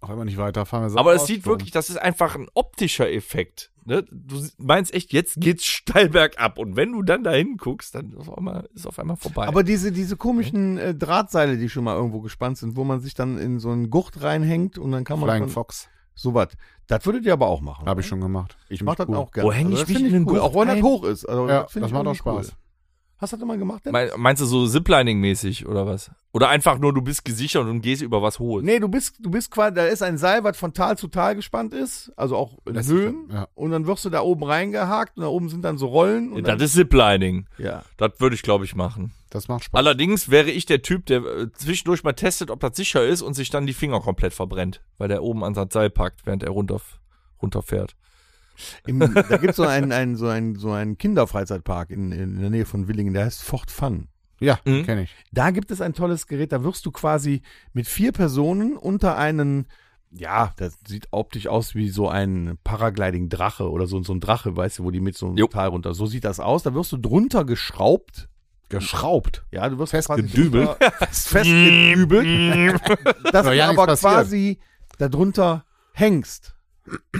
D: auch immer nicht weiterfahren. Wir
C: Aber
D: sagen,
C: es sieht
D: oh,
C: wirklich, das ist einfach ein optischer Effekt. Ne? Du si- meinst echt, jetzt geht's steil bergab. Und wenn du dann da hinguckst, dann ist auf einmal, ist auf einmal vorbei.
B: Aber diese, diese komischen äh, Drahtseile, die schon mal irgendwo gespannt sind, wo man sich dann in so einen Gucht reinhängt und dann kann man
D: Flying
B: von-
D: Fox.
B: so was. Das würdet ihr aber auch machen.
D: Habe ich schon gemacht.
B: Ich mach das
D: Cool.
B: auch gerne. Also
C: Wo häng ich
B: das
C: mich
B: find
C: in den
B: cool.
C: Gucht
B: Auch wenn das
C: ein?
B: hoch ist. Also,
D: Ja,
B: find
D: das
B: ich
D: macht auch
B: irgendwie cool.
D: Spaß. ähm,
B: Hast du das mal gemacht? Denn?
C: Mein- Meinst du so Ziplining-mäßig oder was? Oder einfach nur, du bist gesichert und gehst über was hohes?
B: Nee, du bist, du bist quasi, da ist ein Seil, was von Tal zu Tal gespannt ist, also auch in
D: Das ist
B: Höhen.
D: schon- ja.
B: Und dann wirst du da oben reingehakt und da oben sind dann so Rollen. Und
C: das
B: dann,
C: ist Ziplining.
B: ja.
C: Das würde ich, glaube ich, machen.
D: Das macht Spaß.
C: Allerdings wäre ich der Typ, der äh, zwischendurch mal testet, ob das sicher ist und sich dann die Finger komplett verbrennt, weil der oben an sein Seil packt, während er runter, runterfährt.
B: Im, da gibt so es einen, einen, so, einen, so einen Kinderfreizeitpark in, in der Nähe von Willingen, der heißt Fort Fun.
D: ja,
C: Mhm.
D: kenne ich.
B: Da gibt es ein tolles Gerät, da wirst du quasi mit vier Personen unter einen, ja, das sieht optisch aus wie so ein Paragliding-Drache oder so, so ein Drache, weißt du, wo die mit so einem
C: Jo.
B: Tal runter. So sieht das aus. Da wirst du drunter geschraubt.
D: Geschraubt.
B: Ja, du wirst
D: Festgedübelt.
B: quasi drunter- fest- Festgedübelt. dass
D: Ja,
B: du
D: ja, nichts
B: aber
D: passiert.
B: quasi darunter hängst.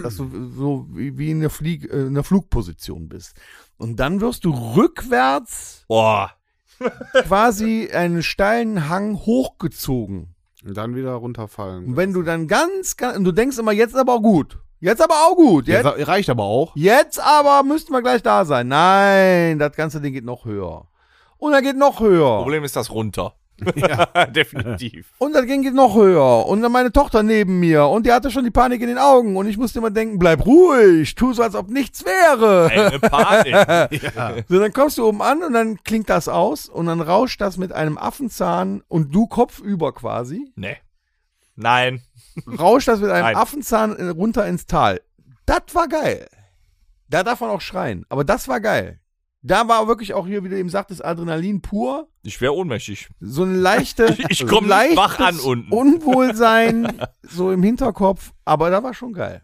B: Dass du so wie wie in der, Flieg, äh, in der Flugposition bist. Und dann wirst du rückwärts
C: Boah.
B: quasi einen steilen Hang hochgezogen.
D: Und dann wieder runterfallen.
B: Und wenn du dann ganz, ganz, und du denkst immer, jetzt aber auch gut. Jetzt aber auch gut. Jetzt,
D: Ja, reicht aber auch.
B: jetzt aber müssten wir gleich da sein. Nein, das ganze Ding geht noch höher. Und dann geht noch höher.
C: Problem ist das runter. definitiv.
B: Und das Ding geht noch höher. Und dann meine Tochter neben mir. Und die hatte schon die Panik in den Augen. Und ich musste immer denken, bleib ruhig. Tu so, als ob nichts wäre.
C: Eine Panik.
B: So, dann kommst du oben an und dann klingt das aus. Und dann rauscht das mit einem Affenzahn und du kopfüber quasi.
C: nee. Nein.
B: rauscht das mit einem
C: Nein.
B: Affenzahn in- runter ins Tal. Das war geil. Da darf man auch schreien, aber das war geil. Da war wirklich auch hier, wie du eben sagtest, Adrenalin pur.
C: Ich wäre ohnmächtig.
B: So eine leichte,
C: Ich komm nicht
B: leichtes
C: wach an unten.
B: Unwohlsein so im Hinterkopf, aber da war schon geil.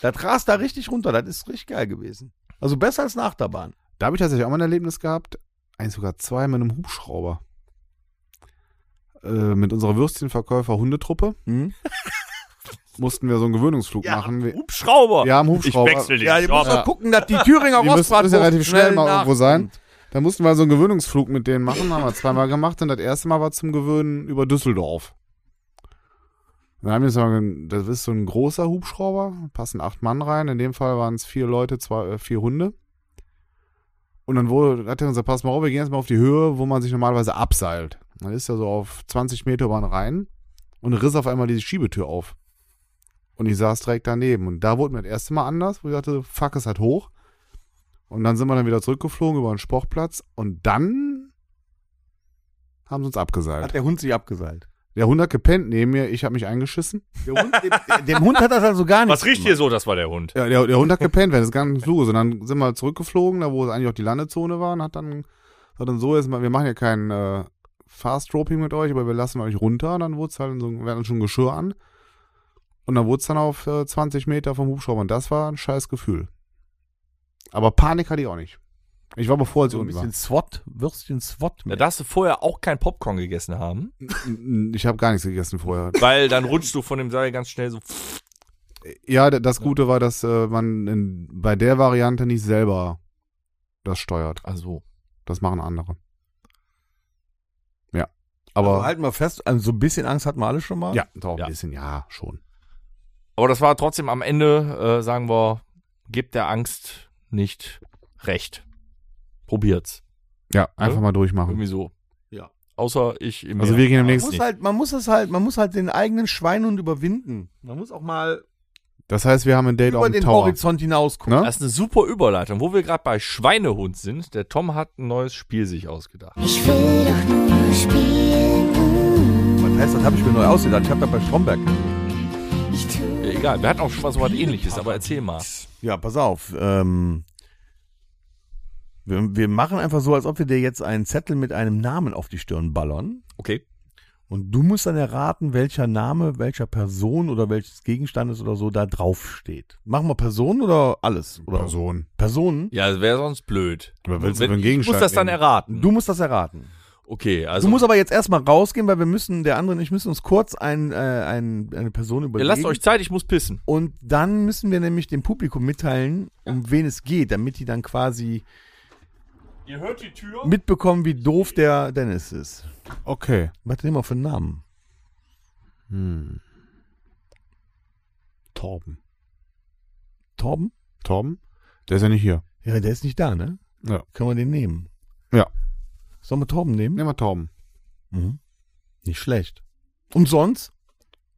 B: Das rast da richtig runter, das ist richtig geil gewesen. Also besser als Nachterbahn.
D: Da habe ich tatsächlich auch mal ein Erlebnis gehabt. Eins, sogar zwei mit einem Hubschrauber. Äh, mit unserer Würstchenverkäufer-Hundetruppe
B: Hm?
D: mussten wir so einen Gewöhnungsflug machen. Wir,
C: Hubschrauber.
D: ja, am
C: ich
D: Hubschrauber.
C: wechsel den
B: Ja, ihr
C: Job.
B: müsst doch gucken, dass die Thüringer
D: Die müssen- müssen ja
B: Rostbratwurst
D: relativ schnell mal irgendwo sein.
B: nachkommt.
D: Da mussten wir so einen Gewöhnungsflug mit denen machen, haben wir zweimal gemacht und das erste Mal war zum Gewöhnen über Düsseldorf. Dann haben wir gesagt, das ist so ein großer Hubschrauber, passen acht Mann rein. In dem Fall waren es vier Leute, zwei, äh, vier Hunde. Und dann wurde, hat er gesagt, pass mal auf, wir gehen jetzt mal auf die Höhe, wo man sich normalerweise abseilt. Man ist ja so auf 20 Meter über den Rhein und riss auf einmal diese Schiebetür auf. Und ich saß direkt daneben. Und da wurde mir das erste Mal anders, wo ich dachte, fuck, es hat hoch. Und dann sind wir dann wieder zurückgeflogen über den Sportplatz und dann haben sie uns
B: Hat
D: abgeseilt.
B: der Hund sich abgeseilt.
D: Der Hund hat gepennt neben mir, ich habe mich eingeschissen.
B: Der Hund, dem, dem Hund hat das also gar nicht
C: Was riecht hier so? Das war der Hund.
D: Ja, der, der Hund hat gepennt während des ganzen Fluges. Und dann sind wir zurückgeflogen, da wo es eigentlich auch die Landezone war und hat dann, hat dann so jetzt mal, wir machen ja kein äh, Fast Roping mit euch, aber wir lassen euch runter. Und dann wurde es halt in so, wir hatten schon Geschirr an. Und dann wurde es dann auf äh, 20 Meter vom Hubschrauber. Und das war ein scheiß Gefühl. Aber Panik hatte ich auch nicht. Ich war bevor als
B: So ein
D: unten war.
B: bisschen SWAT, Würstchen SWAT.
C: Da darfst du vorher auch kein Popcorn gegessen haben,
D: N- n- Ich habe gar nichts gegessen vorher.
C: weil dann rutschst du von dem Seil ganz schnell so.
D: Ja, d- das Gute war, dass äh, man in, bei der Variante nicht selber das steuert.
C: Also.
D: Das machen andere. Ja.
B: aber
D: Aber
B: halten wir fest, also so ein bisschen Angst hatten wir alle schon mal.
D: ja, doch ein
C: Ja.
D: bisschen, ja, schon.
C: Aber das war trotzdem am Ende, äh, sagen wir, gibt der Angst nicht recht. Probiert's.
D: Ja, einfach mal durchmachen.
C: Irgendwie so.
B: Ja.
C: Außer ich im
D: Also wir gehen im
B: Man
D: nächsten.
B: muss, halt, man muss es halt, man muss halt den eigenen Schweinhund überwinden. Man muss auch mal
D: Das heißt, wir haben ein Date
B: über
D: auf dem
B: den
D: Tower.
B: Horizont hinaus gucken.
D: Ne?
C: Das ist eine super Überleitung. Wo wir gerade bei Schweinehund sind, der Tom hat ein neues Spiel sich ausgedacht.
E: Ich will doch nur spielen.
B: Was heißt, das habe ich mir neu ausgedacht. Ich habe das bei Stromberg.
E: Ich tu
C: Ja, egal, wir hatten auch schon mal so was ähnliches, aber erzähl mal.
B: Ja, pass auf. Ähm, Wir, wir machen einfach so, als ob wir dir jetzt einen Zettel mit einem Namen auf die Stirn ballern.
C: Okay.
B: Und du musst dann erraten, welcher Name, welcher Person oder welches Gegenstandes oder so da drauf steht. Machen wir Personen oder alles? Oder
D: Person.
B: Personen?
C: Ja, das wäre sonst blöd.
D: Aber willst du
C: Wenn-
D: für einen
C: ich muss
D: Gegenstand
C: das dann
D: nehmen?
C: erraten.
B: Du musst das erraten.
C: okay,
B: Du
C: also
B: musst aber jetzt erstmal rausgehen, weil wir müssen, der andere und ich müssen uns kurz ein, äh, ein, eine Person
C: ihr
B: überlegen.
C: lasst euch Zeit, ich muss pissen.
B: Und dann müssen wir nämlich dem Publikum mitteilen, um wen es geht, damit die dann quasi
C: Ihr hört die Tür.
B: mitbekommen, wie doof der Dennis ist.
D: Okay.
B: Was hat der immer für einen Namen?
D: Torben.
B: Torben?
D: Torben? Der ist ja nicht hier.
B: Ja, der ist nicht da, ne?
D: Ja.
B: Können wir den nehmen?
D: Ja.
B: Sollen wir Torben nehmen?
D: Nehmen wir Torben.
B: Mhm. Nicht schlecht. Und sonst?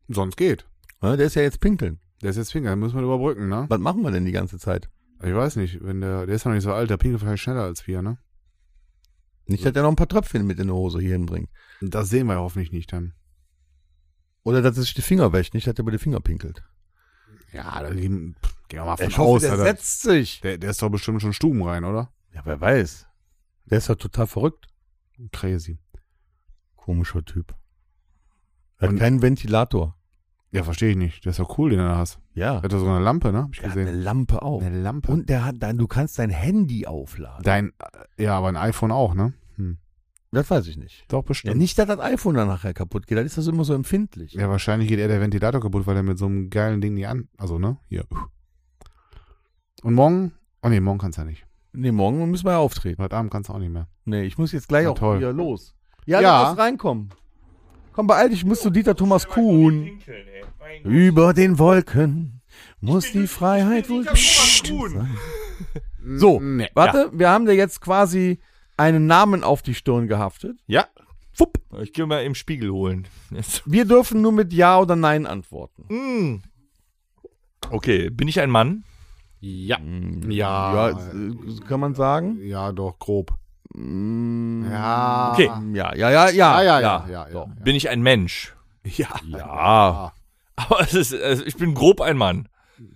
D: Sonst geht.
B: Ja, der ist ja jetzt pinkeln.
D: Der ist jetzt Finger, den müssen wir überbrücken, ne?
B: Was machen wir denn die ganze Zeit?
D: Ich weiß nicht, wenn der, der ist noch nicht so alt, der pinkelt wahrscheinlich schneller als wir, ne?
B: Nicht, dass er noch ein paar Tröpfchen mit in die Hose hier hinbringt.
D: Das sehen wir ja hoffentlich nicht dann.
B: Oder dass er sich die Finger wäscht, nicht, dass er über die Finger pinkelt.
D: Ja, da gehen, pff, gehen wir mal von
B: Ich
D: aus.
B: hoffe, der
D: Alter.
B: setzt sich.
D: der, der ist doch bestimmt schon Stuben rein, oder?
B: Ja, wer weiß. Der ist ja total verrückt.
D: Crazy.
B: Komischer Typ. Er hat
D: Und-
B: keinen Ventilator.
D: Ja, verstehe ich nicht. Der ist doch cool, den du hast.
B: Ja.
D: Der hat doch so eine Lampe, ne? Hab ich
B: Der hat eine
D: gesehen.
B: Lampe auch.
D: Lampe. Und
B: Und der hat dein, du kannst dein Handy aufladen.
D: dein, ja, aber ein iPhone auch, ne? Hm.
B: Das weiß ich nicht.
D: Doch
B: Ja,
D: bestimmt.
B: nicht, dass das iPhone dann nachher kaputt geht. Dann ist das immer so empfindlich.
D: Ja, wahrscheinlich geht eher der Ventilator kaputt, weil er mit so einem geilen Ding nicht an. Also, ne? Hier. Und morgen? Oh ne, morgen kannst du ja nicht.
B: Nee, morgen müssen wir ja auftreten.
D: Heute Abend kannst du auch nicht mehr.
B: Nee, ich muss jetzt gleich
D: Na
B: auch
D: toll.
B: wieder los. Ja,
D: Ja.
B: du musst reinkommen. Komm, beeil dich, musst du Dieter Thomas Kuhn. Über den Wolken muss die Freiheit wohl... Psst. So,
D: Nee.
B: warte, wir haben dir jetzt quasi einen Namen auf die Stirn gehaftet.
C: Ja.
B: Fupp.
C: Ich gehe mal im Spiegel holen. Jetzt.
B: Wir dürfen nur mit Ja oder Nein antworten.
C: Mm. Okay, bin ich ein Mann?
D: Ja.
B: Mm, Ja,
D: Ah, Ja.
B: äh, kann man sagen.
D: Ja, doch, grob.
B: Ja.
D: Ja.
C: Okay.
B: Ja, ja, ja, Mm. ja.
D: Ah, ja,
C: Ja,
D: ja, ja, ja.
B: doch.
C: Bin ich ein Mensch?
D: Ja.
C: Ja. Aber es ist, also ich bin grob ein Mann.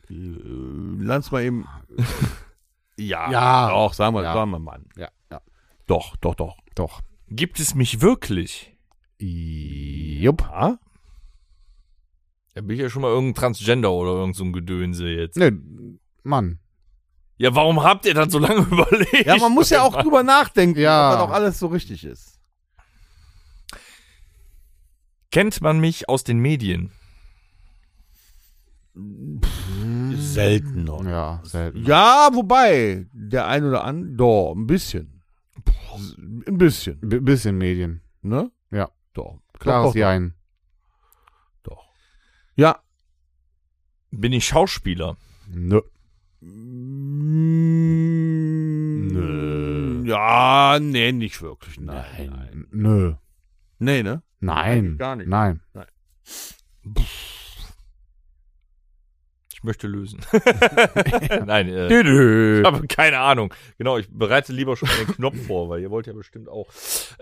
B: Äh, Lass mal eben. ja.
D: Ja.
B: Doch, sagen wir,
D: Ja.
B: sagen wir Mann.
D: Ja. ja.
B: Doch, doch, doch.
D: Doch.
C: Gibt es mich wirklich?
D: Jupp.
B: Ja?
C: Da bin ich ja schon mal irgendein Transgender oder irgend so ein Gedönse jetzt.
D: Ne, Mann.
C: Ja, warum habt ihr dann so lange überlegt?
B: ja, man muss ja auch drüber nachdenken,
D: Ja.
B: ob das auch alles so richtig ist.
C: Kennt man mich aus den Medien?
B: Selten noch.
D: Ja, selten.
B: Ja, wobei, der ein oder andere, doch, ein bisschen. Ein bisschen,
D: B bisschen Medien.
B: ne?
D: Ja.
B: Doch.
D: Klares
B: doch, doch,
D: Jein.
B: doch. Ja.
C: Bin ich Schauspieler?
D: Nö.
B: Nö. Mm, Ja, nee, nicht wirklich. Nein. nein.
D: Nö.
B: Nee, ne?
D: Nein.
B: Gar nicht.
D: Nein.
C: Ich möchte lösen. Nein, äh,
B: Dö.
C: Ich habe keine Ahnung. Genau, ich bereite lieber schon mal den Knopf vor, weil ihr wollt ja bestimmt auch.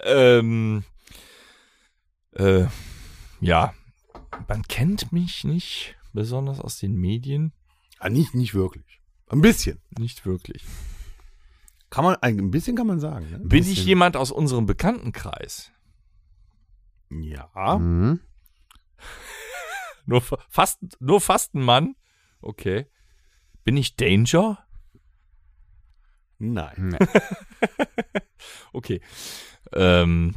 C: Ähm, äh, ja, man kennt mich nicht, besonders aus den Medien.
B: Ja, Ah, nicht, nicht wirklich. Ein bisschen.
C: Nicht wirklich.
B: Kann man, ein bisschen kann man sagen, ne?
C: Bin ich jemand aus unserem Bekanntenkreis?
B: Ja.
D: Mhm.
C: Nur, fa- fast, nur fast ein Mann? Okay. Bin ich Danger?
B: Nein.
D: Nee.
C: Okay. Ähm,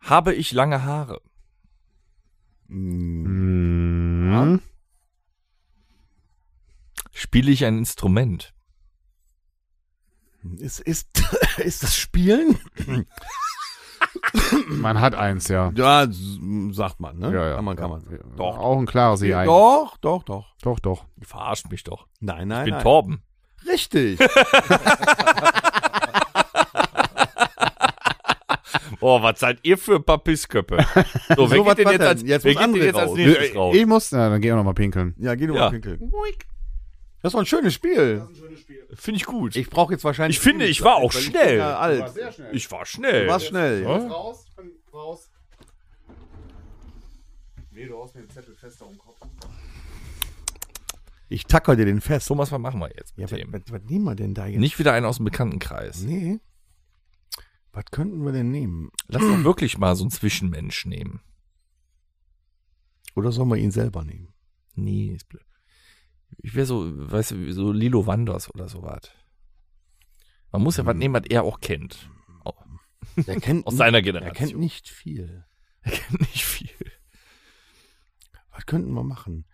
C: habe ich lange Haare?
B: Mm,
D: Mhm.
C: Spiele ich ein Instrument?
B: Ist, ist, ist das Spielen?
D: Man hat eins, ja.
B: Ja, s- sagt man, ne?
D: Ja, ja.
B: Kann man, kann man.
D: Ja,
B: Doch.
D: Auch ein klares Jein.
B: Doch, doch, doch.
D: Doch, doch.
C: Ihr verarscht mich doch.
B: Nein, nein,
C: Ich bin
B: nein.
C: Torben.
B: Richtig.
C: Boah, was seid ihr für ein paar Pissköppe? So, wer
B: So, was
C: geht denn
B: war
C: jetzt
B: denn?
C: als,
B: Jetzt
C: wer
B: muss
C: geht denn
B: André
C: jetzt als
B: raus.
C: nächstes raus?
D: Ich muss, na, dann geh auch noch mal pinkeln.
B: ja, geh du
C: Ja.
B: mal, Pinkel. Das war ein schönes Spiel.
C: Finde ich gut. Ich,
B: Ich brauche jetzt wahrscheinlich.
C: Ich finde, ich war auch
B: Weil ich bin
C: schnell.
B: Ja, alt.
D: schnell.
C: war schnell.
B: Du warst schnell. Ja.
D: Raus, raus. Nee, du hast mir den Zettel fester um Kopf.
B: Ich tacker dir den fest.
C: Thomas, was machen wir jetzt mit
B: was,
C: dem?
B: was, was nehmen wir denn da jetzt?
C: Nicht wieder einen aus dem Bekanntenkreis.
B: Nee. Was könnten wir denn nehmen?
C: Lass doch wirklich mal so einen Zwischenmensch nehmen.
B: Oder sollen wir ihn selber nehmen?
C: Nee, ist blöd. Ich wäre so, weißt du, so Lilo Wanders oder sowas. Man muss ja was nehmen, was er auch kennt.
B: Er kennt,
C: Aus seiner
B: er kennt
C: Generation.
B: nicht viel.
C: Hm. Er kennt nicht viel.
B: Was könnten wir machen?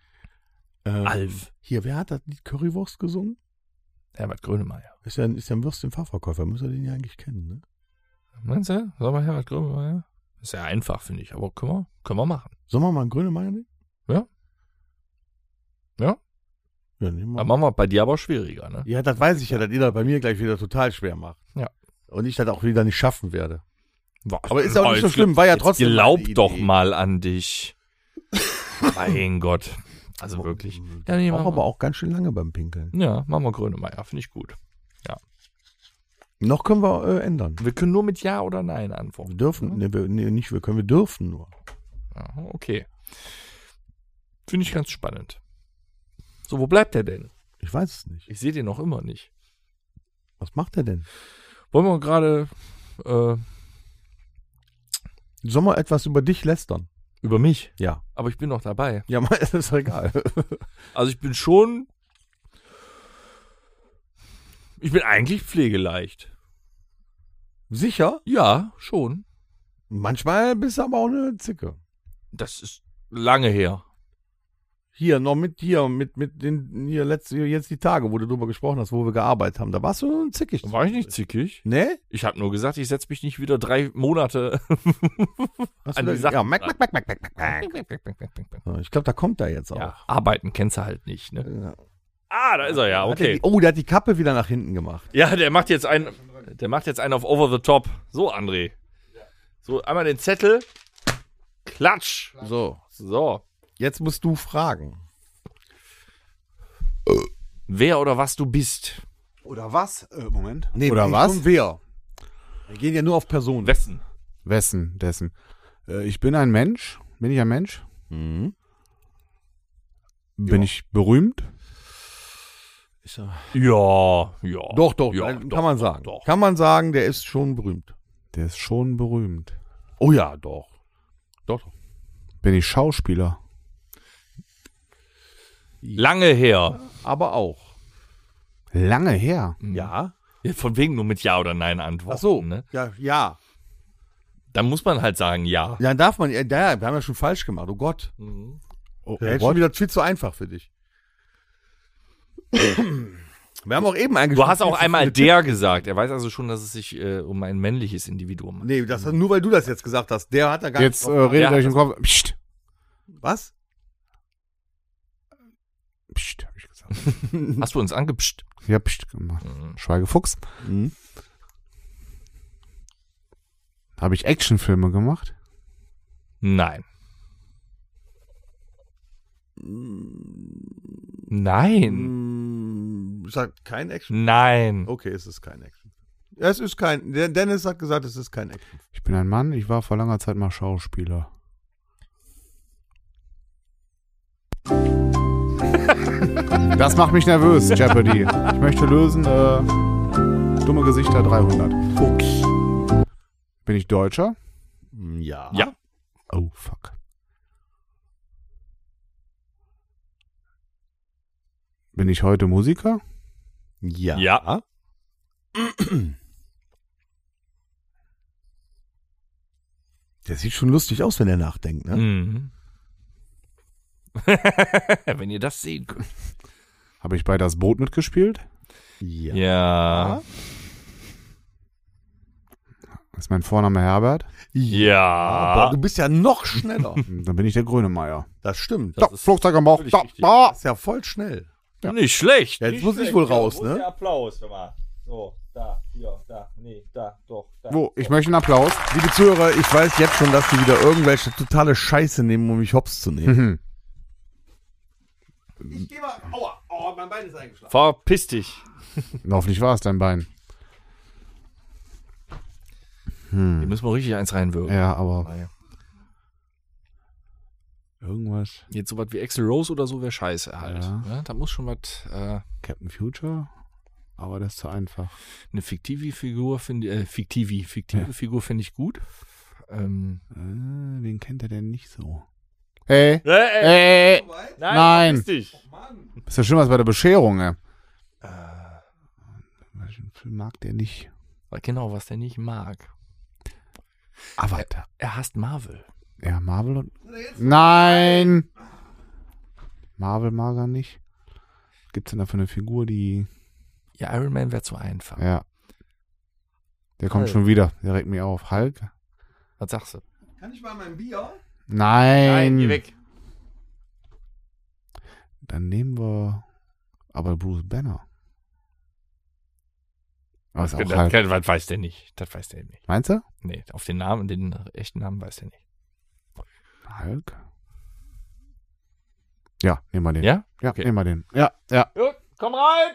B: Ähm,
C: Alf.
B: Hier, wer hat das Lied Currywurst gesungen?
C: Herbert Grönemeyer.
B: Ist ja, ein- ist ja ein Würstchen-Fachverkäufer, müsste den ja eigentlich kennen, ne?
C: Meinst du? Sag mal Herbert Grönemeyer? Ist ja einfach, finde ich. Aber können wir, können wir machen.
B: Sollen wir mal einen Grönemeyer nehmen?
C: Ja. Ja.
B: Ja, nehmen wir.
C: Dann machen wir bei dir aber schwieriger, ne?
B: ja, das weiß ich ja, dass ihr das bei mir gleich wieder total schwer macht.
C: Ja.
B: Und ich das auch wieder nicht schaffen werde.
C: Boah,
B: Aber ist ja auch nicht so
C: jetzt-
B: schlimm, war ja
C: jetzt
B: trotzdem
C: Glaub
B: meine
C: doch
B: Idee.
C: mal an dich. mein Gott. Also wirklich. Ja, nee,
B: äh, Auch
C: machen
B: aber
C: wir.
B: auch ganz schön lange beim Pinkeln.
C: Ja, machen wir Grönemeyer. Finde ich gut.
B: Noch können wir äh, ändern.
C: Wir können nur mit Ja oder Nein antworten.
B: Wir dürfen, ne, wir, nee, nicht wir können, wir dürfen nur.
C: Aha, okay. Finde ich ganz spannend. So, wo bleibt der denn?
B: Ich weiß es nicht.
C: Ich sehe den noch immer nicht.
B: Was macht er denn?
C: Wollen wir gerade äh,
B: Sollen wir etwas über dich lästern?
C: über mich?
B: Ja.
C: Aber ich bin noch dabei.
B: Ja, mal- ist doch egal.
C: Also ich bin schon. Ich bin eigentlich pflegeleicht.
B: Sicher?
C: Ja, schon.
B: Manchmal bist du aber auch eine Zicke.
C: Das ist lange her.
B: Hier, noch mit dir, mit, mit den, hier, letzte, jetzt die Tage, wo du drüber gesprochen hast, wo wir gearbeitet haben, da warst du ein zickig.
C: War ich nicht zickig?
B: Ne?
C: Ich habe nur gesagt, ich setze mich nicht wieder drei Monate.
B: Hast
C: An
B: du
C: die
B: da,
C: Sachen
B: ja, mack, mack, mack, mack, mack, mack, mack. Ich glaube, da kommt er jetzt auch.
C: Ja, arbeiten kennst du halt nicht. Ne?
B: Ja.
C: Ah, da ist er ja.
B: Hat er
C: Okay.
B: Die, oh, der hat die Kappe wieder nach hinten gemacht.
C: Ja, der macht jetzt einen, der macht jetzt einen auf Over the Top. So, André. So, einmal den Zettel. Klatsch.
B: So,
C: So.
B: jetzt musst du fragen.
C: Wer oder was du bist?
D: Oder was? Äh, Moment.
B: Nee,
D: Oder
B: nicht
D: was?
B: schon wer? Wir gehen ja nur auf Personen.
C: Wessen?
D: Wessen, dessen. Äh, ich bin ein Mensch. Bin ich ein Mensch?
B: Mhm.
D: Bin ich berühmt?
B: Ist ja-
C: Ja, ja.
B: Doch, doch,
C: ja,
B: kann
C: doch,
B: man sagen.
C: Doch.
B: Kann man sagen, der ist schon berühmt.
D: Der ist schon berühmt.
B: Oh ja, doch. Doch.
D: Bin ich Schauspieler?
C: Lange her.
B: Aber auch.
D: Lange her.
B: Ja.
C: Ja, Von wegen nur mit Ja oder Nein antworten.
B: Ach so.
C: Mhm. Ne?
B: Ja, ja.
C: Dann muss man halt sagen Ja.
B: Dann darf man, ja, da- wir haben ja schon falsch gemacht. Oh Gott.
D: Oh,
B: Der ist
D: what?
B: schon wieder viel zu einfach für dich. wir haben auch eben eingeschrieben.
C: Du hast
B: viel
C: auch
B: zu
C: einmal
B: viele
C: der gesagt. Er weiß also schon, dass es sich äh, um ein männliches Individuum handelt.
B: Nee, das, nur weil du das jetzt gesagt hast. Der hat da gar
D: Jetzt äh,
B: nicht.
D: redet
C: Ja,
D: euch im Kopf. Psst.
B: Was?
D: Psst, hab ich gesagt.
C: Hast du uns angepscht?
D: Ich hab Psst gemacht. Schweigefuchs.
B: Mhm.
D: Habe ich Actionfilme gemacht?
C: Nein.
B: Hm.
C: Nein.
B: Sagt Hm, halt kein Action.
C: Nein.
F: Oh,
B: Okay, es ist kein Action. Es ist kein. Der Dennis hat gesagt, es ist kein Action.
D: Ich bin ein Mann. Ich war vor langer Zeit mal Schauspieler. Das macht mich nervös, Jeopardy. Ich möchte lösen. Äh, dumme Gesichter 300. Bin ich Deutscher?
B: Ja.
C: Ja.
D: Oh, fuck. Bin ich heute Musiker?
B: Ja.
C: Ja.
B: Der sieht schon lustig aus, wenn er nachdenkt, ne?
C: Mhm. Wenn ihr das sehen könnt.
D: Habe ich bei Das Boot mitgespielt?
B: Ja.
C: Ja.
D: Ist mein Vorname Herbert?
B: Boah,
C: Ja.
B: du bist ja noch schneller.
D: Dann bin ich der Grönemeyer.
B: das stimmt.
D: Da, Flugzeug am Bauch.
C: völlig
D: Da,
C: richtig.
D: da.
B: Das ist ja voll schnell.
C: Nicht schlecht.
B: Ja, jetzt
C: Nicht
B: muss ich
C: schlecht.
B: wohl raus,
C: wo ist
B: ne?
C: der Applaus, hör mal. So, da, hier, da, nee, da, doch, da.
D: Wo? Ich möchte einen Applaus.
B: Liebe Zuhörer, ich weiß jetzt schon, dass die wieder irgendwelche totale Scheiße nehmen, um mich hops zu nehmen.
D: Mhm.
B: Ich geh mal. Aua, oh, mein Bein ist eingeschlafen.
C: Verpiss dich.
D: Hoffentlich war es dein Bein. Hm.
C: Hier müssen wir richtig eins reinwirken.
D: Ja, aber. Irgendwas. was.
F: Jetzt sowas wie Axel Rose oder so wäre scheiße halt.
D: Ja.
F: Ne? Da muss schon was, äh,
D: Captain Future? Aber das ist zu einfach.
F: eine fiktive Figur finde äh, fiktive, fiktive Figur finde ich gut. Ähm,
D: Äh, wen kennt er denn nicht so? Hey,
C: Äh,
D: äh, Nein.
C: verpiss dich. Oh
D: ist ja schön was bei der Bescherung, ey.
C: Ah.
D: Welchen Film mag der nicht?
F: genau, was der nicht mag.
D: Avatar.
F: Er hasst Marvel.
D: Ja, Marvel und. Nein! Marvel mag er nicht. Gibt's denn da für eine Figur, die.
F: Ja, Iron Man wäre zu einfach.
D: Ja. Der kommt
F: Hulk.
D: schon wieder. Der regt mich auf. Hulk?
F: Was sagst du?
B: Kann ich mal mein Bier?
D: Nein!
C: Nein, geh weg.
D: Dann nehmen wir. Aber Bruce Banner. Aber ist auch
C: Das,
D: Hulk.
C: kann- was weiß der nicht. Das weiß der nicht.
D: Meinst du?
F: Nee, auf den Namen, den echten Namen weiß er nicht.
D: Hulk? Ja, nehmen wir den.
F: Ja?
D: Ja,
F: Okay.
D: nehmen wir den. Ja, ja.
C: Komm rein!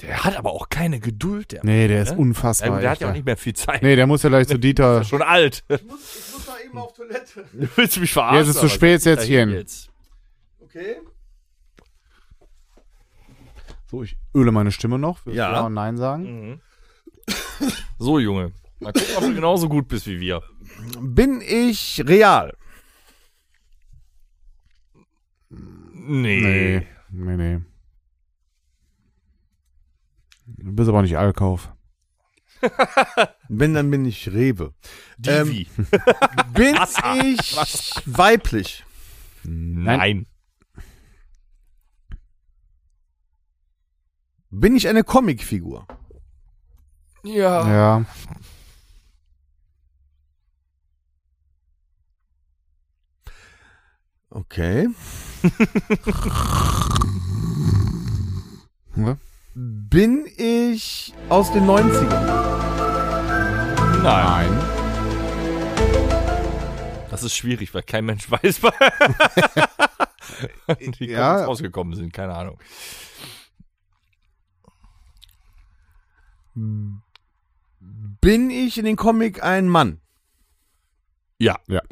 F: Der hat aber auch keine Geduld. Der,
D: Nee, der ist
F: Ja?
D: unfassbar.
C: Ja, gut, der hat ja auch
D: echt,
C: nicht mehr viel Zeit.
D: Nee, der muss ja gleich zu Dieter.
C: Schon alt.
B: Ich muss, ich muss mal eben auf Toilette.
C: Du willst mich verarschen.
D: Jetzt ist es zu
C: oder?
D: spät, jetzt hier hin.
F: Jetzt.
B: Okay.
D: So, ich öle meine Stimme noch. Für
C: Ja.
D: ja. und Nein sagen.
C: Mhm. So, Junge. Mal gucken, ob du genauso gut bist wie wir.
B: Bin ich real?
C: Nee.
D: Nee, nee, nee. Du bist aber nicht Allkauf.
B: Wenn, dann bin ich Rewe.
C: Divi.
B: Bin ich weiblich?
D: Hm.
C: Nein.
B: Bin ich eine Comicfigur?
F: Ja.
D: Ja.
B: Okay.
D: Ja.
B: Bin ich aus den 90ern?
C: Nein.
D: Nein.
C: Das ist schwierig, weil kein Mensch weiß, wie
D: Ja.
C: ja. rausgekommen sind. Keine Ahnung.
B: Bin ich in den Comic ein Mann?
C: Ja.
D: Ja.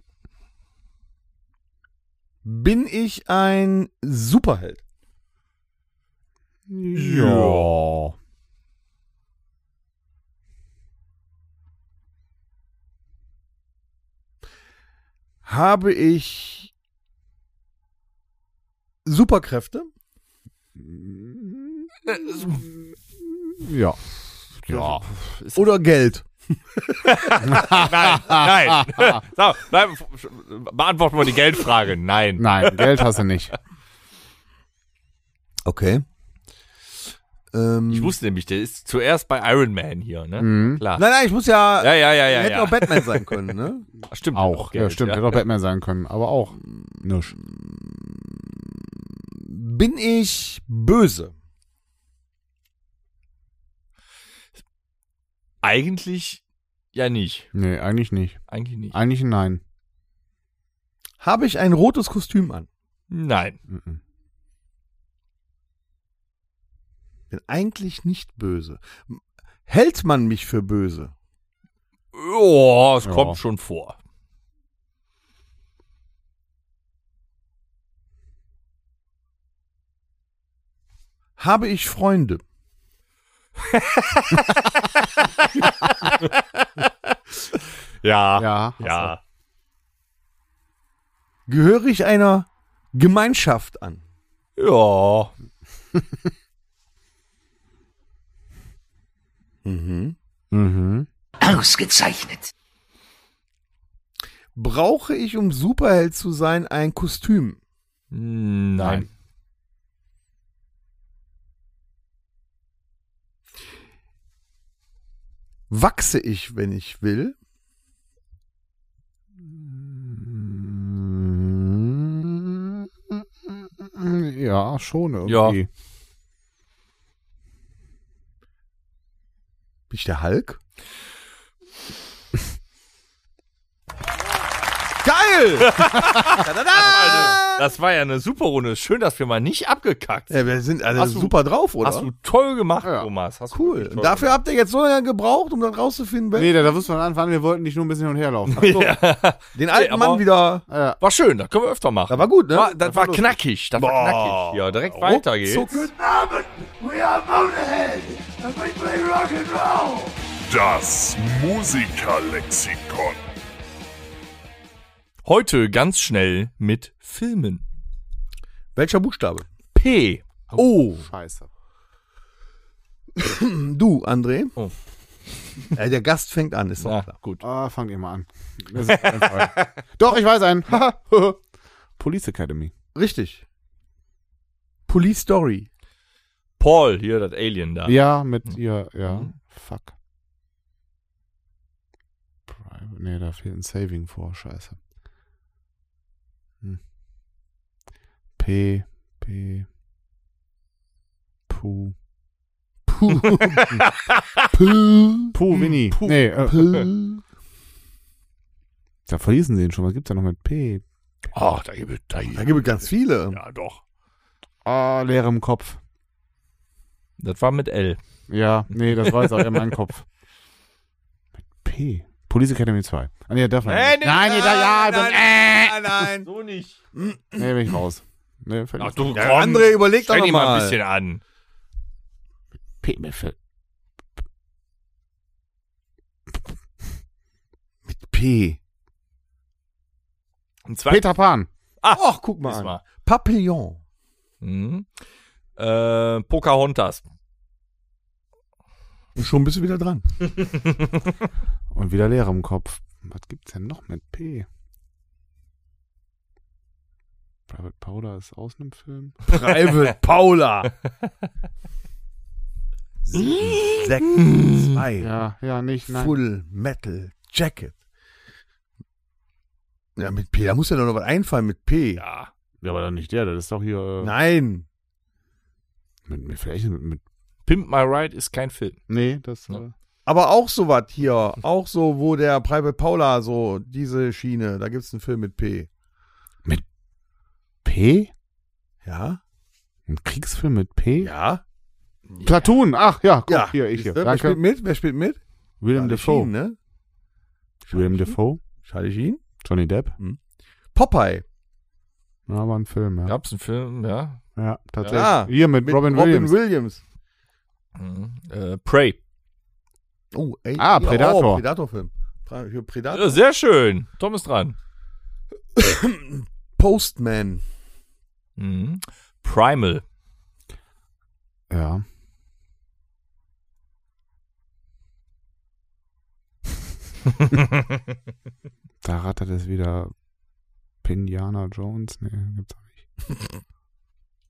B: Bin ich ein Superheld?
D: Ja.
B: Habe ich Superkräfte?
D: Ja.
C: Ja.
B: Oder Geld?
C: Nein. Nein. so, nein. Beantworten wir die Geldfrage. Nein.
D: Nein, Geld hast du nicht.
B: Okay. Ähm,
C: Ich wusste nämlich, der ist zuerst bei Iron Man hier, ne?
D: Mhm.
C: Klar.
B: nein, nein, ich muss ja.
C: Ja, ja, ja, ja.
B: hätte
C: ja.
B: auch Batman sein können, ne?
C: stimmt.
D: Auch. ja,
C: Geld,
D: stimmt. Hätte auch Batman sein können, aber auch. Nusch.
B: Bin ich böse?
C: Eigentlich ja nicht.
D: Nee, eigentlich nicht.
C: Eigentlich nicht.
D: Eigentlich ein Nein.
B: Habe ich ein rotes Kostüm an?
C: Nein.
D: Mhm.
B: Bin eigentlich nicht böse. M- Hält man mich für böse?
C: Oh, es
D: Ja.
C: kommt schon vor.
B: Habe ich Freunde?
C: Ja.
D: Ja. also.
C: Ja.
B: Gehöre ich einer Gemeinschaft an?
C: Ja.
D: Mhm.
E: Ausgezeichnet.
B: Brauche ich, um Superheld zu sein, ein Kostüm?
C: Hm, Nein.
B: Wachse ich, wenn ich will?
D: Ja, schon irgendwie.
B: Bin ich der Hulk? Geil! Jingle!
C: Das war ja eine super Runde. Schön, dass wir mal nicht abgekackt sind.
B: ja, Äh, wir sind alle
C: Hast du-
B: super drauf, oder?
C: Hast du toll gemacht,
D: Ja.
C: Thomas. Hast du
B: cool.
C: wirklich
B: Und
C: toll
B: dafür habt ihr jetzt so lange gebraucht, um dann rauszufinden, wer
D: Nee, da, da wussten wir von Anfang an, wir wollten nicht nur ein bisschen hin und her laufen. Oh,
C: gemacht. Ja.
B: den alten
C: nee, aber-
B: Mann wieder.
D: Ja.
C: War schön, das können wir öfter machen.
B: Da war gut, ne?
C: War- das war knackig. Das war knackig. Ja, direkt weiter geht's.
A: Das Musikerlexikon.
C: Heute ganz schnell mit Filmen.
B: Welcher Buchstabe?
C: P.
B: Oh,
D: Scheiße.
B: du, André.
C: Oh.
B: Äh, der Gast fängt an, ist doch
C: Na,
B: klar.
C: gut.
D: Ah, fangt ihr mal an. Das ist einfach. Doch, ich weiß einen. Police Academy.
B: Richtig. Police Story.
C: Paul, hier das Alien da.
D: Ja, mit ihr, ja.
C: Mhm.
D: Fuck. Private, nee, da fehlt ein Saving vor, scheiße. Hm. P, P. Puh. Puh. Puh. Puh, Winnie. Nee, äh, da verließen sie ihn schon. Was gibt's da noch mit P?
C: Ach, Ah, da gibt es da,
B: Da gibt es ganz viele.
C: Ja, doch.
D: Ah, leerem Kopf.
C: Das war mit L.
D: Ja, nee, das war jetzt auch eher mein Kopf. Mit P. Police Academy 2. Ah, nee, darf man nicht. Nein, nee, da, ja, also, äh. dann,
B: nein, nein.
C: So nicht.
D: äh. Nee, bin ich raus. Nee, fällt
C: Ach
D: nicht.
C: du,
B: Ja,
C: komm,
B: André, überleg doch
C: Stell
B: noch
C: dich mal
B: mal.
C: ein bisschen an.
D: P, mir fällt.
B: P.
C: Ein zweiter
D: Peter Pan.
B: Ach, guck mal
C: Mal.
B: an. Papillon.
C: Mhm. Äh, Pocahontas.
B: Und schon bist du wieder dran.
D: Und wieder leerem Kopf. Was gibt's denn noch mit P? Private Powder ist aus einem Film.
B: Private Paula. Sieben, sechs, zwei.
D: Ja, ja, nicht, nein.
B: Full Metal Jacket. Ja, mit P. Da muss ja doch noch was einfallen mit P.
C: Ja.
D: Ja, aber dann nicht der, das ist doch hier. äh,
B: Nein.
D: Mit, mit, vielleicht mit, mit.
C: Pimp My Ride ist kein Film.
D: Nee, das.
C: Ja.
D: Äh,
B: Aber auch so was hier. Auch so, wo der Private Paula so, diese Schiene. Da gibt es einen Film mit P.
D: P?
B: Ja?
D: Ein Kriegsfilm mit P?
B: Ja?
D: Platoon, ach ja, guck,
B: Ja.
D: hier, ich hier.
B: Siehste? Wer spielt
D: Danke.
B: mit? Wer spielt mit?
D: William
B: Charlie
D: Defoe.
B: Sheen, ne?
D: William Defoe,
B: Charlie Sheen?
D: Johnny Depp.
B: Popeye.
D: Ja, war ein Film, ja. Ja,
C: Gab's einen Film, ja.
D: tatsächlich.
B: Ja.
D: Hier mit,
B: Mit
D: Robin, Williams.
B: Williams.
C: Mhm. Äh, Prey.
B: Oh, ey. ja,
D: Ah, Predator.
B: Oh, Predator-Film. Pra- Für Predator.
C: Ja, Äh, sehr schön. Tom ist dran.
B: Postman.
C: Mhm. Primal.
D: Ja. da rattert es wieder Pindiana Jones. Nee, gibt's auch nicht.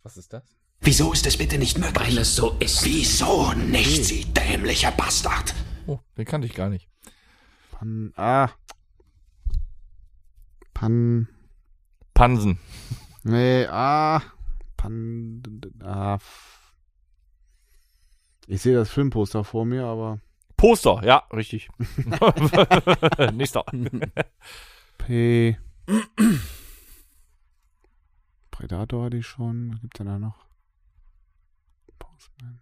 C: Was ist das?
G: Wieso ist es bitte nicht möglich? Weil es so ist. Wieso nicht, Sie dämlicher Bastard?
C: Oh, den kannte ich gar nicht.
D: Pan. Ah. Pan.
C: Pansen.
D: Nee, ah. Pan. Ah. f- Ich sehe das Filmposter vor mir, aber.
C: Poster, ja, richtig. Nächster.
D: P. Predator hatte ich schon. Was gibt's denn da noch? Postman.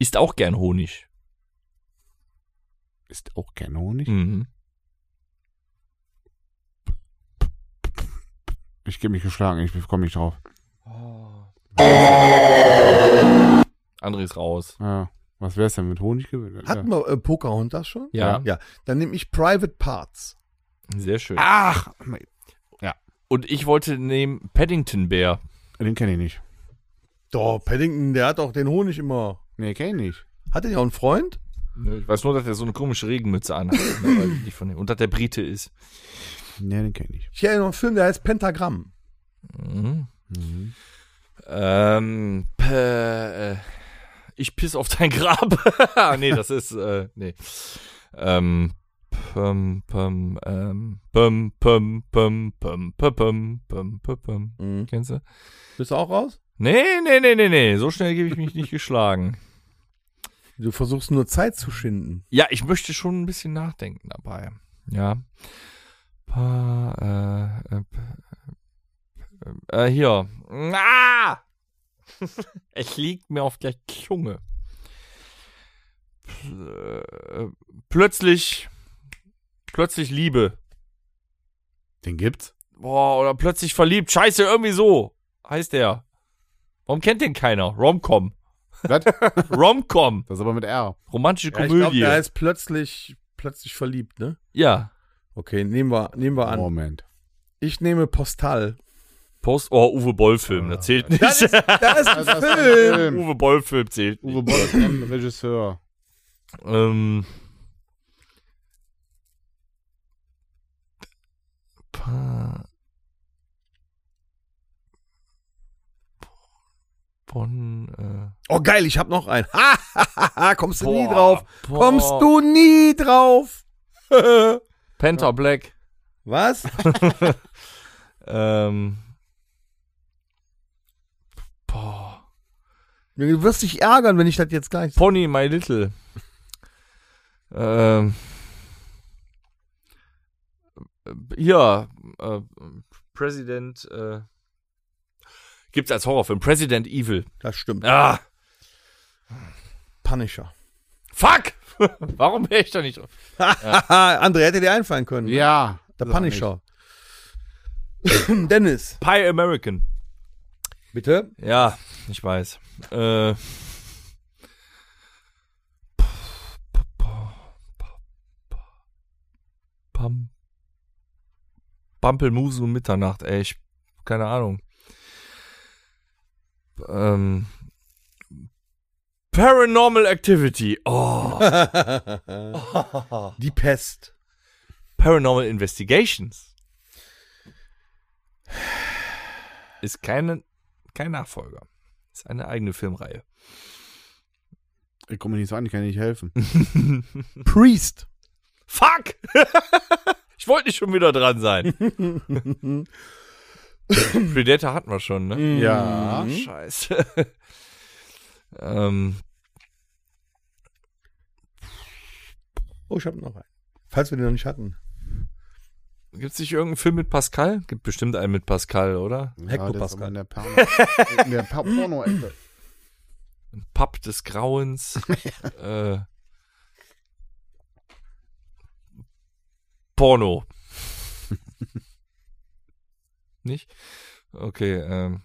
C: Ist auch gern Honig.
D: Ist auch gerne Honig.
C: Mhm.
D: Ich gebe mich geschlagen, ich komme nicht drauf.
C: André ist raus.
D: Ja. Ah, Was wär's denn mit Honig gewesen?
B: Hatten
D: ja.
B: wir äh, Pocahontas schon?
C: Ja.
B: Ja, dann nehme ich Private Parts.
C: Sehr schön.
D: Ach!
C: Und ich wollte nehmen Paddington Bear.
D: Den kenne ich nicht.
B: Doch, Paddington, der hat auch den Honig immer.
D: Nee, kenne ich nicht.
B: Hat er ja auch einen Freund?
C: Ich weiß nur, dass er so eine komische Regenmütze anhat. ne, weil die von ihm- Und dass der Brite ist.
D: Nee, den kenne ich.
B: Ich erinnere noch einen Film, der heißt Pentagramm.
C: Mhm.
D: Mhm.
C: Ähm, p- äh, ich piss auf dein Grab. Ah, nee, das ist, äh, nee. Ähm, pum, pum, ähm, pum, pum, pum, pum, pum, pum, pum, pum, pum.
B: Mhm.
C: Kennst du?
B: Bist du auch raus?
C: Nee, nee, nee, nee, nee. So schnell gebe ich mich nicht geschlagen.
B: Du versuchst nur Zeit zu schinden.
C: Ja, ich möchte schon ein bisschen nachdenken dabei. Ja. Pum, Pa, äh, äh, äh, äh, hier. Ah! es liegt mir auf der Zunge. Pl- äh, Plötzlich, plötzlich Liebe.
D: Den gibt's?
C: Boah, oder plötzlich verliebt. Scheiße, irgendwie so heißt der. Warum kennt den keiner? Romcom.
D: Was?
C: Romcom.
D: Das ist aber mit R.
C: Romantische
B: Ja, ich glaube,
C: Komödie.
B: der
C: Ja,
B: ist plötzlich, plötzlich verliebt, ne? Okay, nehmen wir, nehmen wir an.
D: Moment.
B: Ich nehme Postal.
C: Post. Oh, Uwe Boll-Film. Das zählt nicht.
B: Das ist, das ist ein Film.
D: Film.
C: Uwe Boll-Film zählt nicht.
D: Uwe Boll ist ein Regisseur.
C: Ähm. Pa- Bonn. Äh,
B: Oh, geil, ich hab noch einen. Ha, ha, ha, ha, kommst du nie
C: boah,
B: drauf.
C: boah.
B: Kommst du nie drauf.
C: Penta Black.
B: Was?
C: Ähm. Boah.
B: Du wirst dich ärgern, wenn ich das jetzt gleich sage.
C: Pony My Little. Ähm. Ja, äh, President. Äh, gibt's als Horrorfilm. President Evil.
B: Das stimmt.
C: Ah,
B: Punisher.
C: fuck! Warum wäre ich da nicht drauf?
B: André hätte dir einfallen können.
D: Ja.
B: Der Punisher. Dennis.
C: Pie American.
B: Bitte?
C: Ja, ich weiß. Äh. Pam. Pampelmuse um Mitternacht, ey, ich, keine Ahnung. Ähm, Paranormal Activity, oh,
B: Die Pest.
C: Paranormal Investigations. Ist keine, kein Nachfolger. Ist eine eigene Filmreihe.
D: Ich komme nicht so an, ich kann dir nicht helfen.
B: Priest.
C: Fuck! ich wollte nicht schon wieder dran sein. Predator hatten wir schon, ne?
D: Ja.
C: Ach, scheiße. ähm,
B: Oh, ich hab noch einen. Falls wir den noch nicht hatten.
C: Gibt es nicht irgendeinen Film mit Pascal? Gibt bestimmt einen mit Pascal, oder?
D: Ja, der ist
B: Hektopascal.
D: aber in der Porno- in der Pa- Porno-Ecke.
C: Ein Papp des Grauens. äh, Porno. nicht? Okay, ähm.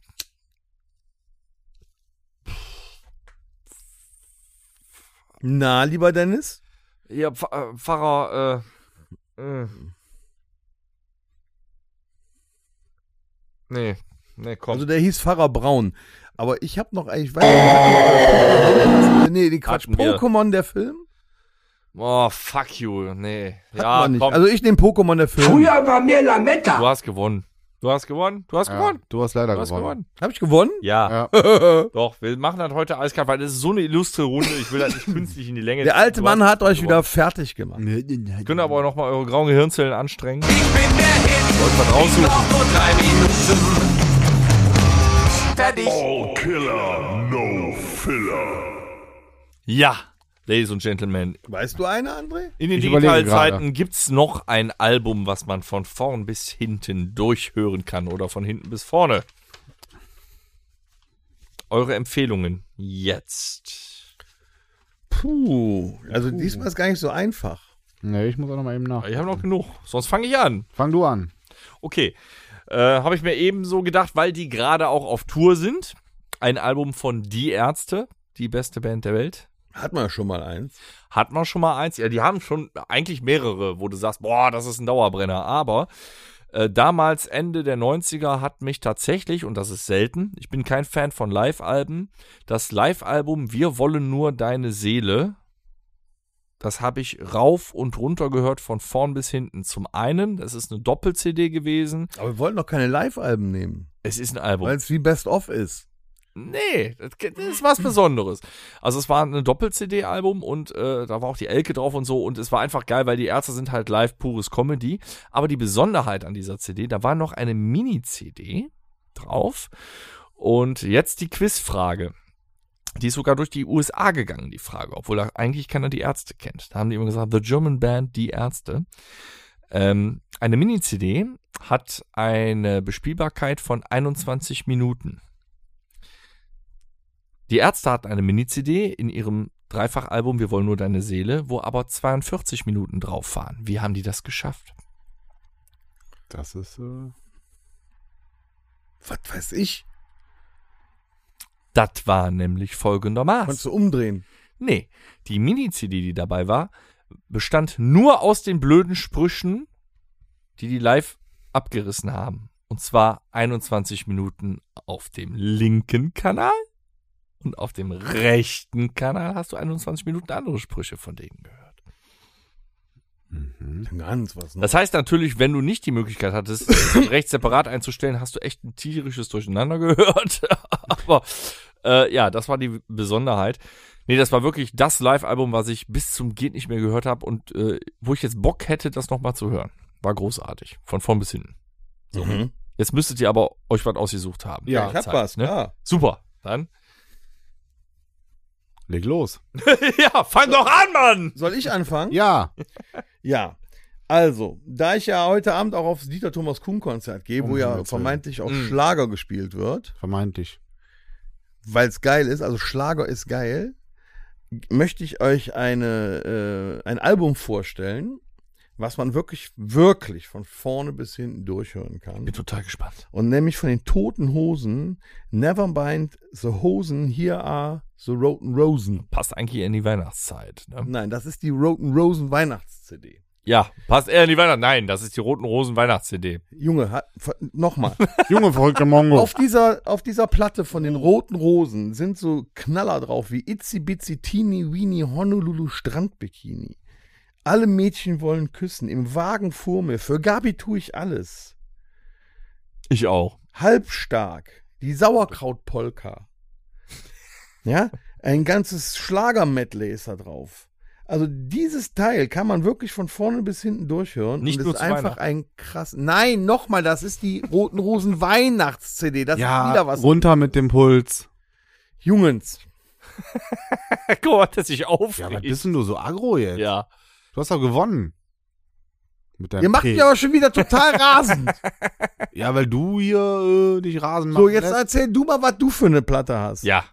B: Na, lieber Dennis?
C: Ja, Pf äh, Pfarrer, äh, äh. Nee, nee, komm.
B: Also der hieß Pfarrer Braun. Aber ich hab noch, ich weiß nicht. Nee, die Quatsch.
C: Hatten wir.
B: Pokémon der Film?
C: oh, fuck you, nee.
B: Hat
C: Ja,
B: man nicht.
C: komm,
B: Also ich nehme Pokémon der Film.
G: Früher war mir Lametta.
C: du hast gewonnen. Du hast gewonnen, du hast
D: Ja,
C: gewonnen.
D: du hast leider
C: Du hast
D: gewonnen.
C: gewonnen.
B: Hab ich gewonnen?
C: Ja,
D: Ja.
C: doch, wir machen das heute eiskalt, weil das ist so eine illustre Runde. Ich will das nicht künstlich in die Länge
B: Der
C: ziehen.
B: alte
C: Du
B: Mann
C: hast
B: hat euch
C: gewonnen.
B: wieder fertig gemacht.
D: Wir
C: Könnt ihr aber auch nochmal eure grauen Gehirnzellen anstrengen. Ich bin der Wollt was raussuchen.
A: All killer, no filler.
C: Ja, Ladies und Gentlemen,
B: Weißt du eine, André?
C: In den
D: Ich überlege
C: digitalen
D: gerade.
C: Zeiten gibt's noch ein Album, was man von vorn bis hinten durchhören kann oder von hinten bis vorne. Eure Empfehlungen jetzt.
B: Puh. Also diesmal ist gar nicht so einfach.
D: Nee, ich muss auch noch mal eben nach.
C: Ich habe noch genug, sonst fange ich an.
D: Fang du an.
C: Okay, äh, habe ich mir eben so gedacht, weil die gerade auch auf Tour sind. Ein Album von Die Ärzte, die beste Band der Welt.
B: Hat man ja schon mal eins.
C: Hat man schon mal eins? Ja, die haben schon eigentlich mehrere, wo du sagst, boah, das ist ein Dauerbrenner. Aber äh, damals, Ende der 90er, hat mich tatsächlich, und das ist selten, ich bin kein Fan von Live-Alben, das Live-Album Wir wollen nur deine Seele, das habe ich rauf und runter gehört, von vorn bis hinten. Zum einen, das ist eine Doppel-CD gewesen,
B: Aber wir wollten doch keine Live-Alben nehmen,
C: es ist ein Album.
B: weil es wie Best-of ist.
C: Nee, das, das ist was Besonderes. Also es war ein Doppel-CD-Album und äh, da war auch die Elke drauf und so und es war einfach geil, weil die Ärzte sind halt live pures Comedy. Aber die Besonderheit an dieser CD, da war noch eine Mini-CD drauf und jetzt die Quizfrage. Die ist sogar durch die USA gegangen, die Frage, obwohl da eigentlich keiner die Ärzte kennt. Da haben die immer gesagt, The German Band, die Ärzte. Ähm, eine Mini-CD hat eine Bespielbarkeit von 21 Minuten. Die Ärzte hatten eine Mini-CD in ihrem Dreifachalbum Wir wollen nur deine Seele, wo aber 42 Minuten drauf waren. Wie haben die das geschafft?
D: Das ist. Äh,
B: Was weiß ich?
C: Das war nämlich folgendermaßen.
B: Konntest du umdrehen?
C: Nee, die Mini-CD, die dabei war, bestand nur aus den blöden Sprüchen, die die live abgerissen haben. Und zwar 21 Minuten auf dem linken Kanal und auf dem rechten Kanal hast du 21 Minuten andere Sprüche von denen gehört.
D: Mhm.
B: Ganz was. Ne?
C: Das heißt natürlich, wenn du nicht die Möglichkeit hattest, das rechts separat einzustellen, hast du echt ein tierisches Durcheinander gehört. Aber äh, ja, das war die Besonderheit. Nee, das war wirklich das Live-Album, was ich bis zum Geht nicht mehr gehört habe und äh, wo ich jetzt Bock hätte, das nochmal zu hören. War großartig. Von vorn bis hinten.
B: Mhm.
C: Jetzt müsstet ihr aber euch was ausgesucht haben.
B: Ja, ich hab
C: Zeit,
B: was,
C: ne?
B: klar.
C: Super. Dann.
D: leg los.
C: ja, fang doch an, Mann!
B: Soll ich anfangen?
D: Ja.
B: Ja. Also, da ich ja heute Abend auch aufs Dieter Thomas Kuhn Konzert gehe,
D: Oh,
B: wo ja
D: Himmels Willen.
B: vermeintlich auch
C: Mhm.
B: Schlager gespielt wird,
D: Vermeintlich.
B: weil es geil ist, also Schlager ist geil, möchte ich euch eine, äh, ein Album vorstellen, was man wirklich, wirklich von vorne bis hinten durchhören kann.
C: Bin total gespannt.
B: Und nämlich von den toten Hosen, Nevermind the Hosen, here are the Roten Rosen.
C: Passt eigentlich eher in die Weihnachtszeit. Ne?
B: Nein, das ist die Roten Rosen Weihnachts-CD.
C: Ja, passt eher in die Weihnachts. Nein, das ist die Roten Rosen Weihnachts-CD.
B: Junge, nochmal.
D: Junge, verrückte Mongo.
B: Auf dieser, auf dieser Platte von den Roten Rosen sind so Knaller drauf wie Itzi Bitzi Teeny Weeny Honolulu Strandbikini. Alle Mädchen wollen küssen, im Wagen vor mir, für Gabi tue ich alles.
C: Ich auch.
B: Halbstark, die Sauerkrautpolka. Ja, ein ganzes Schlager-Medley ist da drauf. Also dieses Teil kann man wirklich von vorne bis hinten durchhören.
C: Nicht
B: und
C: nur
B: ist
C: zu
B: einfach
C: Weihnachten.
B: ein krass. Nein, nochmal, das ist die Roten Rosen Weihnachts-CD. Das ist wieder was.
D: runter mit dem Puls.
B: Jungens,
C: Guck mal, dass ich aufregt.
D: Ja, was bist denn du so aggro jetzt?
C: Ja.
D: Du hast doch gewonnen. Mit deinem
B: Ihr macht
D: Tee.
B: mich aber schon wieder total rasend.
D: ja, weil du hier äh, dich Rasen machst.
B: so, jetzt halt- erzähl du mal, was du für eine Platte hast.
C: Ja.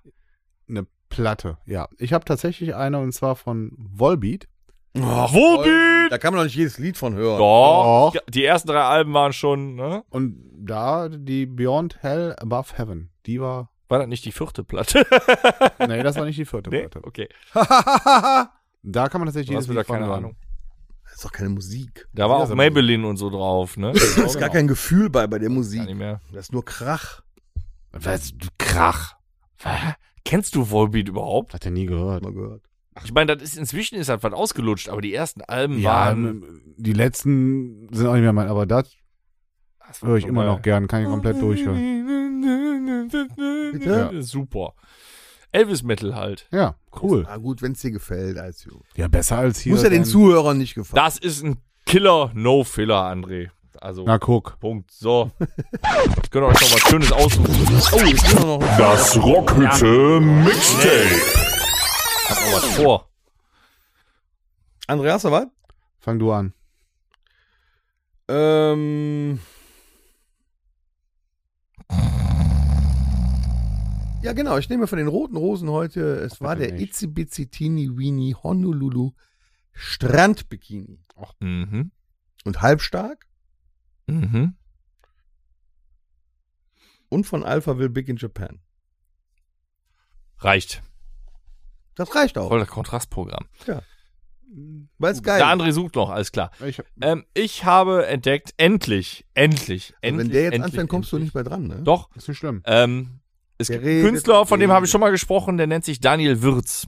D: eine Platte. Ja, ich habe tatsächlich eine und zwar von Volbeat.
C: Wobi!
B: Da kann man doch nicht jedes Lied von hören.
C: Doch.
D: Doch.
C: Die ersten drei Alben waren schon, ne?
D: Und da die Beyond Hell Above Heaven, die war.
C: War das nicht die vierte Platte?
D: Nee, das war nicht die vierte Platte.
C: Okay.
D: Da kann man tatsächlich
C: Du hast wieder keine Ahnung.
B: Das ist doch keine Musik.
C: Da war
D: Ja,
C: auch
D: so-
C: Maybelline und so drauf, ne?
B: Da ist gar kein Gefühl bei, bei der
C: Gar nicht
B: Musik.
C: mehr.
B: Das ist nur Krach.
D: Was? Du Krach.
C: Hä? Kennst du Volbeat überhaupt?
D: Hat er nie gehört.
B: Mal gehört.
C: Ich meine, das ist inzwischen ist halt was ausgelutscht, aber die ersten Alben
D: Ja, ähm,
C: waren.
D: die letzten sind auch nicht mehr mein, aber das
C: Das war
D: höre ich
C: schon
D: immer
C: geil.
D: noch gern, kann ich komplett durchhören.
C: Bitte? Ja. Super. Elvis Metal halt.
D: Ja, cool.
B: Na Ah, gut, wenn es dir gefällt, als du.
D: Ja, besser als hier.
B: Muss ja den
D: dein-
B: Zuhörern nicht gefallen.
C: Das ist ein Killer, no filler, André. Also,
D: Na guck.
C: Punkt. So. Ich könnte euch noch was Schönes aussuchen.
B: oh, jetzt ist noch ein
A: Das Rockhütte Mixtape.
C: Ich hab noch was vor.
B: Andreas, was?
D: Fang du an.
B: Ähm. Ja, genau. Ich nehme von den roten Rosen heute. Es war der
D: nicht.
B: Itzi Bitsi Teeny Weeny Honolulu Strandbikini.
C: Mhm.
B: Und halbstark
C: Mhm.
B: und von Alpha Will Big in Japan.
C: Reicht.
B: Das reicht auch.
C: Voll das Kontrastprogramm.
B: Weil es geil
C: Der
B: ist.
C: andere sucht noch, alles klar.
D: Ich hab,
C: Ähm, ich habe entdeckt, endlich, endlich,
B: Also
C: endlich.
B: Wenn der jetzt
C: endlich,
B: anfängt, kommst
C: endlich.
B: du nicht mehr dran, ne?
C: Doch.
D: ist nicht schlimm.
C: Ähm, es
B: Der
C: gibt einen
B: redet,
C: Künstler, von dem
B: redet.
C: habe ich schon mal gesprochen, der nennt sich Daniel Würz.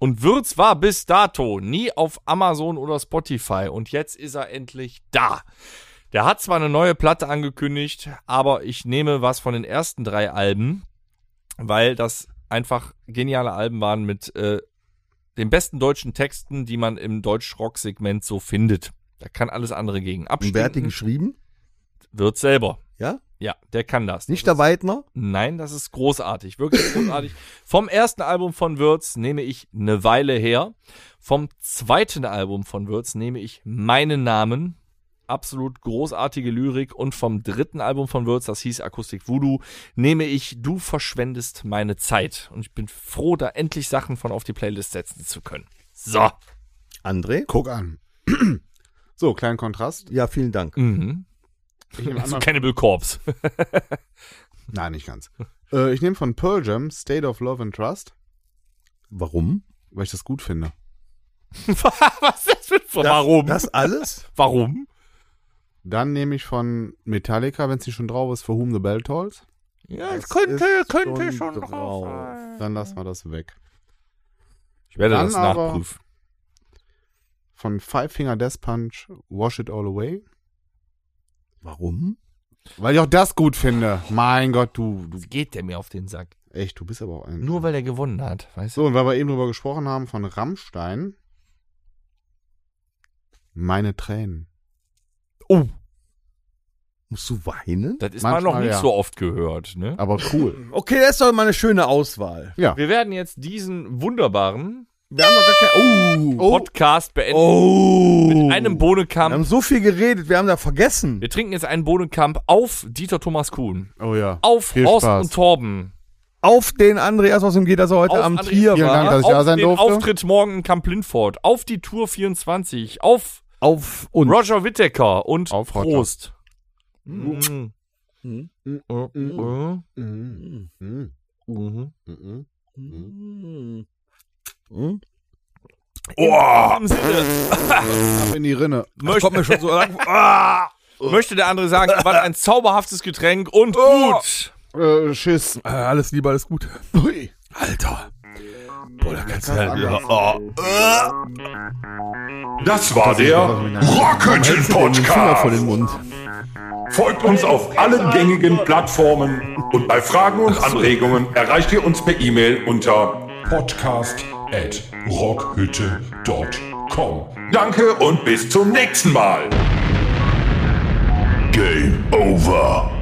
C: Und Würz war bis dato nie auf Amazon oder Spotify und jetzt ist er endlich da. Der hat zwar eine neue Platte angekündigt, aber ich nehme was von den ersten drei Alben, weil das einfach geniale Alben waren mit äh, den besten deutschen Texten, die man im Deutsch-Rock-Segment so findet. Da kann alles andere
B: Und
C: gegen
B: wer hat die
C: abstimmen.
B: geschrieben?
C: Würz selber.
B: Ja?
C: Ja, der kann das.
B: Nicht
C: das
B: der Weidner?
C: Nein, das ist großartig, wirklich großartig. Vom ersten Album von Würz nehme ich eine Weile her. Vom zweiten Album von Würz nehme ich meinen Namen. absolut großartige Lyrik und vom dritten Album von Würz, das hieß Akustik Voodoo, nehme ich Du verschwendest meine Zeit. Und ich bin froh, da endlich Sachen von auf die Playlist setzen zu können. So.
B: André?
D: Guck an. so, kleinen Kontrast.
B: Ja, vielen Dank.
C: Mhm.
D: Ich nehme
C: So
D: einmal,
C: Cannibal Corpse.
D: nein, nicht ganz. Äh, ich nehme von Pearl Jam State of Love and Trust,
B: Warum?
D: weil ich das gut finde.
C: Was ist das für ein Warum?
B: Das alles?
C: Warum?
D: Dann nehme ich von Metallica, wenn sie schon drauf ist, For Whom the Bell Tolls.
C: Ja,
B: Das ist schon drauf.
D: Dann lassen wir das weg.
C: Ich werde
D: Dann
C: das
D: aber-
C: nachprüfen.
D: Von Five Finger Death Punch Wash It All Away,
B: Warum?
D: weil ich auch das gut finde. Mein Gott, du, du
C: Jetzt geht der mir auf den Sack.
D: echt, du bist aber auch ein.
C: Nur weil er gewonnen hat, weißt du?
D: So, und weil wir eben drüber gesprochen haben von Rammstein. Meine Tränen.
C: Oh,
B: Musst du weinen?
C: das ist
D: Manchmal,
C: mal noch nicht
D: ja. Ah.
C: so oft gehört, ne?
D: Aber cool.
B: Okay, das ist doch mal eine schöne Auswahl.
C: Wir werden jetzt diesen wunderbaren
B: Wir haben doch gar keine. Oh!
C: Podcast beenden.
B: Oh!
C: Mit
B: Wir
C: einem
B: haben
C: Bohnenkampf.
B: so viel geredet, wir haben da vergessen.
C: Wir trinken jetzt einen Bohnenkampf auf Dieter Thomas Kuhn.
D: Oh ja.
C: Auf
D: Viel
C: Horst
D: Spaß.
C: und Torben.
B: Auf den Andreas aus dem G, dass er heute
C: auf
B: am
C: André
B: Trier
D: Vielen
B: war.
D: Dank, dass ich
C: auf
D: da sein
C: den
D: durfte.
C: Auftritt morgen in Kamp Lindfort. Auf die Tour 24. Auf
B: Auf und
C: Roger Whittaker und
D: Auf Roger.
C: Prost. Mhm.
B: Mhm.
C: Mhm.
D: Mhm. Mhm.
C: Mhm.
D: Mhm.
B: Hm?
C: Oh. In diesem Sinne
D: Ab in die Rinne.
B: Das kommt mir schon so lang.
C: Ah! möchte der andere sagen, was ein zauberhaftes Getränk und gut.
D: Äh, Schiss.
B: Äh, alles lieber, alles gut. Ui. Alter. Boah, da kannst du ja.
A: Das war der Rockhütten
B: Finger
A: Podcast.
B: vor den Mund.
A: Folgt uns auf allen gängigen Plattformen und bei Fragen und Anregungen erreicht ihr uns per E-Mail unter podcast@rockhütte.com. Danke und bis zum nächsten Mal. Game over.